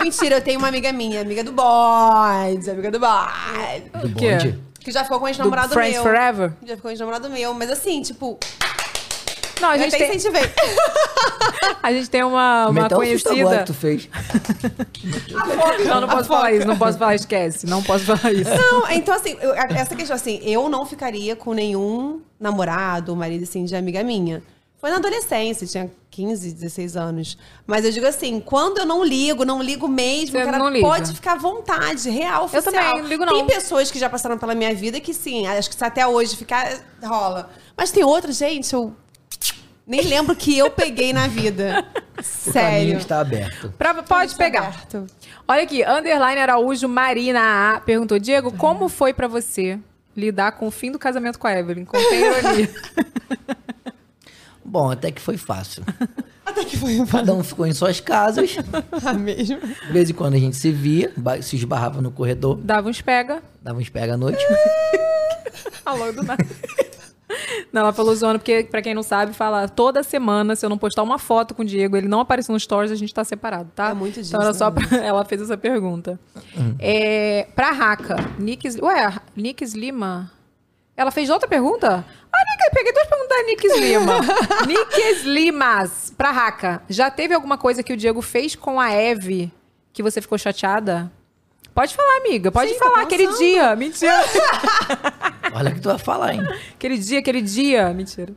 S9: Mentira, eu tenho uma amiga minha, amiga do bode, amiga do bode.
S7: Do quê? bonde?
S9: Que já ficou com
S7: Do
S9: ex-namorado meu.
S7: Friends Forever?
S9: Já ficou com ex-namorado meu, mas assim, tipo...
S7: Não, a
S9: eu
S7: gente
S9: até
S7: tem-
S9: incentivei.
S7: A gente tem uma, uma
S8: Meteu o susto agora
S7: conhecida.
S8: que tu fez.
S7: Não, não
S9: A
S7: posso falar
S9: foca.
S7: isso, não posso falar, esquece. Não posso falar isso.
S9: Não, então assim, eu- a- essa questão assim, eu não ficaria com nenhum namorado, marido assim, de amiga minha. Foi na adolescência, tinha 15, 16 anos. Mas eu digo assim, quando eu não ligo, não ligo mesmo,
S7: Você
S9: o cara
S7: não liga.
S9: pode ficar à vontade, real,
S7: Eu
S9: oficial.
S7: também, não ligo não.
S9: Tem pessoas que já passaram pela minha vida que sim, acho que se até hoje ficar, rola. Mas tem outra, gente, eu nem lembro que eu peguei na vida.
S8: O caminho
S9: Sério.
S8: está aberto.
S7: Pra-
S9: Tá
S7: pode pegar. Olha aqui, Underline Araújo Marina A perguntou: Diego,
S9: Uhum.
S7: como foi pra você lidar com o fim do casamento com a Evelyn? Contei a ironia.
S8: Bom, até que foi fácil. Até que foi fácil. Cada um ficou em suas casas.
S7: Tá
S9: mesmo?
S8: De vez em quando a gente se via, ba- se esbarrava no corredor,
S7: Dava uns pega.
S8: dava uns pega à noite.
S7: Falou do nada. Não, ela falou zoando, porque, pra quem não sabe, fala toda semana, se eu não postar uma foto com o Diego, ele não aparecer no stories, a gente tá separado, tá? É muito disso, Então era
S9: né,
S7: só pra- ela fez essa pergunta. É, pra Raca, Nix... Ué, Nix Lima? Ela fez outra pergunta? Ah, Nix, eu peguei duas perguntas da Nix Lima. Nix Limas, pra Raca, já teve alguma coisa que o Diego fez com a Eve que você ficou chateada? Pode falar, amiga. Pode
S9: Sim, tô
S7: falar aquele
S9: pensando.
S7: dia. Mentira.
S8: Olha o que tu vai falar, hein?
S7: Aquele dia, aquele dia. Mentira.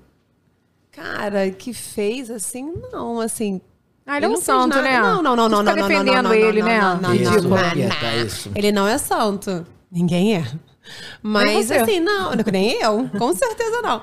S9: Cara, que fez assim, não, assim.
S7: Ah, ele é um
S9: não fez
S7: santo,
S9: nada.
S7: né?
S9: Não, não, não,
S7: Você
S9: não,
S7: tá
S9: não, não,
S7: defendendo
S9: não, não,
S7: ele,
S9: não,
S7: né?
S9: Não, não,
S8: Isso,
S9: não, não,
S8: quieta,
S9: não.
S8: isso.
S9: Ele não é santo. Ninguém é. Mas
S7: você.
S9: assim, não, nem eu, com certeza não.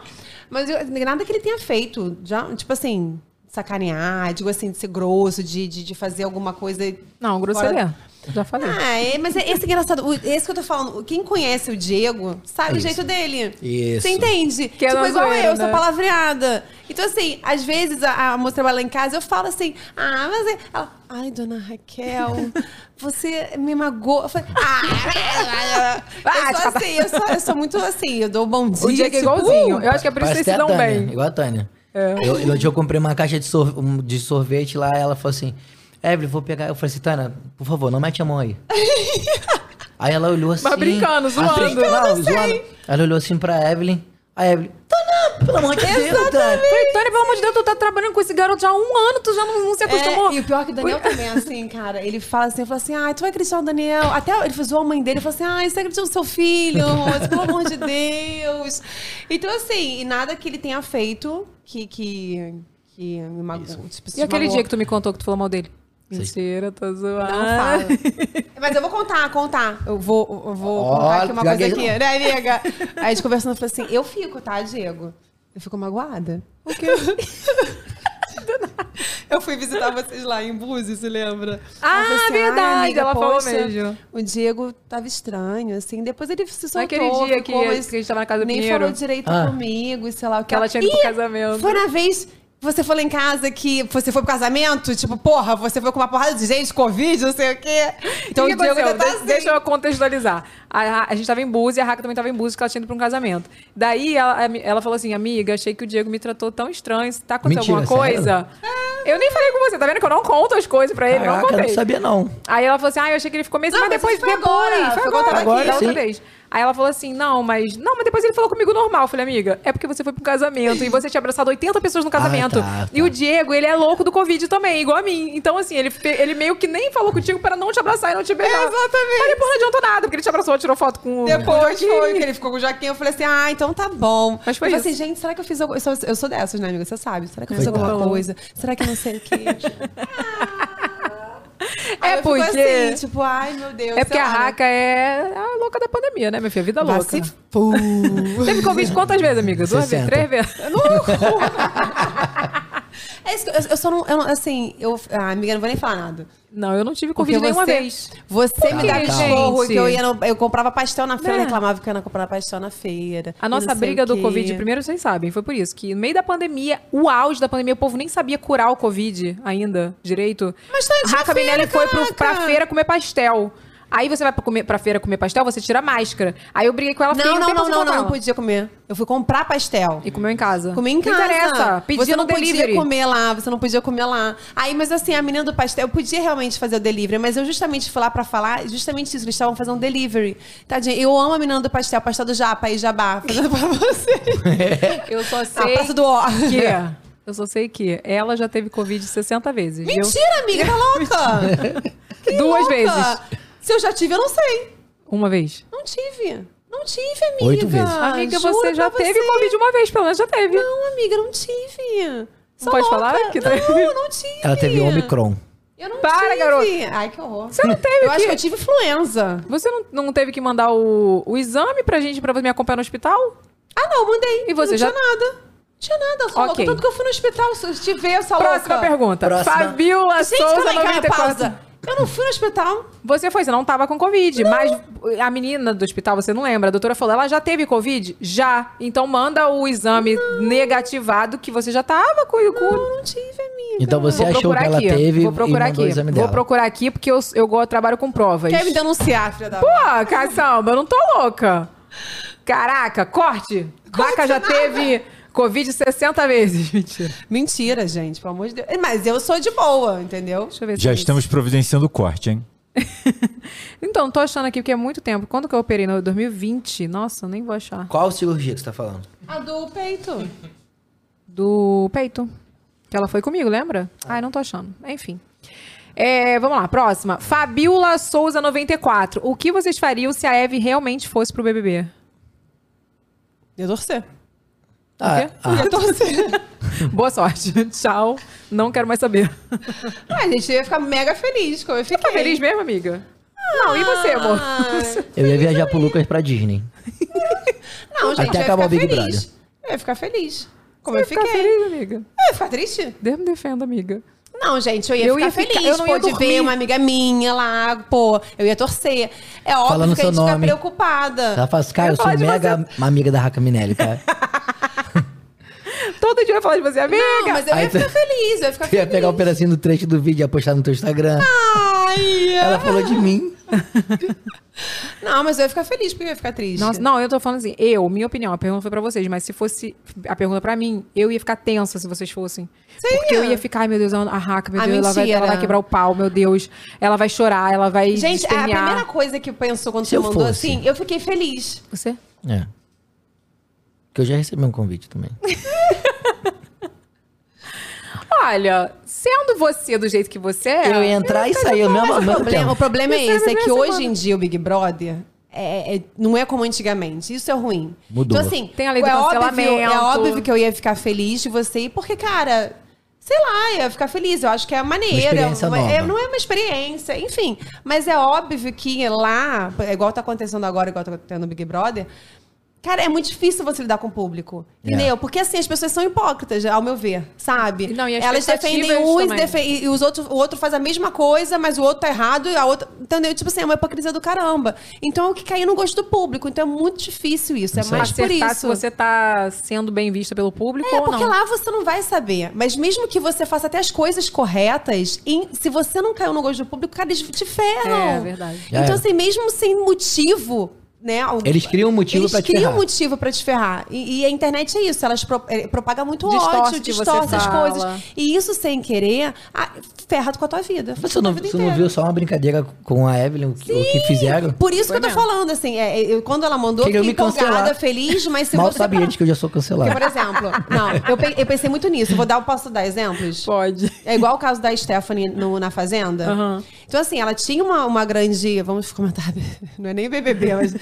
S9: Mas eu- nada que ele tenha feito, já, tipo assim, sacanear, digo assim, de ser grosso, de, de, de fazer alguma coisa.
S7: Não,
S9: é.
S7: grosseria. Já falei.
S9: Ah, é, mas é- esse é engraçado, o- esse que eu tô falando, quem conhece o Diego sabe
S7: É
S9: o jeito
S7: isso.
S9: dele.
S7: Isso.
S9: Você entende?
S7: Que é
S9: tipo,
S7: na
S9: igual
S7: zoeira,
S9: eu, sou
S7: né?
S9: palavreada. Então, assim, às vezes a, a moça trabalha lá em casa, eu falo assim, ah, mas é... Ela, ai, dona Raquel, você me magoou. Eu falei, ah,
S7: Ah,
S9: eu sou
S7: tipo-
S9: assim, eu sou, eu sou muito assim, eu dou bom dia.
S7: O Diego é
S9: tipo,
S7: igualzinho. Eu acho que é por isso que
S8: Parece
S7: vocês
S8: até
S7: se
S8: a
S7: dão
S8: Tânia,
S7: bem.
S8: Igual a Tânia.
S7: É.
S8: Eu, eu, eu comprei uma caixa de, sor- um- de sorvete lá, ela falou assim, Evelyn, vou pegar. Eu falei assim, Tânia, por favor, não mete a mão aí. aí ela olhou assim.
S7: brincando, zoando.
S8: assim,
S7: Brincando,
S8: não,
S7: eu sei.
S8: zoando. Ela olhou assim pra Evelyn. A Evelyn, Tânia, pelo amor de Deus, tá." Tânia.
S7: Falei, Tânia, pelo amor de Deus, tu tá trabalhando com esse garoto já há um ano, tu já não, não se acostumou.
S9: É, e o pior é que o Daniel também, assim, cara, ele fala assim, eu falo assim, ai, tu vai acreditar no Daniel? Até ele fez a mãe dele, falou assim, ai, você acredita no seu filho? Mas, Pelo amor de Deus. Então, assim, e nada que ele tenha feito que, que, que me magoou. Tipo,
S7: E aquele dia que tu me contou que tu falou mal dele? Mentira, tô zoando.
S9: Não fala. Mas eu vou contar, contar. Eu vou, eu vou
S7: Ó,
S9: contar aqui uma coisa
S7: gaguejou.
S9: aqui, né, amiga? Aí a gente conversando, eu falei assim, eu fico, tá, Diego? Eu fico magoada. O quê? Eu fui visitar vocês lá em Búzios, se lembra?
S7: Ah,
S9: Ela falou assim, "Ai,
S7: verdade, ela falou
S9: poxa,
S7: mesmo.
S9: O Diego tava estranho, assim. Depois ele se soltou.
S7: Naquele dia que,
S9: ficou,
S7: que a
S9: mas
S7: gente tava na casa do
S9: Nem
S7: Pinheiro.
S9: falou direito
S7: Ah.
S9: comigo e sei lá o que.
S7: Que ela tinha ido pro
S9: Ih,
S7: casamento.
S9: Foi na vez... Você falou em casa que você foi pro casamento? Tipo, porra, você foi com uma porrada de gente, Covid, não sei o quê. Então
S7: que
S9: o Diego
S7: aconteceu?
S9: ainda tá
S7: De- Deixa eu contextualizar. A, Ra- a gente tava em Búzios e a Raca também tava em Búzios, que ela tinha ido pra um casamento. Daí ela, a mi- ela falou assim, amiga, achei que o Diego me tratou tão estranho. Se tá acontecendo
S8: Mentira,
S7: alguma coisa... Eu nem falei com você, tá vendo que eu não conto as coisas pra ele? não
S8: Caraca, eu
S7: contei.
S8: não sabia não.
S7: Aí ela falou assim, ah, eu achei que ele ficou meio assim,
S9: Não,
S7: mas depois,
S9: mas isso foi
S7: depois,
S9: agora,
S7: foi
S9: foi
S7: agora,
S9: quando eu tava
S7: da
S9: aqui.
S7: outra
S9: Sim.
S7: vez. Aí Aí ela falou assim: não, mas. Não, mas depois ele falou comigo normal. Eu falei, amiga, é porque você foi pra um casamento e você tinha abraçado 80 pessoas no casamento.
S8: tá,
S7: E o Diego, ele é louco do Covid também, igual a mim. Então, assim, ele, fe- ele meio que nem falou contigo pra não te abraçar e não te beijar. Exatamente. Aí, porra, não adiantou nada, porque ele te abraçou, tirou foto com
S9: Depois foi que ele ficou com o Joaquim, eu falei assim, ah, então tá bom. Mas
S7: foi
S9: eu falei
S7: isso.
S9: assim, gente, será que eu fiz alguma coisa? Eu sou- Eu sou dessas, né, amiga? Você sabe. Será que eu fiz
S7: Coitada.
S9: alguma coisa? Será que eu não sei o quê? Tipo,
S7: É
S9: Aí eu fico
S7: porque-
S9: assim, tipo, ai, meu Deus.
S7: É porque
S9: sei
S7: a
S9: lá, né?
S7: Raca é a louca da pandemia, né, minha filha? Vida
S9: Vai
S7: louca.
S9: se
S7: Teve Covid quantas vezes, amiga? Duas vezes?
S9: 60.
S7: Três vezes?
S9: É isso que eu, eu só não, eu não- Assim, eu. Ah, amiga, não vou nem falar nada.
S7: Não, eu não tive Covid nenhuma vez.
S9: Você
S7: Por
S9: me
S7: quê,
S9: dava
S7: gente?
S9: esporro que eu ia. no- eu comprava pastel na feira,
S7: Né?
S9: eu reclamava que eu ia comprar pastel na feira.
S7: A nossa briga do Covid,
S9: primeiro.
S7: primeiro vocês sabem, foi por isso que no meio da pandemia, o auge da pandemia, o povo nem sabia curar o Covid ainda direito. Mas tá Raca Minelli foi pro, pra feira comer pastel. Aí você vai pra, comer, pra feira comer pastel, você tira a máscara. Aí eu briguei com ela fiquei
S9: Não,
S7: um
S9: não,
S7: tempo
S9: não,
S7: sem
S9: não,
S7: falar
S9: não,
S7: com
S9: não
S7: ela.
S9: podia comer. Eu fui comprar pastel.
S7: E comeu em casa.
S9: Comi em
S7: Não
S9: casa.
S7: interessa, pedi
S9: você
S7: no
S9: não podia
S7: delivery.
S9: comer lá, você não podia comer lá. Aí, mas assim, a menina do pastel, eu podia realmente fazer o delivery, mas eu justamente fui lá pra falar justamente isso, que eles estavam fazendo um delivery. Tadinha, eu amo a menina do pastel, pastel do Japa e Jabá, fazendo pra você.
S7: Eu só
S9: A
S7: sei
S9: Praça Ah, do Ó.
S7: que... Eu só sei que ela já teve Covid 60 vezes. viu?
S9: Mentira, amiga, tá louca? Que
S7: Duas
S9: louca.
S7: vezes.
S9: Se eu já tive, eu não sei.
S7: Uma vez.
S9: Não tive. Não tive, amiga.
S7: Oito vezes. Amiga,
S9: Ah, Juro
S7: você já
S9: pra
S7: teve Covid uma vez, pelo menos já teve.
S9: Não, amiga, não tive. Sou
S7: pode
S9: louca.
S7: falar? Que tá-
S9: Não, não tive.
S8: Ela teve Omicron.
S9: Eu não
S7: Para,
S9: tive.
S7: garoto.
S9: Ai, que horror.
S7: Você não teve
S9: Eu acho
S7: que-
S9: que eu tive influenza.
S7: Você não, não teve que mandar o, o exame pra gente, pra me acompanhar no hospital?
S9: Ah, não, mandei.
S7: E você
S9: não
S7: já...
S9: tinha nada. Não tinha nada, eu sou louca.
S7: Ok.
S9: Tanto que eu fui no hospital, se eu tive essa louca.
S7: Próxima pergunta. Fabiola
S9: Gente,
S7: Souza,
S9: peraí, cara,
S7: 94.
S9: pausa. Eu não fui no hospital.
S7: Você foi, você não tava com Covid, mas a menina do hospital, você não lembra, a doutora falou, ela já teve Covid? Já. Então manda o exame negativado que você já tava com o Não,
S9: não tive, amiga.
S8: Então você
S7: Vou
S8: achou
S7: procurar
S8: que ela
S7: aqui.
S8: teve
S7: Vou procurar
S8: e mandou
S7: aqui.
S8: o exame
S7: Vou
S8: dela.
S7: procurar aqui porque eu, eu go- trabalho com provas.
S9: Quer me denunciar, filha da...
S7: Pô, caçamba, eu não tô louca. Caraca, corte. Vaca já teve Covid 60 vezes. Mentira.
S9: Mentira, gente, pelo amor de Deus. Mas eu sou de boa, entendeu?
S7: Deixa eu ver é
S5: Já estamos providenciando o corte, hein?
S7: Então, tô achando aqui porque é muito tempo. Quando que eu operei? No 2020? Nossa, nem vou achar.
S8: Qual cirurgia que você tá falando?
S9: A do peito.
S7: Do peito. Que ela foi comigo, lembra?
S9: É.
S7: Ai, não tô achando. Enfim. É, vamos lá, próxima. Fabiola Souza 94. O que vocês fariam se a Eve realmente fosse pro BBB?
S9: Eu torcer.
S7: Ah,
S9: ah. Eu ia torcer.
S7: Boa sorte. Tchau. Não quero mais saber.
S9: Ah, gente, eu ia ficar mega feliz como eu fiquei.
S7: Tá feliz mesmo, amiga? Não, e você, amor?
S8: Eu ia viajar pro Lucas pra Disney.
S9: Não, gente,
S8: Até
S9: eu ia
S8: acabar
S9: ficar
S8: o Big
S9: feliz.
S8: Brother.
S9: Eu ia ficar feliz. Como
S7: Você
S9: eu
S7: ia ficar
S9: fiquei.
S7: Tá feliz, amiga?
S9: Eu ia ficar triste?
S7: Deus me defenda, amiga.
S9: Não, gente, eu ia
S7: Eu
S9: ficar
S7: ia ficar-
S9: feliz
S7: eu não ia
S9: pô, de
S7: dormir.
S9: ver uma amiga minha lá, pô, eu ia torcer. É óbvio
S8: Falando
S9: que a gente
S8: seu
S9: fica
S8: nome.
S9: preocupada.
S8: Ela fala assim, cara, eu sou
S9: falar de
S8: mega amiga da Raca Minelli, tá? cara.
S7: Todo dia eu ia falar de você, amiga.
S9: Não, mas eu
S8: Aí
S9: ia
S8: tu-
S9: ficar feliz, eu ia ficar
S8: Tu ia
S9: feliz.
S8: pegar um pedacinho do trecho do vídeo e ia postar no teu Instagram.
S9: Ai,
S8: Ela falou de mim.
S9: Não, mas eu ia ficar feliz porque eu ia ficar triste.
S7: Nossa, não, eu tô falando assim, eu, minha opinião, a pergunta foi pra vocês, mas se fosse a pergunta pra mim, eu ia ficar tensa se vocês fossem.
S9: Sim.
S7: Porque eu ia ficar, ai meu Deus, a raca, meu
S9: Ah,
S7: Deus, ela vai, ela
S9: mentira.
S7: vai quebrar o pau, meu Deus. Ela vai chorar, ela vai
S9: Gente, é a
S7: espernear.
S9: primeira coisa que pensou quando
S8: Se
S9: você
S8: eu
S9: mandou
S8: fosse.
S9: assim, eu fiquei feliz.
S7: Você?
S8: É. Que eu já recebi um convite também.
S7: Olha, sendo você do jeito que você é...
S8: Eu ia entrar e
S7: não
S8: sair
S7: tem
S8: ao mesmo-
S7: mais
S8: ao mesmo
S9: problema-
S8: tempo.
S9: o problema é
S7: Isso é
S9: esse, é que
S7: mesmo
S9: hoje
S7: semana.
S9: em dia o Big Brother é- é- não é como antigamente. Isso é ruim.
S7: Mudou.
S9: Então, assim,
S7: Tem a lei do
S9: é óbvio,
S7: cancelamento.
S9: é óbvio que eu ia ficar feliz de você ir, porque, cara, sei lá, eu ia ficar feliz. Eu acho que é maneira.
S8: Uma experiência
S9: uma- é-
S8: nova.
S9: não é uma experiência, enfim. Mas é óbvio que lá, é igual tá acontecendo agora, igual tá acontecendo no Big Brother. Cara, é muito difícil você lidar com o público.
S8: É.
S9: Entendeu? Porque assim, as pessoas são hipócritas, ao meu ver, sabe?
S7: Não, e as
S9: Elas defendem
S7: expectativas
S9: uns,
S7: também.
S9: defe- e, e os outros, o outro faz a mesma coisa, mas o outro tá errado e a outra. Entendeu? Tipo assim, é uma hipocrisia do caramba. Então é o que cair no gosto do público. Então é muito difícil isso. É mais por
S7: Acertar
S9: isso.
S7: se você tá sendo bem vista pelo público
S9: É,
S7: ou
S9: porque
S7: não.
S9: lá você não vai saber. Mas mesmo que você faça até as coisas corretas, em- se você não caiu no gosto do público, cara, eles te ferram.
S7: É, verdade.
S9: Então, assim, mesmo sem motivo, né? algum-
S8: Eles criam um motivo
S9: Eles
S8: pra te
S9: criam
S8: ferrar.
S9: motivo pra te ferrar. E, e a internet é isso, elas pro- eh, propagam muito
S7: Distorce o
S9: ódio,
S7: que você
S9: distorce as
S7: fala.
S9: coisas. E isso sem querer, ah, ferra com a tua vida. Ferra
S8: Você
S9: com a
S8: não,
S9: vida
S8: você não
S9: inteira.
S8: viu só uma brincadeira com a Evelyn, o que, o que fizeram?
S9: Por isso que eu tô falando, assim, é, eu- quando ela mandou,
S8: Queriam
S9: fiquei
S8: me cancelar.
S9: empolgada, feliz, mas se
S8: Mal
S9: você
S8: sabe gente que eu já sou
S9: Porque,
S8: cancelado.
S9: por exemplo, não, eu, pe- eu pensei muito nisso. Vou dar, posso dar exemplos?
S7: Pode.
S9: É igual o caso da Stephanie no- na Fazenda. Então, assim, ela tinha uma, uma grande. Vamos comentar, não é nem BBB, mas.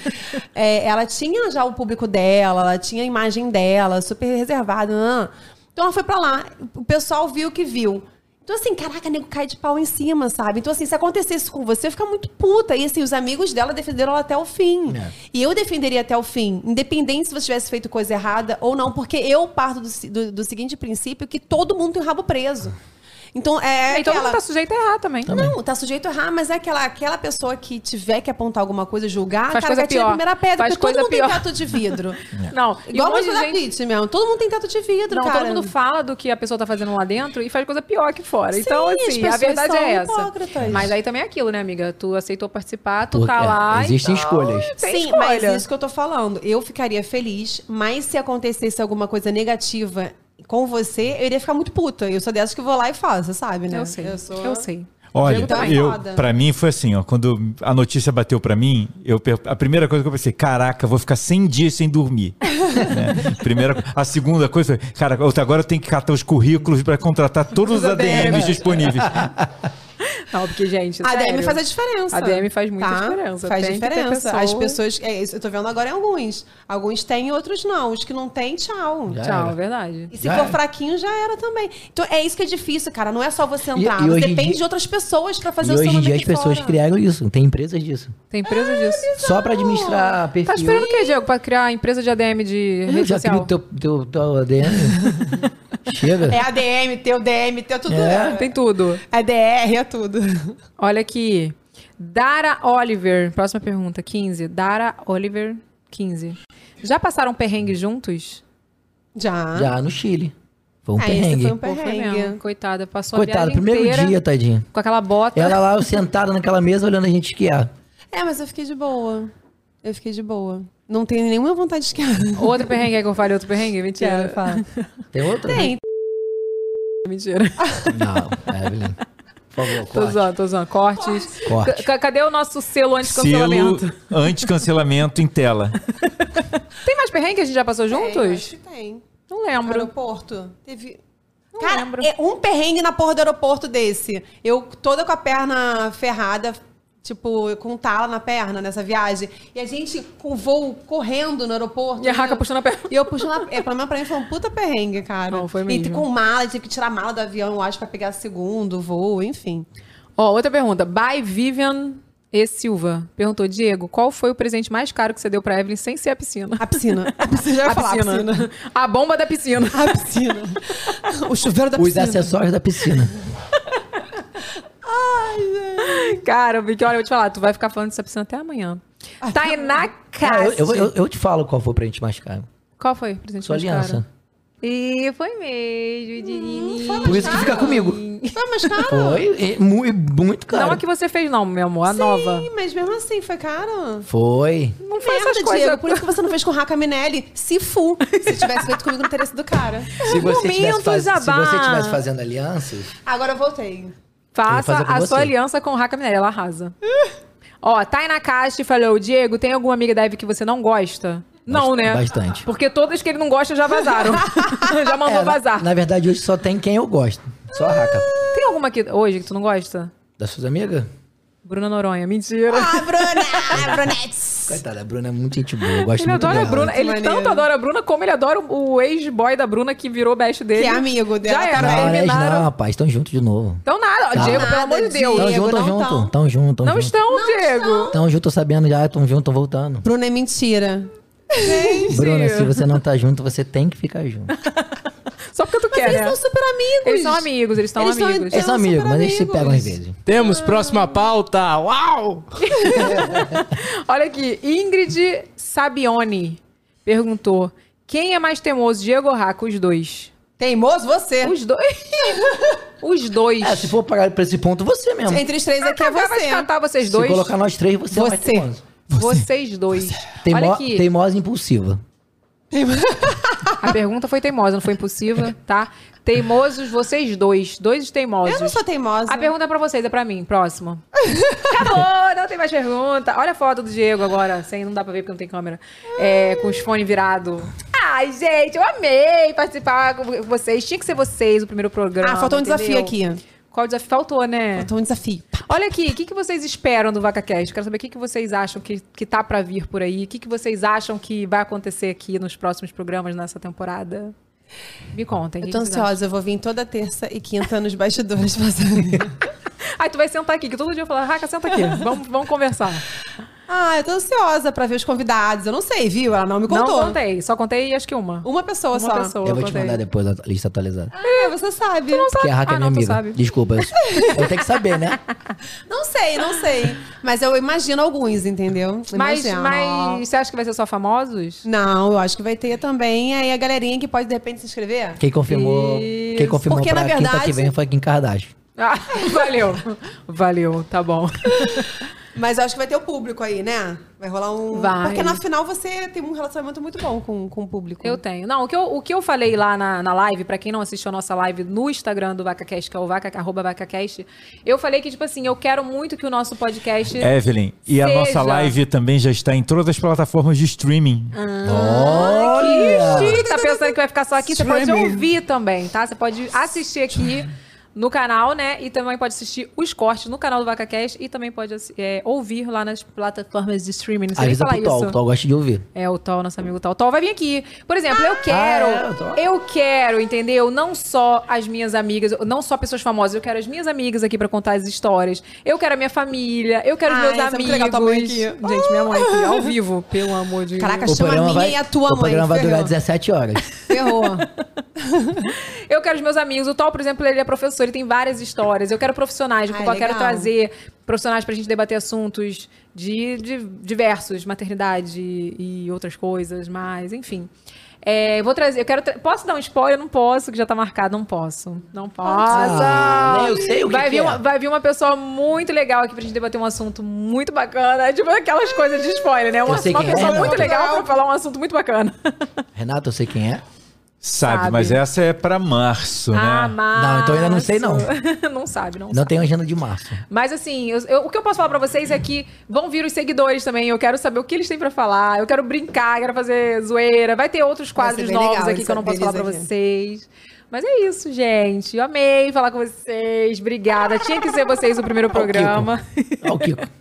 S9: é, ela tinha já o público dela, ela tinha a imagem dela, super reservada. nã, nã. Então, ela foi pra lá. O pessoal viu o que viu. Então, assim, caraca, nego cai de pau em cima, sabe? Então, assim, se acontecesse com você, eu ia ficar muito puta. E, assim, os amigos dela defenderam ela até o fim. E eu defenderia até o fim, independente se você tivesse feito coisa errada ou não, porque eu parto do, se- do- do seguinte princípio que todo mundo tem o rabo preso. Então é.
S7: E todo mundo
S9: aquela-
S7: tá sujeito a errar também.
S9: Não, tá sujeito a errar, mas é aquela, aquela pessoa que tiver que apontar alguma coisa, julgar,
S7: Faz
S9: cara,
S7: coisa
S9: que atira a
S7: pior.
S9: primeira pedra,
S7: Faz
S9: porque todo
S7: coisa
S9: mundo
S7: pior.
S9: tem teto de vidro.
S7: Não, e
S9: Igual
S7: um
S9: tá
S7: monte
S9: o
S7: de
S9: da
S7: gente-
S9: Pitty mesmo. Todo mundo tem teto de vidro,
S7: Não,
S9: cara.
S7: todo mundo fala do que a pessoa tá fazendo lá dentro e faz coisa pior que fora. então,
S9: as
S7: assim, a
S9: pessoas
S7: verdade
S9: são
S7: é essa.
S9: hipócritas.
S7: Mas aí também é aquilo, né, amiga? Tu aceitou participar, tu
S8: Por-
S7: tá
S8: é,
S7: lá.
S8: existem
S7: então,
S8: escolhas.
S7: tem
S9: Sim,
S7: escolha.
S9: mas isso que eu tô falando. Eu ficaria feliz, mas se acontecesse alguma coisa negativa com você, eu iria ficar muito puta. Eu sou dessas que vou lá e faço, sabe, né?
S7: então, Eu sei,
S9: sou...
S7: eu sei.
S5: Olha,
S9: Diego também.
S5: eu,
S9: Foda.
S5: pra mim foi assim, ó, quando a notícia bateu pra mim, eu, per- a primeira coisa que eu pensei, caraca, vou ficar 100 dias sem dormir. né? Primeira, co- a segunda coisa foi, cara, eu- agora eu tenho que catar os currículos pra contratar todos os
S7: Tudo bem,
S5: ADMs
S7: né?
S5: disponíveis.
S7: Não, porque, gente.
S9: A
S7: sério,
S9: DM faz a diferença.
S7: A DM faz muita
S9: Tá?
S7: diferença.
S9: Faz
S7: Tem que ter
S9: diferença. As
S7: pessoas-
S9: pessoas. é isso, eu tô vendo agora em alguns. Alguns têm e outros não. Os que não têm, tchau.
S7: Já Tchau, era. verdade.
S9: E se
S7: Já
S9: for
S8: é.
S7: era.
S9: fraquinho, já era também. Então é isso que é difícil, cara. Não é só você entrar.
S8: e
S9: você
S8: hoje em
S9: depende
S8: dia-
S9: de outras pessoas pra fazer
S8: e
S9: o seu
S8: hoje em
S9: nome
S8: dia as
S9: aqui
S8: pessoas
S9: fora.
S8: criaram isso, tem empresas disso.
S7: Tem empresa
S9: Ah,
S7: disso.
S8: Só pra administrar perfil.
S7: Tá esperando o quê, Diego? Pra criar empresa de ADM de
S8: Eu
S7: rede
S8: já crio
S7: social?
S8: teu, teu, teu ADN. Chega.
S9: É ADM, teu DM, teu tudo.
S7: É.
S9: É.
S7: Tem tudo.
S9: É DR, é tudo.
S7: Olha aqui. Dara Oliver. Próxima pergunta, 15. Dara Oliver, 15. Já passaram perrengue juntos?
S9: Já. É,
S8: Já no Chile. Foi um
S7: Ah, esse
S8: perrengue.
S7: foi um perrengue. Coitada, passou
S8: Coitado,
S7: a viagem
S8: primeiro
S7: inteira
S8: dia, tadinha.
S7: com aquela bota.
S8: Ela lá eu sentada naquela mesa olhando a gente esquiar.
S9: É, mas eu fiquei de boa. Eu fiquei de boa. Não tenho nenhuma vontade de esquiar.
S7: Outro perrengue aí que eu falei, outro perrengue? Mentira.
S9: Quero, fala.
S8: Tem outra?
S9: Tem.
S7: Mentira.
S8: Não, é, Evelyn. Por favor,
S7: Tô
S8: corte.
S7: zoando, tô zoando. Cortes.
S5: Corte.
S7: Ca- Cadê o nosso selo anti-cancelamento?
S5: Selo anti-cancelamento em tela.
S7: Tem mais perrengue que a gente já passou juntos?
S9: Tem.
S7: Não lembro.
S9: Aeroporto. Teve. Cara, é um perrengue na porra do aeroporto desse. Eu toda com a perna ferrada, tipo, com tala na perna nessa viagem. E a gente com voo correndo no aeroporto.
S7: E a Raca puxando a perna.
S9: E eu puxando a perna. Pelo menos pra mim foi um puta perrengue, cara. Não, foi E
S7: mesmo.
S9: com mala, tive que tirar a mala do avião, eu acho, pra pegar segundo voo, enfim.
S7: Ó, outra pergunta. By Vivian E. Silva. Perguntou, Diego, qual foi o presente mais caro que você deu pra Evelyn sem ser a piscina?
S9: A piscina. A piscina, eu ia falar, a piscina.
S7: A bomba da piscina.
S9: A piscina. O chuveiro da
S8: Os acessórios da piscina.
S7: Cara, porque olha, eu vou te falar, tu vai ficar falando dessa piscina até amanhã. Tá Tainá
S8: Ah, eu,
S7: Cassi.
S8: eu- eu- eu te falo qual foi pra gente mais caro.
S7: Qual foi o presente
S8: Sua
S7: mais caro?
S8: aliança.
S7: E foi
S9: Hum,
S7: mesmo,
S8: Por isso que fica comigo.
S7: Tá,
S9: Foi mais caro?
S8: Foi é, mu- muito caro.
S7: Não a que você fez, não, meu amor. A nova.
S9: Sim, tá mas mesmo assim, foi caro.
S8: Foi.
S9: Não faz essas coisas. Diego, por isso que você não fez com o Raca Minelli. Se fu. Se tivesse feito comigo, não teria sido cara.
S8: Se você, tivesse
S7: Momento
S8: faz- se
S7: jabá.
S8: você tivesse fazendo alianças,
S9: Agora eu voltei.
S7: Faça
S8: Eu vou fazer
S7: a
S8: com
S7: sua
S8: você.
S7: aliança com o Haka Minelli, ela arrasa. Ó, tá Tainá Casti falou: Diego, tem alguma amiga da Eve que você não gosta? não, né?
S8: bastante.
S7: Porque todas que ele não gosta já vazaram. já mandou
S8: É, na-
S7: vazar.
S8: Na verdade, hoje só tem quem eu gosto. Só a Raca.
S7: Tem alguma que hoje que tu não gosta?
S8: Das suas amigas?
S7: Bruna Noronha, mentira.
S9: Ah, Bruna! Brunettes!
S8: Coitada, a Bruna é muito gente boa. Eu gosto
S7: Ele
S8: muito
S7: adora a
S8: dela.
S7: Bruna. Ele
S9: maneiro.
S7: tanto adora a Bruna como ele adora o o ex-boy da Bruna que virou best dele.
S9: Que é amigo dela
S7: Já era,
S9: também.
S8: Não, aliás,
S7: terminaram.
S8: não, rapaz. Estão juntos de novo.
S7: Então nada, ó,
S8: Tá.
S7: Diego, pelo
S9: Nada,
S7: amor de Deus.
S8: Tão
S9: Diego,
S8: junto,
S9: não
S8: tão
S9: tá.
S8: junto.
S9: tão.
S8: Tão junto, tão
S7: Não
S8: junto.
S7: estão, Diego.
S8: Tão junto, tô sabendo já. Tão junto, tão voltando.
S9: Bruna é mentira.
S8: Bruna, se você não tá junto, você tem que ficar junto.
S7: Só porque tu quer,
S9: eles
S7: né?
S9: são super amigos.
S7: Eles são amigos, eles estão
S9: Eles são-
S7: amigos.
S8: Eles são amigos, mas eles se pegam às vezes.
S6: Temos próxima pauta. Uau!
S7: Olha aqui, Ingrid Sabione perguntou: quem é mais teimoso, Diego ou Raco? Os dois.
S9: Teimoso você.
S7: Os dois. Os dois.
S8: É, se for pagar pra esse ponto, você mesmo.
S9: Entre os três aqui é
S7: Ah, então Vai se
S9: você.
S7: catar vocês
S8: Se
S7: dois.
S8: colocar nós três, você, é mais
S9: Você.
S8: teimoso.
S7: Vocês dois. Olha
S8: Teimo,
S7: aqui.
S8: teimosa e impulsiva.
S7: A pergunta foi teimosa, não foi impulsiva, tá? Teimosos, vocês dois. Dois teimosos.
S9: Eu não sou teimosa.
S7: A pergunta é pra vocês, é pra mim. Próximo. Acabou, não tem mais pergunta. Olha a foto do Diego agora. Sem, não dá pra ver porque não tem câmera. É, com os fones virados. Ai, gente, eu amei participar com vocês. Tinha que ser vocês o primeiro programa.
S12: Ah, faltou um
S7: é entendeu?
S12: desafio aqui.
S7: Qual desafio? Faltou, né?
S12: Faltou um desafio.
S7: Olha aqui, o que, que vocês esperam do VacaCast? Quero saber o que, que vocês acham que, que tá pra vir por aí. O que, que vocês acham que vai acontecer aqui nos próximos programas nessa temporada? Me contem. o
S9: Eu
S7: que
S9: tô
S7: que vocês acham?
S9: ansiosa, eu vou vir toda terça e quinta nos bastidores fazendo.
S7: Ai, tu vai sentar aqui, que todo dia eu falo, Raca, senta aqui, vamos, vamos conversar.
S9: Ah, eu tô ansiosa pra ver os convidados. Eu não sei, viu? Ela não me contou.
S7: Não contei, só contei acho que uma.
S9: Uma pessoa
S7: Uma
S9: só.
S7: pessoa,
S8: Eu vou te mandar depois a lista atualizada.
S9: É, você sabe. Tu Ah, não
S8: Porque a Raca é minha amiga. Desculpa. eu- Eu tenho que saber, né?
S9: Não sei, não sei. Mas eu imagino alguns, entendeu?
S7: Mas,
S9: Imagino.
S7: mas você acha que vai ser só famosos?
S9: Não, eu acho que vai ter também aí a galerinha que pode de repente se inscrever.
S8: Quem confirmou, quem
S9: Isso.
S8: confirmou
S9: Porque,
S8: pra
S9: na
S8: quinta que
S9: verdade-
S8: vem foi Kim Kardashian.
S7: Ah, valeu. Valeu, tá bom.
S9: Mas eu acho que vai ter o público aí, né? Vai rolar um.
S7: Vai.
S9: Porque na final você tem um relacionamento muito bom com, com o público.
S7: Eu tenho. Não, o que eu, o que eu falei lá na, na live, pra quem não assistiu a nossa live no Instagram do VacaCast, que é o vaca, arroba VacaCast, eu falei que, tipo assim, eu quero muito que o nosso podcast.
S5: Evelyn, e a
S7: seja-
S5: nossa live também já está em todas as plataformas de streaming.
S7: Ah, que chique! Tá pensando que vai ficar só aqui? Você pode
S5: Streaming.
S7: ouvir também, tá? Você pode assistir aqui no canal, né? E também pode assistir os cortes no canal do VacaCast e também pode assi- é, ouvir lá nas plataformas de streaming. Não sei nem
S8: Avisa
S7: falar
S8: pro Tol,
S7: isso.
S8: o Tol gosta de ouvir.
S7: É, o Tol, nosso amigo Tol. Tol vai vir aqui. Por exemplo, eu quero.
S8: é, o
S7: Ah, eu quero, entendeu? Não só as minhas amigas, não só pessoas famosas. Eu quero as minhas amigas aqui pra contar as histórias. Eu quero a minha família. Eu quero os
S9: Ai,
S7: meus
S9: sabe
S7: amigos.
S9: que legal tua mãe aqui?
S7: Gente, minha mãe aqui, ao vivo, pelo amor de
S9: Caraca,
S7: Deus.
S9: chama a minha e a tua
S8: O
S9: mãe.
S8: programa vai durar
S9: ferrou.
S8: 17 horas.
S9: Ferrou.
S7: Eu quero os meus amigos. O Tol, por exemplo, ele é professor, ele tem várias histórias. Eu quero profissionais,
S8: Ah,
S9: Ai,
S8: é
S7: porque eu quero
S9: legal.
S7: trazer profissionais pra gente debater assuntos de, de- diversos, maternidade e outras coisas, mas enfim. É, eu vou trazer, eu quero tra- posso dar um spoiler? Não posso, que já tá marcado, não posso. Não posso.
S8: Ah, nem eu sei o que
S7: vai
S8: que
S7: vir
S8: é.
S7: uma, vai vir uma pessoa muito legal aqui pra gente debater um assunto muito bacana, tipo aquelas coisas de spoiler, né? Uma,
S8: Eu sei
S7: uma
S8: quem é,
S7: pessoa
S8: né?
S7: muito legal pra falar um assunto muito bacana.
S8: Renato, eu sei quem é.
S5: Sabe,
S7: Sabe.
S5: mas essa é pra março,
S7: Ah,
S5: né?
S7: mas-
S8: Não, então eu ainda não sei, não.
S7: não sabe, não,
S8: Não
S7: sabe.
S8: tem agenda de março.
S7: Mas assim, eu- eu- o que eu posso falar pra vocês é que vão vir os seguidores também. Eu quero saber o que eles têm pra falar. Eu quero brincar, quero fazer zoeira. Vai ter outros quadros
S9: bem
S7: novos
S9: legal
S7: aqui que eu não posso
S9: receber
S7: falar pra
S9: eles aqui.
S7: vocês. Mas é isso, gente. Eu amei falar com vocês. Obrigada. Tinha que ser vocês o primeiro programa.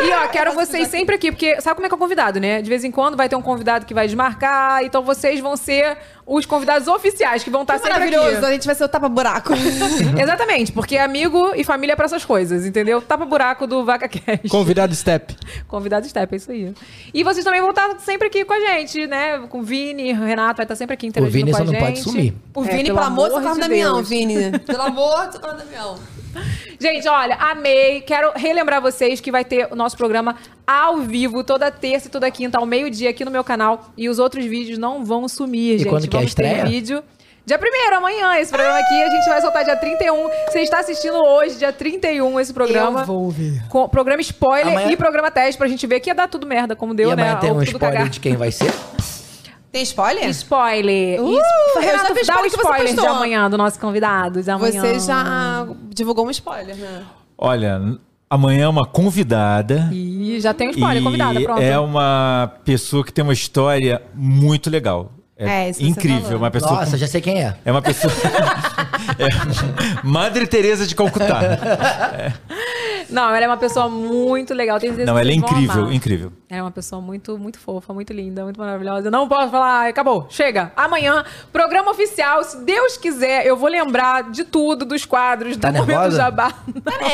S7: E ó, quero vocês sempre aqui, porque sabe como é que é o convidado, né? De vez em quando vai ter um convidado que vai desmarcar, então vocês vão ser os convidados oficiais que vão
S9: Tá
S7: estar sempre aqui.
S9: Maravilhoso, a gente vai ser o tapa-buraco.
S7: Exatamente, porque amigo e família é pra essas coisas, entendeu? Tapa buraco do VacaCast.
S6: Convidado Step.
S7: Convidado Step, é isso aí. E vocês também vão estar sempre aqui com a gente, né? Com o Vini, o Renato vai estar sempre aqui interagindo
S8: Vini
S7: com a
S8: só
S7: gente. É,
S8: não pode sumir.
S9: O Vini, pelo amor de Socorro Damião, Vini. Pelo amor de Socorro Damião.
S7: Gente, olha, amei. Quero relembrar vocês que vai ter o nosso programa ao vivo, toda terça e toda quinta, ao meio-dia, aqui no meu canal. E os outros vídeos não vão sumir,
S8: E
S7: gente.
S8: quando que é a
S7: Vamos ter
S8: estreia?
S7: vídeo. Dia 1 amanhã, esse programa aqui, a gente vai soltar dia 31. Você está assistindo hoje, dia 31, esse programa.
S8: Eu vou ver.
S7: Com programa spoiler
S8: Amanhã-
S7: e programa teste pra gente ver que ia dar tudo merda, como deu,
S8: e amanhã
S7: né?
S8: tem
S7: Ou
S8: um
S7: tudo
S8: spoiler
S7: cagar.
S8: de quem vai ser?
S9: Tem spoiler?
S7: Spoiler.
S9: Uh,
S7: Isso.
S9: eu já
S7: Renato, dá
S9: vi
S7: o
S9: spoiler que você
S7: spoiler de
S9: postou.
S7: amanhã do nosso convidado. de amanhã.
S9: Você já divulgou um spoiler, né?
S5: Olha, n- amanhã é uma convidada.
S7: Ih, já tem um spoiler, convidada, pronto.
S5: é uma pessoa que tem uma história muito legal. É,
S7: É, isso que você
S5: incrível.
S7: falou.
S5: Uma pessoa
S8: Nossa, já sei quem é.
S5: É uma pessoa. é Madre Teresa de Calcutá.
S7: Não, ela é uma pessoa muito legal. Tenho certeza
S5: Não,
S7: que
S5: ela é
S7: vocês vão
S5: incrível,
S7: amar.
S5: incrível.
S7: Ela é uma pessoa muito, muito fofa, muito linda, muito maravilhosa. Não posso falar, ai, acabou, chega. Amanhã, programa oficial, se Deus quiser, eu vou lembrar de tudo, dos quadros,
S9: Tá
S7: do momento
S9: nervosa?
S7: jabá.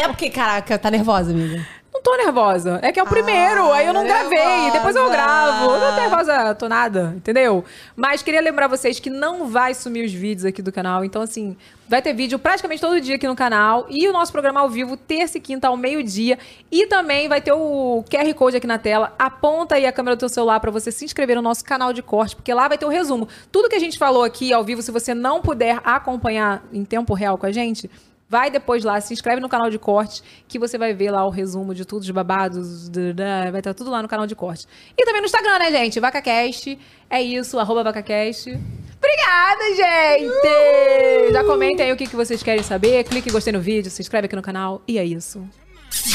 S9: É, porque, caraca, tá nervosa, amiga.
S7: Não tô nervosa. É que é o primeiro, aí eu não gravei, depois eu gravo. Eu não tô nervosa, tô nada, entendeu? Mas queria lembrar vocês que não vai sumir os vídeos aqui do canal, então assim, vai ter vídeo praticamente todo dia aqui no canal e o nosso programa ao vivo terça e quinta ao meio-dia e também vai ter o QR Code aqui na tela. Aponta aí a câmera do teu celular pra você se inscrever no nosso canal de corte, porque lá vai ter o resumo. Tudo que a gente falou aqui ao vivo, se você não puder acompanhar em tempo real com a gente, Vai depois lá, se inscreve no canal de corte, que você vai ver lá o resumo de tudo, os babados, da- da- vai estar tudo lá no canal de corte. E também no Instagram, né, gente? VacaCast. É isso, arroba VacaCast. Obrigada, gente! Já comentem aí o que que vocês querem saber. Clique em gostei no vídeo, se inscreve aqui no canal. E é isso.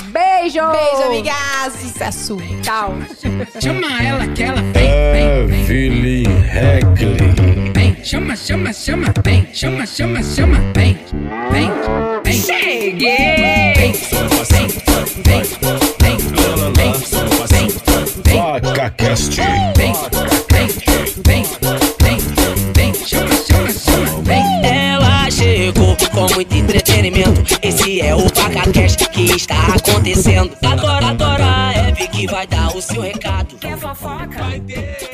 S7: Beijo!
S12: Beijo, amiga! Sucesso!
S7: Tchau!
S1: Chama ela que ela
S2: Evelyn Heckley.
S1: vem. Chama, chama, chama, vem. Chama, chama, chama, vem. Vem, vem. Cheguei! Vem, vem, vem, vem, vem, vem, vem.
S2: VacaCast.
S1: Vem, vem, vem, vem, vem. Chama, chama, chama, vem.
S15: Ela chegou com muito entretenimento. Esse é o VacaCast que está
S3: é
S15: acontecendo. Agora, agora, Eve que vai dar o seu recado.
S4: Quer fofoca? Vai ter.